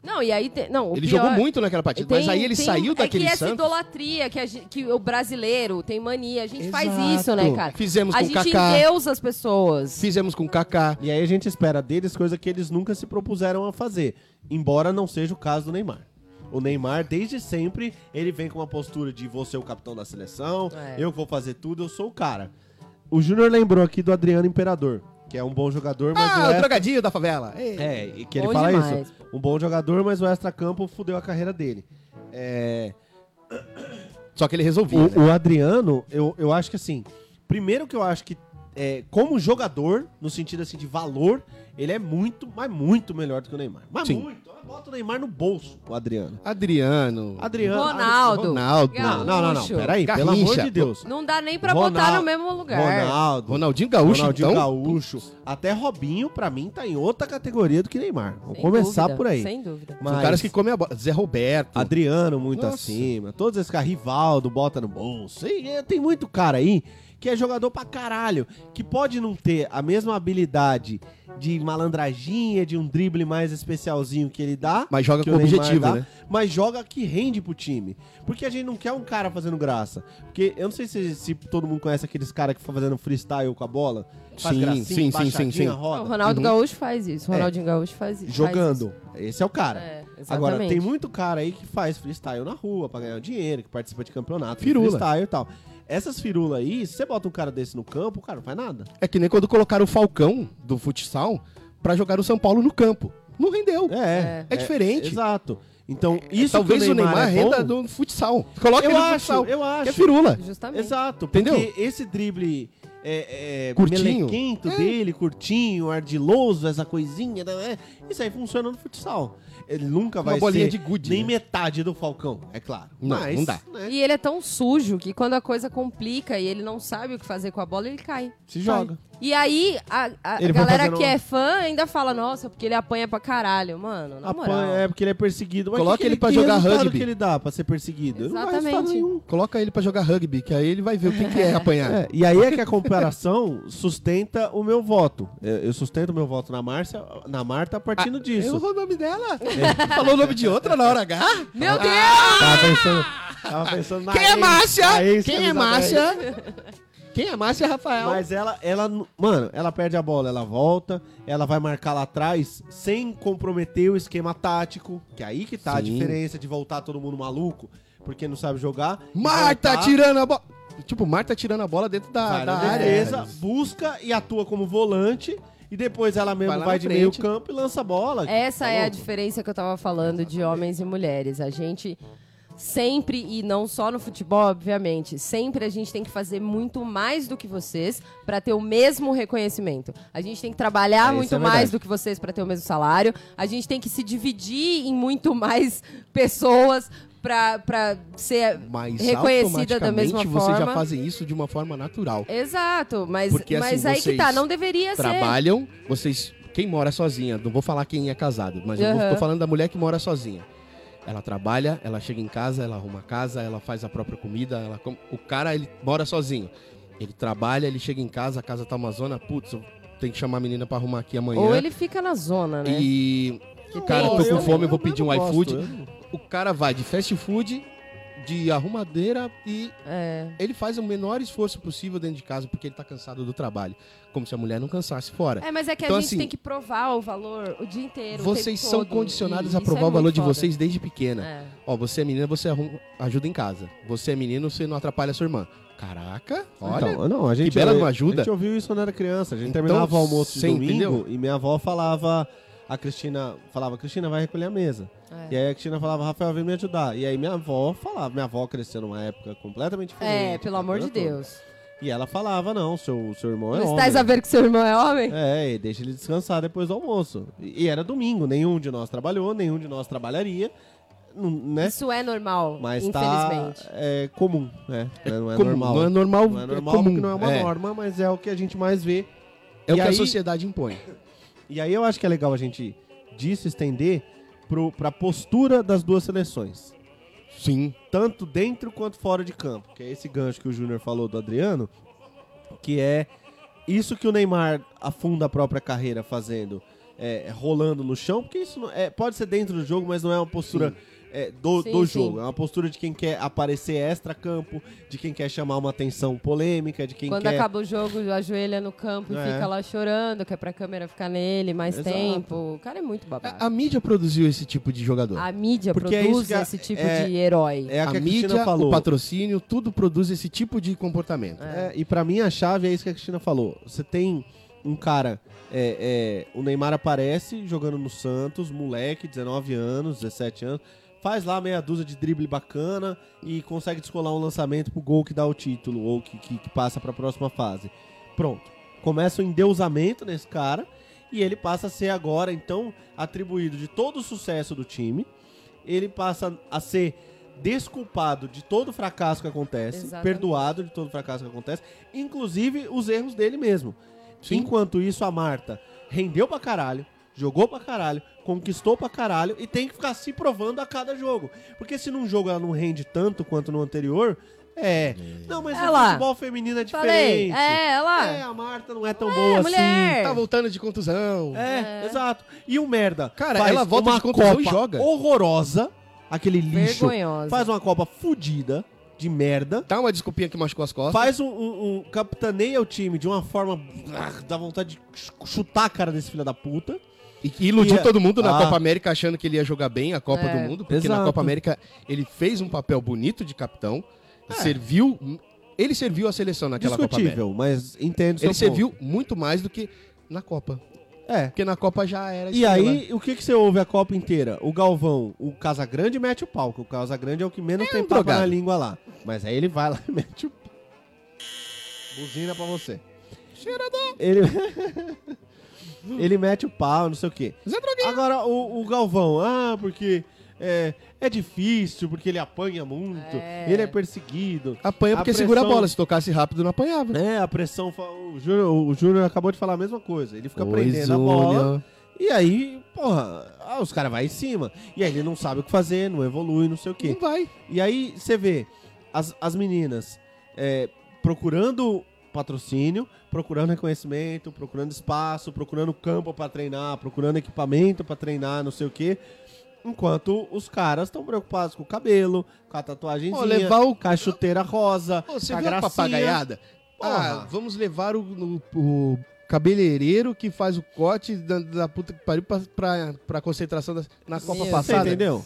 S3: Não, e aí. Te, não, o
S2: Ele
S3: pior-
S2: jogou muito naquela partida, mas
S3: tem-
S2: aí ele
S3: tem-
S2: saiu daquele
S3: É que essa
S2: Santos.
S3: idolatria que, a gen- que o brasileiro tem mania. A gente faz
S2: Exato.
S3: isso, né, cara?
S2: Fizemos
S3: a
S2: com o
S3: gente
S2: Kaká.
S3: endeusa as pessoas.
S2: Fizemos com o Kaká.
S4: E aí a gente espera deles coisa que eles nunca se propuseram a fazer, embora não seja o caso do Neymar. O Neymar, desde sempre, ele vem com uma postura de vou ser o capitão da seleção,
S3: É.
S4: eu vou fazer tudo, eu sou o cara. O Júnior lembrou aqui do Adriano Imperador, que é um bom jogador, mas
S2: Ah,
S4: o
S2: o
S4: extra...
S2: drogadinho da favela. Ei.
S4: É, e que ele
S3: Bom
S4: fala
S3: demais.
S4: isso. Um bom jogador, mas o extra-campo fudeu a carreira dele. É...
S2: Só que ele resolvia. né?
S4: O, o Adriano, eu, eu acho que assim, primeiro que eu acho que é, como jogador, no sentido assim de valor, ele é muito, mas muito melhor do que o Neymar. Mas
S2: Sim.
S4: muito. Bota o Neymar no bolso, o Adriano.
S2: Adriano.
S4: Adriano.
S3: Ronaldo.
S2: Ronaldo.
S4: Não, não, não, não.
S3: Gaúcho.
S4: Peraí, pelo amor
S2: Garrincha.
S4: de Deus.
S3: Não dá nem pra
S4: Ronaldo-
S3: botar no mesmo lugar.
S4: Ronaldo.
S2: Ronaldinho Gaúcho,
S4: Ronaldinho
S2: então?
S4: Gaúcho. Até Robinho, pra mim, tá em outra categoria do que Neymar. Vamos
S3: Sem
S4: começar
S3: dúvida,
S4: por aí.
S3: Sem dúvida.
S4: Mas
S2: São caras que comem a bola. Zé Roberto.
S4: Adriano muito
S2: Nossa.
S4: acima, todos esses caras, Rivaldo, bota no bolso. E, é, tem muito cara aí que é jogador pra caralho, que pode não ter a mesma habilidade de malandraginha, de um drible mais especialzinho que ele dá.
S2: Mas joga
S4: que
S2: com
S4: o Neymar
S2: objetivo,
S4: dá,
S2: né?
S4: Mas joga que rende pro time. Porque a gente não quer um cara fazendo graça. Porque eu não sei se, se todo mundo conhece aqueles caras que ficam fazendo freestyle com a bola. Faz
S2: Sim,
S4: gracinha,
S2: sim, sim, sim,
S4: baixadinha,
S2: sim. Uhum.
S4: roda.
S3: O Ronaldo Gaúcho faz
S2: É.
S3: isso. O Ronaldinho Gaúcho faz isso.
S4: Jogando. Esse é o cara.
S3: É, exatamente.
S4: Agora, tem muito cara aí que faz freestyle na rua pra ganhar dinheiro, que participa de campeonato, de
S2: Firula.
S4: freestyle e tal. Essas firulas aí, se você bota um cara desse no campo, o cara não faz nada.
S2: É que nem quando colocaram o Falcão do futsal pra jogar o São Paulo no campo. Não rendeu. É,
S4: É,
S2: diferente.
S4: Exato. Então, isso
S2: É, Talvez
S4: que
S2: o Neymar,
S4: é
S2: renda
S4: bom,
S2: do futsal. Coloca
S4: Eu
S2: ele no
S4: acho,
S2: futsal.
S4: eu
S2: que é
S4: acho.
S2: firula.
S3: Faz isso. Justamente.
S4: Exato,
S2: Entendeu?
S4: porque esse drible é, é,
S2: Curtinho.
S4: melequento dele, curtinho, ardiloso, essa coisinha, né? isso aí funciona no futsal. Ele nunca
S2: Uma
S4: vai
S2: bolinha
S4: ser
S2: de gude,
S4: nem
S2: né?
S4: metade do Falcão, é claro.
S2: Não,
S4: Mas,
S2: não dá.
S4: né,
S3: E ele é tão sujo que quando a coisa complica e ele não sabe o que fazer com a bola, ele cai.
S4: se joga.
S3: E aí, a, a
S4: Ele foi
S3: galera
S4: fazendo-
S3: que é fã ainda fala, nossa, porque ele apanha pra caralho. Mano, na
S4: Apanha,
S3: moral.
S4: é porque ele é perseguido. Mas
S2: Coloca
S4: que
S2: ele pra
S4: que
S2: jogar
S4: resultado
S2: rugby.
S4: que ele dá pra ser perseguido? Ele Não dá resultado
S3: Exatamente.
S4: nenhum.
S2: Coloca ele pra jogar rugby, que aí ele vai ver o que, que
S3: *laughs*
S2: é apanhar.
S4: É, e aí é que a comparação *laughs* sustenta o meu voto. Eu eu sustento o meu voto na Márcia, na Marta, partindo
S2: Ah, Eu
S4: *laughs* disso.
S2: o nome dela. Falou o nome de outra na hora H?
S3: Meu Deus!
S4: Tava pensando, tava pensando na
S2: Quem é
S4: ex- na
S2: Márcia?
S4: ex-
S2: Quem é
S4: camisa
S2: Márcia?
S4: *laughs*
S2: Quem é Márcia, Rafael?
S4: Mas ela, ela, n- mano, ela perde a bola, ela volta, ela vai marcar lá atrás sem comprometer o esquema tático, que aí que tá a
S2: Sim.
S4: diferença de voltar todo mundo maluco, porque não sabe jogar. e
S2: Marta
S4: voltar-
S2: tirando a bola. Tipo, Marta tirando a bola dentro da,
S4: Vai
S2: da
S4: na
S2: área.
S4: defesa, busca e atua como volante. E depois ela mesmo
S2: Vai lá
S4: vai,
S2: na
S4: de
S2: frente.
S4: meio campo e lança a bola.
S3: Essa
S4: Tá
S3: é a
S4: louco?
S3: diferença que eu tava falando de homens e mulheres. A gente sempre, e não só no futebol, obviamente, sempre a gente tem que fazer muito mais do que vocês pra ter o mesmo reconhecimento. A gente tem que
S4: É,
S3: trabalhar
S4: isso
S3: muito
S4: é verdade.
S3: mais do que vocês pra ter o mesmo salário. A gente tem que se dividir em muito mais pessoas pra, pra ser
S2: Mas
S3: reconhecida da
S2: automaticamente
S3: mesma
S2: vocês
S3: forma.
S2: já fazem isso de uma forma natural.
S3: Exato, mas,
S2: Porque, assim,
S3: mas aí que
S2: vocês
S3: tá, não deveria ser.
S2: Trabalham, vocês. Quem mora sozinha, não vou falar quem é casado, mas eu vou-
S3: Aham.
S2: tô falando da mulher que mora sozinha. Ela trabalha, ela chega em casa, ela arruma a casa, ela faz a própria comida, ela come- o cara ele mora sozinho. Ele trabalha, ele chega em casa, a casa tá uma zona, putz, eu tenho que chamar a menina pra arrumar aqui amanhã.
S4: é.
S3: Ou ele fica na zona, né?
S2: E
S3: Que
S4: tá
S2: cara,
S3: tem
S2: tô
S3: isso
S2: com
S3: também.
S2: fome, eu vou pedir um
S4: não gosto,
S2: iFood.
S4: eu não-
S2: O cara vai de fast food, de arrumadeira e
S3: É,
S2: ele faz o menor esforço possível dentro de casa porque ele tá cansado do trabalho. Como se a mulher não cansasse fora.
S3: É, mas é que
S2: Então,
S3: a gente
S2: assim,
S3: tem que provar o valor o dia inteiro. o
S2: vocês
S3: tempo
S2: são
S3: todo.
S2: condicionados
S3: E
S2: a
S3: isso é
S2: provar o valor
S3: muito
S2: de
S3: foda.
S2: vocês desde pequena.
S3: É.
S4: né?
S2: Ó, você é menina, você arruma- ajuda em casa. Você é menino, você não atrapalha a sua irmã. Caraca, olha.
S4: Então, não, a gente,
S2: que bela
S4: a-
S2: não ajuda.
S4: A gente ouviu isso quando era criança. A gente
S2: Então,
S4: terminava o almoço de
S2: cê
S4: domingo
S2: entendeu?
S4: e minha avó falava... A Cristina falava, Cristina, vai recolher a mesa.
S3: É.
S4: E aí a Cristina falava, Rafael, vem me ajudar. E aí minha avó falava, minha avó cresceu numa época completamente diferente.
S3: É, pelo amor de
S4: aquela coisa toda.
S3: Deus.
S4: E ela falava, não, seu, seu irmão é
S3: Não
S4: Então, homem.
S3: estás a ver que seu irmão é homem?
S4: É, e deixa ele descansar depois do almoço. E, e era domingo, nenhum de nós trabalhou, nenhum de nós trabalharia, n- né?
S3: Isso é normal,
S4: Mas tá
S3: infelizmente.
S4: é, comum, né? Não é
S2: Comum,
S4: normal.
S2: Não é normal,
S4: Não é normal
S2: é comum.
S4: porque não é uma
S2: é.
S4: norma, mas é o que a gente mais vê.
S2: É o
S4: E
S2: que a
S4: aí-
S2: sociedade impõe.
S4: E aí eu acho que é legal a gente disso estender pro, pra postura das duas seleções.
S2: Sim.
S4: Tanto dentro quanto fora de campo. Que é esse gancho que o Júnior falou do Adriano, que é isso que o Neymar afunda a própria carreira fazendo. é, rolando no chão, porque isso não- é, pode ser dentro do jogo, mas não é uma postura é, do,
S3: Sim,
S4: do
S3: sim.
S4: jogo. É uma postura de quem quer aparecer extra-campo, de quem quer chamar uma atenção polêmica, de quem
S3: Quando
S4: quer.
S3: acaba o jogo, ajoelha no campo
S4: É.
S3: e fica lá chorando, que é pra câmera ficar nele mais
S4: Exato.
S3: tempo. O cara é muito babado.
S2: A, a mídia produziu esse tipo de jogador.
S3: A, mídia
S4: é, Porque é isso
S3: produz
S4: que a-
S3: esse tipo
S4: é-
S3: de herói.
S4: É a
S2: A
S4: que a Cristina
S2: mídia, o
S4: falou.
S2: patrocínio, tudo produz esse tipo de comportamento.
S4: É, e pra mim a chave é isso que a Cristina falou. Você tem um cara. é, é, o Neymar aparece jogando no Santos, moleque, 19 anos, 17 anos. Faz lá meia dúzia de drible bacana e consegue descolar um lançamento pro gol que dá o título ou que, que, que passa pra próxima fase. Pronto. Começa o endeusamento nesse cara e ele passa a ser agora, então, atribuído de todo o sucesso do time. Ele passa a ser desculpado de todo o fracasso que acontece,
S3: Exatamente.
S4: perdoado de todo o fracasso que acontece, inclusive os erros dele mesmo. Enquanto isso, a Marta rendeu pra caralho, jogou pra caralho, conquistou pra caralho e tem que ficar se provando a cada jogo. Porque se num jogo ela não rende tanto quanto no anterior, é. Não, mas
S3: Ela.
S4: o futebol feminino é
S3: Falei,
S4: diferente.
S3: é, ela.
S4: É, a Marta não é tão boa
S3: mulher.
S2: Tá voltando de contusão.
S4: assim. É, exato. E o merda.
S2: Cara,
S4: faz
S2: ela volta
S4: uma
S2: de contusão
S4: Copa
S2: e joga.
S4: Horrorosa, aquele lixo.
S3: Vergonhosa.
S4: Faz uma Copa fudida de merda.
S2: Dá uma desculpinha que machucou as costas.
S4: Faz um, um- um- capitaneia o time de uma forma. ah, dá vontade de ch- chutar a cara desse filho da puta.
S2: E que iludiu
S4: E-
S2: todo mundo na
S4: Ah.
S2: Copa América achando que ele ia jogar bem a Copa do Mundo, porque
S4: Exato.
S2: na Copa América ele fez um papel bonito de capitão, serviu, ele serviu a seleção naquela Copa América.
S4: É. Discutível, mas entendo. seu
S2: Ele
S4: ponto.
S2: serviu muito mais do que na Copa,
S4: É.
S2: porque na Copa já era
S4: E aí, o que, que você ouve a Copa inteira? O Galvão, o Casagrande mete o pau, que o Casagrande é o que menos tem papo
S2: drogado.
S4: na língua lá. Mas aí ele vai lá e *laughs* mete o pau. Buzina pra você. Cheirador! Ele... *laughs* ele mete o pau, não sei o quê. Agora, o, o Galvão, ah, porque é, é difícil, porque ele apanha muito, ele é perseguido.
S2: apanha
S4: A
S2: porque segura a
S4: pressão-
S2: bola, se tocasse rápido não apanhava.
S4: É, a pressão. fa- O Júnior, o Júnior acabou de falar a mesma coisa. Ele fica
S2: Oi,
S4: prendendo a
S2: Júnior.
S4: bola. E aí, porra, ah, os caras vão em cima. E aí ele não sabe o que fazer, não evolui, não sei o quê.
S2: Não vai.
S4: E aí você vê as, as meninas é, procurando patrocínio, procurando reconhecimento, procurando espaço, procurando campo pra treinar, procurando equipamento pra treinar, não sei o quê. Enquanto os caras estão preocupados com o cabelo, com a tatuagem,
S2: Ó, levar o-
S4: com a chuteira rosa,
S2: Pô, você
S4: com a
S2: viu a
S4: gracinha.
S2: papagaiada?
S4: Porra.
S2: Ah, vamos levar o, no- o cabeleireiro que faz o corte da, da puta que pariu pra, pra, pra concentração da- na Copa
S3: Meu
S4: Você
S2: passada.
S4: entendeu?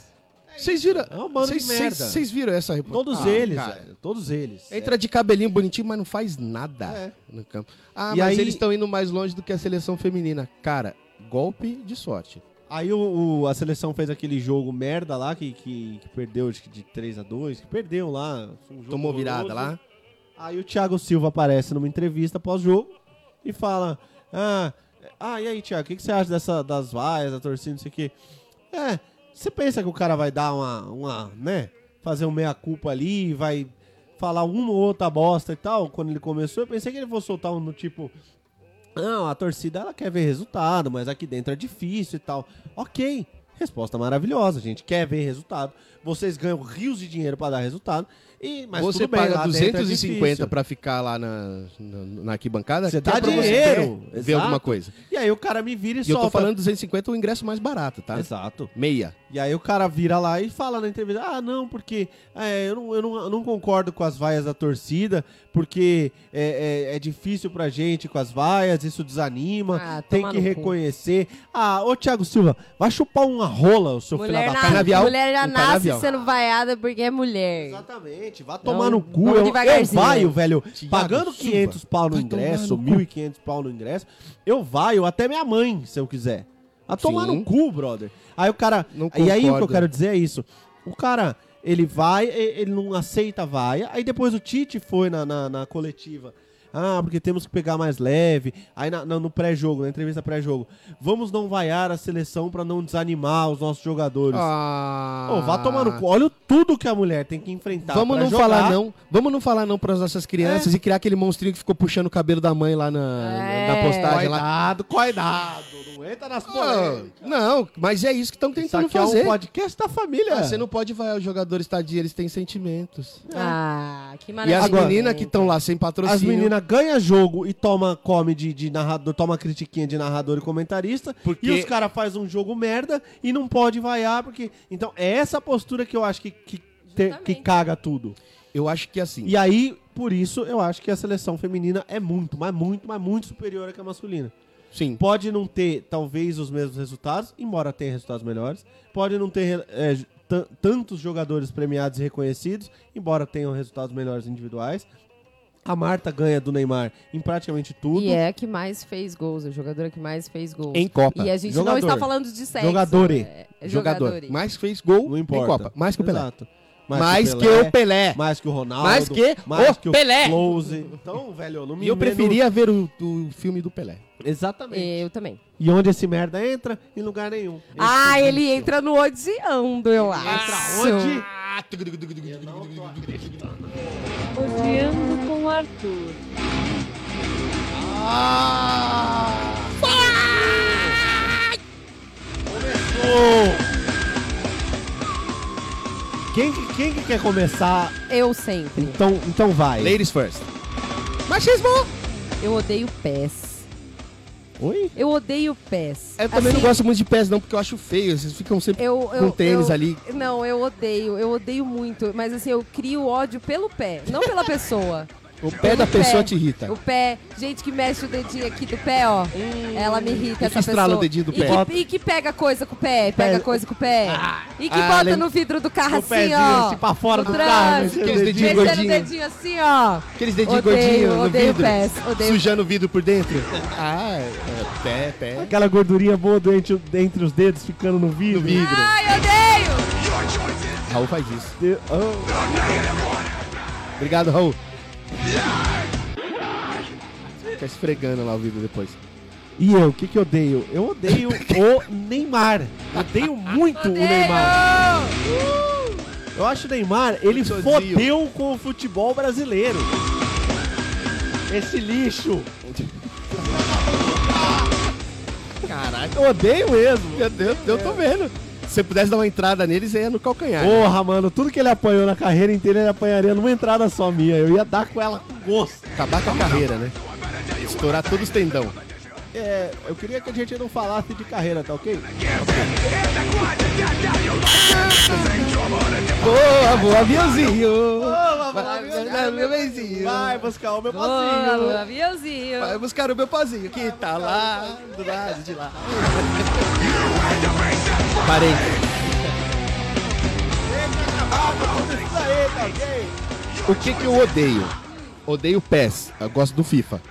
S2: Vocês viram?
S4: É um bando de
S2: Vocês-
S4: merda.
S2: vocês- Vocês viram essa reportagem?
S4: Todos
S2: Ah,
S4: eles,
S2: cara.
S4: velho, todos eles.
S2: Entra de cabelinho bonitinho, mas não faz nada
S4: É.
S2: no campo. Ah,
S4: E
S2: mas
S4: aí-
S2: eles estão indo mais longe do que a seleção feminina. Cara, golpe de sorte.
S4: Aí o, o- a seleção fez aquele jogo merda lá que, que, que perdeu acho que de 3 a 2 que perdeu lá. foi um jogo
S2: Tomou virada
S4: horroroso.
S2: lá.
S4: Aí o Thiago Silva aparece numa entrevista pós-jogo e fala: Ah, ah e aí, Thiago, o que, que você acha dessa, das vaias, da torcida, não sei o quê? É, você pensa que o cara vai dar uma, uma né? Fazer um meia-culpa ali, vai falar uma ou outra bosta e tal. Quando ele começou, eu pensei que ele fosse soltar um no tipo. Não, a torcida ela quer ver resultado, mas aqui dentro é difícil e tal. Ok, resposta maravilhosa, a gente quer ver resultado. Vocês ganham rios de dinheiro pra dar resultado. E, mas
S2: você
S4: tudo bem,
S2: paga
S4: lá dentro é
S2: 250
S4: difícil.
S2: pra ficar lá na, na, na arquibancada.
S4: Você
S2: que é
S4: dá
S2: pra
S4: dinheiro,
S2: ver- ver
S4: exato.
S2: alguma coisa.
S4: E aí o cara me vira e,
S2: E eu
S4: solta.
S2: tô falando 250 o ingresso mais barato, tá?
S4: Exato.
S2: Meia.
S4: E aí o cara vira lá e fala na entrevista: Ah, não, porque é, eu, não, eu não, eu não concordo com as vaias da torcida, porque é, é, é difícil pra gente com as vaias, isso desanima,
S3: Ah,
S4: tem
S3: tomar
S4: que
S3: no cu.
S4: reconhecer. Ah, ô Thiago Silva, vai chupar uma rola, o seu filho
S3: Mulher,
S4: da
S3: na-
S4: puta.
S2: Canavial.
S3: mulher já
S2: Um
S3: nasce
S2: canavial.
S3: sendo vaiada porque é mulher.
S4: Exatamente, vá tomar no cu.
S3: vamos
S4: Eu, eu
S3: devagarzinho.
S4: vaio, velho.
S2: Thiago
S4: pagando
S2: Silva,
S4: 500 pau no
S2: vai tomar
S4: ingresso,
S2: no
S4: 1.500 pau no ingresso, eu vaio até minha mãe, se eu quiser. A tomar
S2: Sim.
S4: no cu, brother. Aí o cara.
S2: Não
S4: e aí o que eu
S2: concordo.
S4: quero dizer é isso. O cara, ele vai, e- ele não aceita a vaia. Aí depois o Tite foi na, na, na coletiva. Ah, porque temos que pegar mais leve. Aí na- na- no pré-jogo, na entrevista pré-jogo. Vamos não vaiar a seleção pra não desanimar os nossos jogadores.
S2: Ah.
S4: Ô, vá tomar no cu. Olha tudo que a mulher tem que enfrentar.
S2: Vamos
S4: Tá, pra
S2: não
S4: jogar.
S2: falar não. Vamos não falar não pras nossas crianças e criar aquele monstrinho que ficou puxando o cabelo da mãe lá na, na
S3: É.
S2: postagem lá.
S4: Cuidado, cuidado. Não Entra nas
S2: Pô,
S4: polêmicas.
S2: não, mas é isso que estão
S4: Isso
S2: tentando
S4: aqui é
S2: fazer.
S4: um É. podcast da família.
S2: Ah, você não pode vaiar os jogadores, tadinho, eles têm sentimentos.
S3: Ah, que
S2: E
S3: maravilha.
S2: as
S4: Agora-
S2: meninas que estão lá sem patrocínio.
S4: As meninas ganham jogo e toma come de, de narrador, toma critiquinha de narrador e comentarista.
S2: Porque-
S4: E os caras fazem um jogo merda e não pode vaiar, porque. Então, é essa postura que eu acho que, que, te- que
S3: Justamente.
S4: caga tudo.
S2: Eu acho que assim.
S4: E aí, por isso, eu acho que a seleção feminina é muito, mas muito, mas muito superior à que a masculina.
S2: Sim.
S4: Pode não ter, talvez, os mesmos resultados, embora tenha resultados melhores. Pode não ter é, tan- tantos jogadores premiados e reconhecidos, embora tenham resultados melhores individuais. A Marta ganha do Neymar em praticamente tudo.
S3: E é a que mais fez gols, a jogadora que mais fez gols.
S2: Em Copa.
S3: E a gente
S4: Jogador.
S3: não está falando de sexo.
S4: Jogadore.
S3: É, é
S2: jogador.
S3: jogadore.
S2: Mais fez gol
S4: Não
S2: em
S4: importa.
S2: Copa. Mais que o Pelé.
S4: Exato.
S2: Mais que
S4: Pelé,
S2: o Pelé.
S4: Mais que o Ronaldo.
S2: Mais que o Pelé.
S4: Close. Então, velho, eu não me
S2: E eu
S4: menos-
S2: preferia ver o, o filme do Pelé.
S4: Exatamente.
S3: Eu também.
S4: E onde esse merda entra? Em lugar nenhum.
S3: Ah, ele entra no odião do eu acho.
S4: onde?
S1: Odiando com Arthur.
S4: Quem, que- quem que quer começar?
S3: Eu sempre.
S4: Então, então vai.
S2: Ladies first. Machismo!
S3: Eu odeio pés.
S4: Oi?
S3: Eu odeio pés.
S2: Eu também
S3: Assim,
S2: não gosto muito de pés, não, porque eu acho feio. Vocês ficam sempre
S3: Eu, eu,
S2: com tênis
S3: eu-
S2: ali.
S3: Não, eu odeio. Eu odeio muito. Mas assim, eu crio ódio pelo pé, não pela *laughs* pessoa.
S2: O pé da
S3: pé.
S2: pessoa te irrita.
S3: O pé, gente que mexe o dedinho aqui do pé, ó. ela me irrita,
S2: que
S3: essa
S2: estrala
S3: pessoa.
S2: o dedinho do
S3: e
S2: pé.
S3: Que, e que pega coisa com o pé, pega coisa com o pé. e que
S2: ah,
S3: bota
S2: lem-
S3: no vidro do carro
S4: O
S3: assim,
S4: pezinho
S3: ó.
S4: assim pra fora
S3: no
S4: do carro.
S3: trânsito,
S2: aqueles dedinhos
S3: Mexendo o
S2: gordinhos.
S3: dedinho assim, ó.
S2: Aqueles dedinhos
S3: Odeio,
S2: gordinhos no
S3: odeio
S2: vidro.
S3: pés, odeio
S2: Sujando o vidro por dentro. Ah, é, pé, pé.
S4: Aquela gordurinha boa do entre, entre os dedos ficando no vidro.
S2: No vidro.
S3: Ai, odeio!
S2: Raul faz isso.
S4: De- oh.
S2: Obrigado, Raul. Fica esfregando lá o vidro depois.
S4: E eu, o que que eu odeio? Eu odeio o Neymar. Odeio muito o Neymar.
S3: Odeio!
S4: Eu acho o Neymar, ele
S2: te odeio.
S4: fodeu com o futebol brasileiro. Esse lixo.
S2: Caralho.
S4: Eu odeio mesmo.
S2: Meu Deus, eu tô vendo. Se você pudesse dar uma entrada neles, você ia no calcanhar.
S4: Porra, mano, tudo que ele apanhou na carreira inteira, ele apanharia numa entrada só minha. Eu ia dar com ela com gosto.
S2: Acabar com a carreira, né? Estourar todos os tendão.
S4: É, eu queria que a gente não falasse de carreira, tá ok?
S2: Boa, boa, aviãozinho.
S4: Vai buscar o meu
S3: Boa,
S4: passinho.
S3: Lu, aviãozinho.
S2: Vai buscar o meu pozinho que tá lá do lado de lá. Parei. O que que eu odeio? Odeio PES. Eu gosto do FIFA.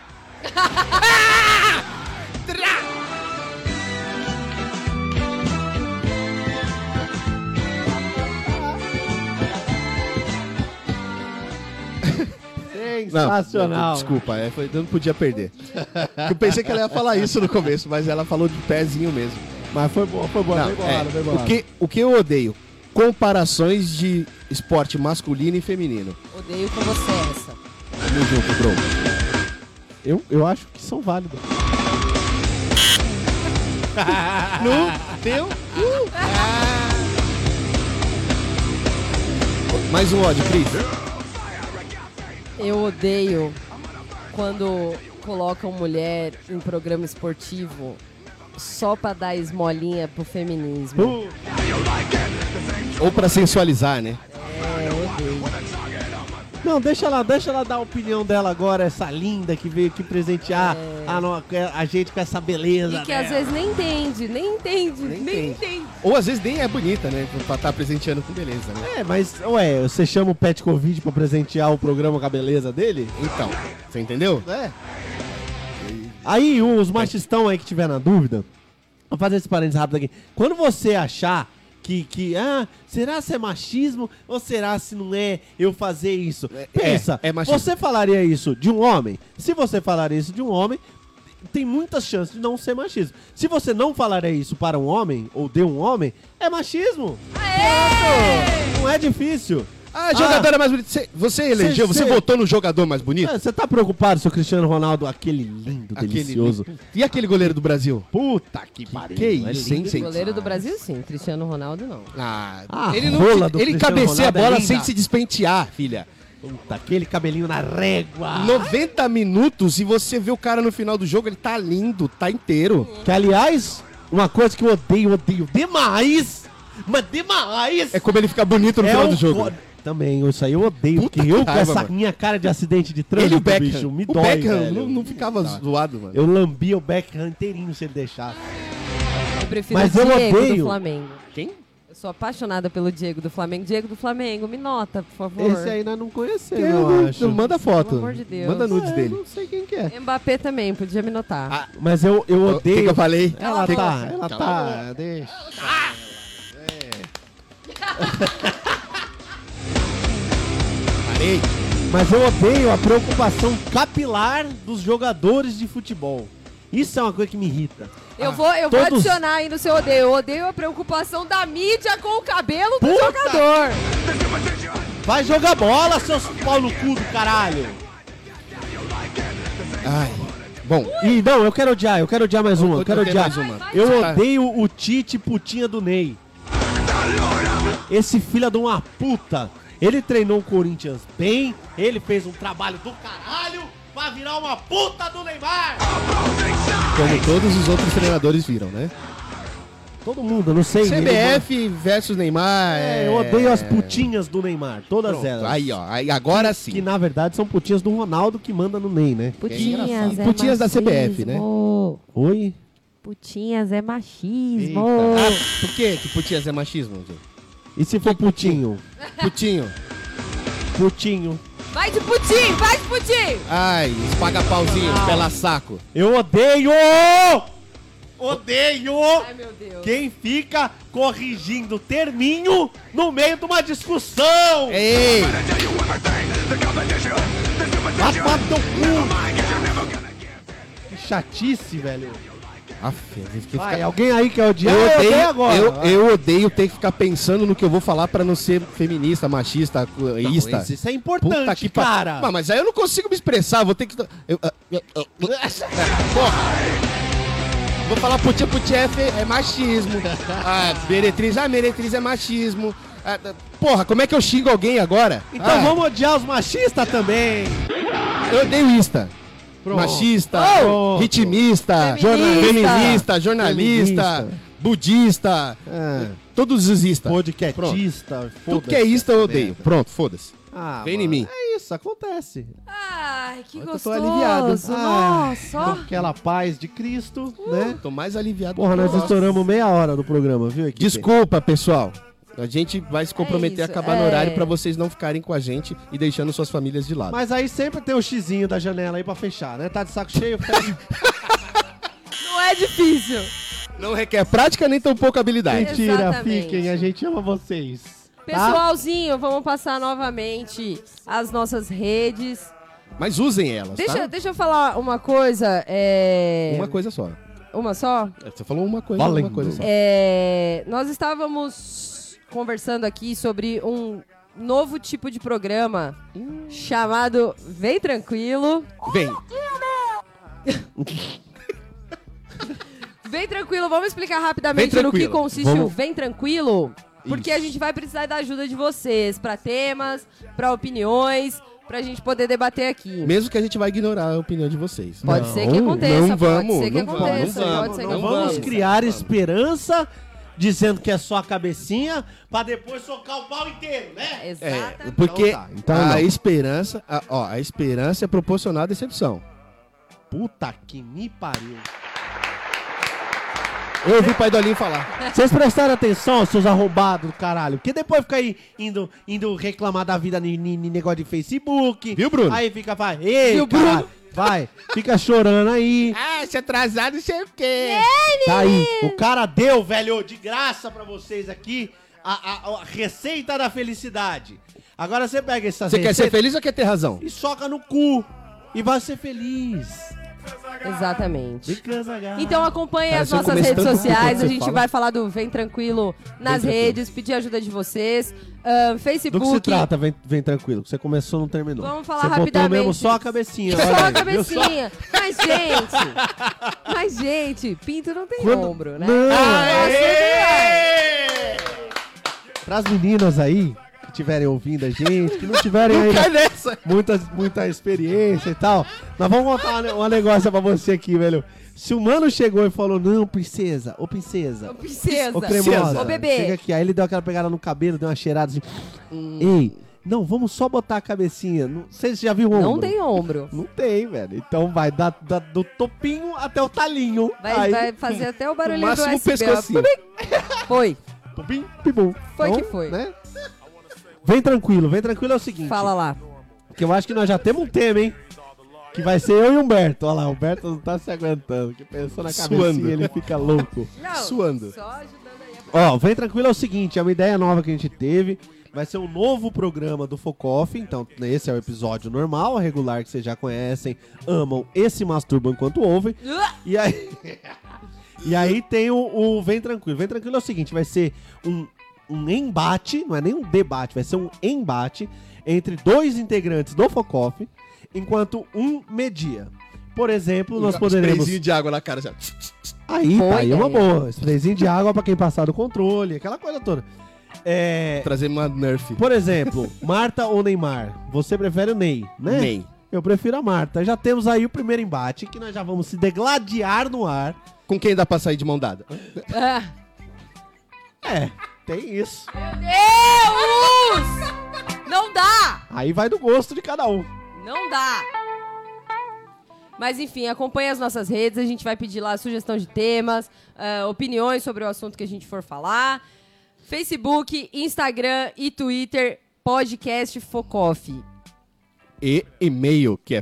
S4: Sensacional.
S2: Desculpa, é, foi- eu não podia perder. Eu pensei que ela ia falar isso no começo, mas ela falou de pezinho mesmo.
S4: Mas foi boa, foi boa.
S2: Não,
S4: bem
S2: é,
S4: bolado, bem bolado.
S2: o, que, o que eu odeio? Comparações de esporte masculino e feminino.
S3: Odeio com você essa.
S2: Tamo junto, bro.
S4: Eu, eu acho que são válidos.
S2: No teu. cu. Mais um ódio, Cris.
S3: Eu odeio quando colocam mulher em programa esportivo só pra dar esmolinha pro feminismo.
S2: Ou pra sensualizar, né?
S3: É, eu odeio.
S4: Não, deixa ela, deixa ela dar a opinião dela agora, essa linda que veio aqui presentear a, no- a gente com essa beleza.
S3: É.
S4: né?
S3: E que às vezes nem entende, nem entende, nem,
S2: entende.
S3: entende.
S2: Ou às vezes nem é bonita, né? Pra estar presenteando com beleza, né?
S4: É, mas, ué, você chama o Pet Covid pra presentear o programa com a beleza dele?
S2: Então, você entendeu?
S4: É. Aí, um, os machistão aí que tiver na dúvida, vou fazer esse parênteses rápido aqui. Quando você achar que, que ah, será se é machismo ou será se não é eu fazer isso? Pensa,
S2: é machismo.
S4: você falaria isso de um homem? Se você falaria isso de um homem, tem muitas chances de não ser machismo. Se você não falaria isso para um homem ou de um homem, é machismo. Pronto. Não é difícil.
S2: Ah, jogadora mais bonita. Cê- você elegeu,
S4: cê-
S2: você votou no jogador mais bonito?
S4: Ah, Você tá preocupado, seu Cristiano Ronaldo? Aquele lindo,
S2: Aquele-
S4: delicioso.
S2: E aquele goleiro do Brasil?
S4: Puta que pariu.
S2: Que
S4: é
S2: isso, hein,
S4: lindo.
S2: sem
S3: Goleiro do Brasil, sim. Cristiano Ronaldo, não.
S2: Ah,
S4: A
S2: ele
S4: rola
S2: não,
S4: do
S2: ele
S4: Cristiano
S2: cabeceia a
S4: Ronaldo é
S2: bola
S4: linda.
S2: sem se despentear, filha.
S4: Puta, aquele cabelinho na régua.
S2: 90 minutos e você vê o cara no final do jogo, ele tá lindo, tá inteiro.
S4: Que, aliás, uma coisa que eu odeio, odeio demais. Mas demais.
S2: É como ele fica bonito no
S4: É
S2: final
S4: o
S2: do jogo.
S4: co- Também, isso aí eu odeio.
S2: Puta
S4: porque eu
S2: que
S4: com
S2: raiva,
S4: essa
S2: mano.
S4: minha cara de acidente de trânsito,
S2: Ele e o Beckham.
S4: bicho, me
S2: o
S4: dói,
S2: Beckham
S4: velho. Tá.
S2: não, não ficava zoado, mano.
S4: Eu lambia o Beckham inteirinho se ele deixasse.
S3: Eu prefiro
S4: Mas
S3: o
S4: eu
S3: Diego
S4: odeio.
S3: do Flamengo.
S2: Quem?
S3: Eu sou apaixonada pelo Diego do Flamengo. Diego do Flamengo, me nota, por favor.
S4: Esse aí nós não conhecemos,
S2: Eu
S4: eu
S2: não-
S4: acho.
S2: Manda foto.
S3: Pelo amor de Deus.
S2: Manda nudes
S4: É,
S2: dele.
S4: Não sei quem que é.
S3: Mbappé também, podia me notar.
S2: Ah,
S4: Mas eu, eu
S2: O que, que eu
S4: odeio.
S2: falei?
S4: Ela
S2: Que-
S4: tá, ela
S2: Cala
S4: tá. Deixa.
S2: Parei.
S4: Mas eu odeio a preocupação capilar dos jogadores de futebol. Isso é uma coisa que me irrita.
S3: eu vou, eu vou
S4: todos-
S3: adicionar aí no seu odeio. Eu odeio a preocupação da mídia com o cabelo do jogador.
S4: Vai jogar bola, seus pau no cu do caralho.
S2: Ai. Bom,
S4: E não, eu quero odiar, eu quero odiar mais uma, eu quero
S2: eu tenho
S4: odiar.
S2: mais uma.
S4: Eu
S2: Tá.
S4: odeio o Tite putinha do Ney. Esse filho de uma puta. Ele treinou o Corinthians bem, ele fez um trabalho do caralho pra virar uma puta do Neymar.
S2: como todos os outros treinadores viram, né?
S4: Todo mundo, eu não sei.
S2: CBF versus Neymar.
S4: né? É, eu odeio as putinhas do Neymar, todas
S2: Pronto,
S4: elas.
S2: Aí, ó. Aí, agora sim.
S4: Que na verdade são putinhas do Ronaldo que manda no Ney, né?
S2: engraçado.
S3: é
S2: Putinhas da CBF, né?
S3: machismo.
S4: Oi?
S3: Putinhas é machismo.
S2: Ah, por quê? Que putias é machismo, gente?
S4: E se for putinho?
S2: Putinho.
S4: Putinho.
S3: Vai de putinho, vai de putinho.
S2: Ai, paga pauzinho,
S4: Ah.
S2: pela saco.
S4: Eu odeio! Odeio!
S3: Ai, meu Deus.
S4: Quem fica corrigindo terminho no meio de uma discussão!
S2: Ei!
S4: Vai tomar no teu cu! Que chatice, velho!
S2: Aff, às vezes que
S4: Vai,
S2: fica-
S4: alguém aí quer odiar?
S2: eu odeio,
S4: agora!
S2: eu-
S4: Vai.
S2: eu odeio ter que ficar pensando no que eu vou falar pra não ser feminista, machista,
S4: Não,
S2: ista.
S4: esse- Isso é importante,
S2: tá. pa-
S4: cara!
S2: Ah, Mas, mas aí eu não consigo me expressar, vou ter que. Eu, ah, eu- eu- Porra! Vou falar putia putia é, fe- é
S4: *laughs*
S2: machismo. Ah, meretriz, ah, meretriz é machismo. Ah, ah, porra, como é que eu xingo alguém agora?
S4: Então
S2: Ah,
S4: vamos odiar os machistas também!
S2: Eu odeio ista. Machista,
S4: Pronto.
S2: ritmista,
S3: Feminista.
S2: feminista, jornalista,
S4: Feminista.
S2: budista, todos os istas.
S4: Podcastista,
S2: Ah, tá. Tudo
S4: foda-se.
S2: que é ista eu odeio. Pronto, foda-se.
S4: Ah,
S2: Vem
S4: mano,
S2: em mim.
S4: É isso, acontece.
S3: Ai, que
S4: Eu tô
S3: gostoso.
S4: aliviado. Ah.
S3: Nossa,
S4: Com
S3: ó. Uh.
S4: aquela paz de Cristo, né?
S2: Tô mais aliviado.
S4: Porra, nós
S2: Nossa.
S4: estouramos meia hora do programa, viu? equipe?
S2: Desculpa, pessoal. A gente vai se comprometer
S3: É
S2: a
S3: isso,
S2: acabar no
S3: é.
S2: horário pra vocês não ficarem com a gente e deixando suas famílias de lado.
S4: Mas aí sempre tem o xizinho da janela aí pra fechar, né? Tá de saco *laughs* cheio? Pega-
S3: Não é difícil.
S2: Não requer prática nem tão pouca habilidade.
S4: Mentira,
S3: Exatamente.
S4: fiquem, a gente ama vocês. tá?
S3: Pessoalzinho, vamos passar novamente as nossas redes.
S2: Tá? Mas usem elas,
S3: Deixa,
S2: tá?
S3: deixa eu falar uma coisa. É...
S2: Uma coisa só. É,
S3: Uma só?
S2: Você falou uma coisa,
S4: Valendo.
S2: uma coisa só.
S3: É, Nós estávamos conversando aqui sobre um novo tipo de programa chamado Vem Tranquilo.
S2: Vem.
S3: Vem Tranquilo, vamos explicar rapidamente no que
S2: Tranquilo.
S3: consiste o Vem Tranquilo. Porque a gente vai precisar da ajuda de vocês para temas, para opiniões, para a gente poder debater aqui.
S2: Mesmo que a gente vai ignorar a opinião de vocês.
S3: Pode ser que aconteça,
S2: não
S3: pode
S2: vamos,
S3: ser que
S2: não
S3: aconteça,
S2: vamos,
S3: pode ser que
S2: não
S3: aconteça.
S4: Vamos criar esperança dizendo que é só a cabecinha pra depois socar o pau inteiro, né?
S2: É,
S3: Exatamente.
S2: porque
S4: Então tá, então não.
S2: a esperança, a- ó, a esperança é proporcional à decepção.
S4: Puta que me pariu.
S2: Eu ouvi o pai do Olinho falar.
S4: Vocês prestaram atenção, seus arrombados do caralho. Porque depois fica aí indo, indo reclamar da vida em negócio de Facebook.
S2: Viu, Bruno?
S4: Aí fica, vai, ei,
S3: Viu,
S4: caralho,
S3: Bruno?
S4: vai, fica chorando aí.
S2: Ah, se atrasado, sei o quê.
S4: Tá aí, o cara deu, velho, de graça pra vocês aqui a, a- a receita da felicidade. Agora você pega essa
S2: Você quer ser feliz ou quer ter razão?
S4: e soca no cu e vai ser feliz.
S3: Exatamente.
S4: Because I got-
S3: Então acompanhe
S2: Cara,
S3: as
S2: se eu
S3: nossas
S2: começo
S3: redes
S2: tanto quanto
S3: sociais.
S2: você
S3: A gente
S2: fala.
S3: vai falar do Vem Tranquilo nas
S2: Vem Tranquilo.
S3: redes, pedir ajuda de vocês. Ahn,
S4: Do
S3: Facebook.
S4: que se trata, vem, vem tranquilo. que Você começou, não terminou.
S3: Vamos falar
S4: você botou
S3: rapidamente.
S4: mesmo só a cabecinha. olha
S3: Só a
S4: aí, viu? Só-
S3: cabecinha. Mas, gente. Mas, gente, pinto não tem ombro, né?
S4: Não.
S3: Aê!
S4: Pras meninas aí que estiverem ouvindo a gente, que não tiverem
S2: é
S4: ainda muita, muita experiência e tal, nós vamos contar um, um negócio pra você aqui, velho. Se o mano chegou e falou, não, princesa, ô princesa,
S3: Ô, princesa.
S4: ô cremosa,
S3: Ô,
S4: chega
S3: bebê.
S4: aqui. Aí ele deu aquela pegada no cabelo, deu uma cheirada assim,
S3: Hum.
S4: ei, não, vamos só botar a cabecinha. Não sei se já viu o ombro.
S3: Não tem ombro.
S4: Não tem, velho. Então vai da, da- do topinho até o talinho.
S3: Vai,
S4: Aí,
S3: vai fazer até o assim.
S2: O
S3: barulhinho do
S2: máximo o
S3: USB. ó.
S2: pescocinho.
S3: Foi.
S4: pim, pim, pum.
S3: Foi que foi.
S4: né? Vem tranquilo, vem tranquilo é o seguinte.
S3: Fala lá.
S4: Que eu acho que nós já temos um tema, hein? Que vai ser eu e Humberto. Olha lá, o Humberto não tá se aguentando. Que pensou na cabecinha,
S2: Suando.
S4: ele fica louco.
S3: Não,
S2: Suando.
S3: Só ajudando aí.
S4: Ó, vem tranquilo é o seguinte, é uma ideia nova que a gente teve. Vai ser um novo programa do Focoff, então esse é o episódio normal, regular que vocês já conhecem, amam e se masturbam enquanto ouvem.
S3: Ah!
S4: E aí, *laughs* e aí tem o, o Vem Tranquilo. Vem Tranquilo é o seguinte, vai ser um, um embate, não é nem um debate, vai ser um embate entre dois integrantes do Focoff, enquanto um media. Por exemplo, nós poderemos...
S2: Sprayzinho de água na cara já.
S4: Aí,
S3: Boa
S4: tá, aí é uma
S3: ideia.
S4: boa. Sprayzinho de água pra quem passar do controle, aquela coisa toda. É,
S2: Trazer uma Nerf.
S4: por exemplo, Marta ou Neymar? Você prefere o Ney, né?
S2: Ney.
S4: Eu prefiro a Marta. Já temos aí o primeiro embate, que nós já vamos se degladiar no ar.
S2: Com quem dá pra sair de mão dada?
S3: Ah.
S4: É, tem isso.
S3: Deus! Não dá!
S4: Aí vai do gosto de cada um.
S3: Não dá! Mas enfim, acompanhe as nossas redes, a gente vai pedir lá sugestão de temas, eh, opiniões sobre o assunto que a gente for falar. Facebook, Instagram e Twitter, podcast Focoff.
S2: E e-mail, que é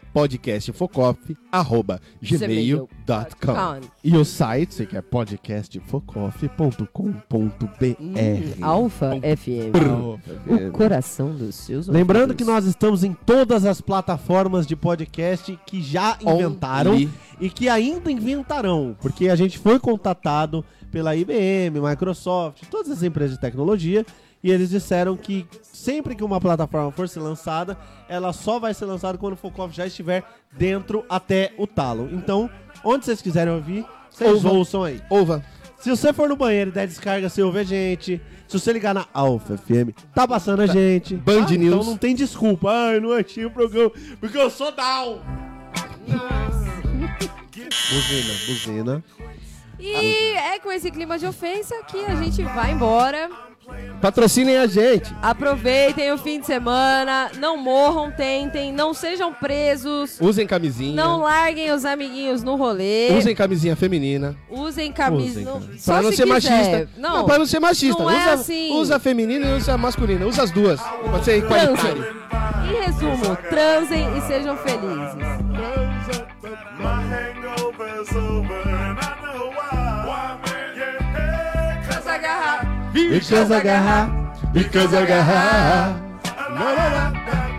S2: podcastfocop.gmail.com.
S4: E o site, que é podcastfocoff.com.br.
S3: Alfa FM. O coração dos seus
S4: Lembrando que nós estamos em todas as plataformas de podcast que já inventaram.
S2: Only.
S4: e que ainda inventarão, porque a gente foi contatado pela IBM, Microsoft, todas as empresas de tecnologia, e eles disseram que sempre que uma plataforma for ser lançada, ela só vai ser lançada quando o Focoff já estiver dentro até o talo. Então, onde vocês quiserem ouvir, vocês
S2: Ouva.
S4: ouçam aí.
S2: Ouva.
S4: Se você for no banheiro e der descarga, você ouve a gente. Se você ligar na Alfa FM, tá passando a gente.
S2: Band
S4: Ah, Então
S2: News.
S4: não tem desculpa. Ai, não achei o programa, porque eu sou down. buzina, buzina.
S3: E é com esse clima de ofensa que a gente vai embora.
S2: Patrocinem a gente.
S3: Aproveitem o fim de semana, não morram, tentem, não sejam presos.
S2: Usem camisinha.
S3: Não larguem os amiguinhos no rolê.
S2: Usem camisinha feminina.
S3: Usem camisa.
S4: Usem,
S3: não-
S4: cara.
S3: Só
S2: pra não
S3: se
S2: ser
S3: quiser.
S2: machista.
S3: Não,
S2: pra não ser machista.
S3: Não
S2: usa,
S3: é assim.
S2: usa a feminina e usa a masculina. Usa as duas. Pra ser
S3: transem.
S2: igualitário.
S3: Em resumo, transem e sejam felizes.
S6: My hangover's over, and I know why. Why, man? Yeah, cause I got high.
S4: Because agarrar, because agarrar.
S6: La, la, la, la, la.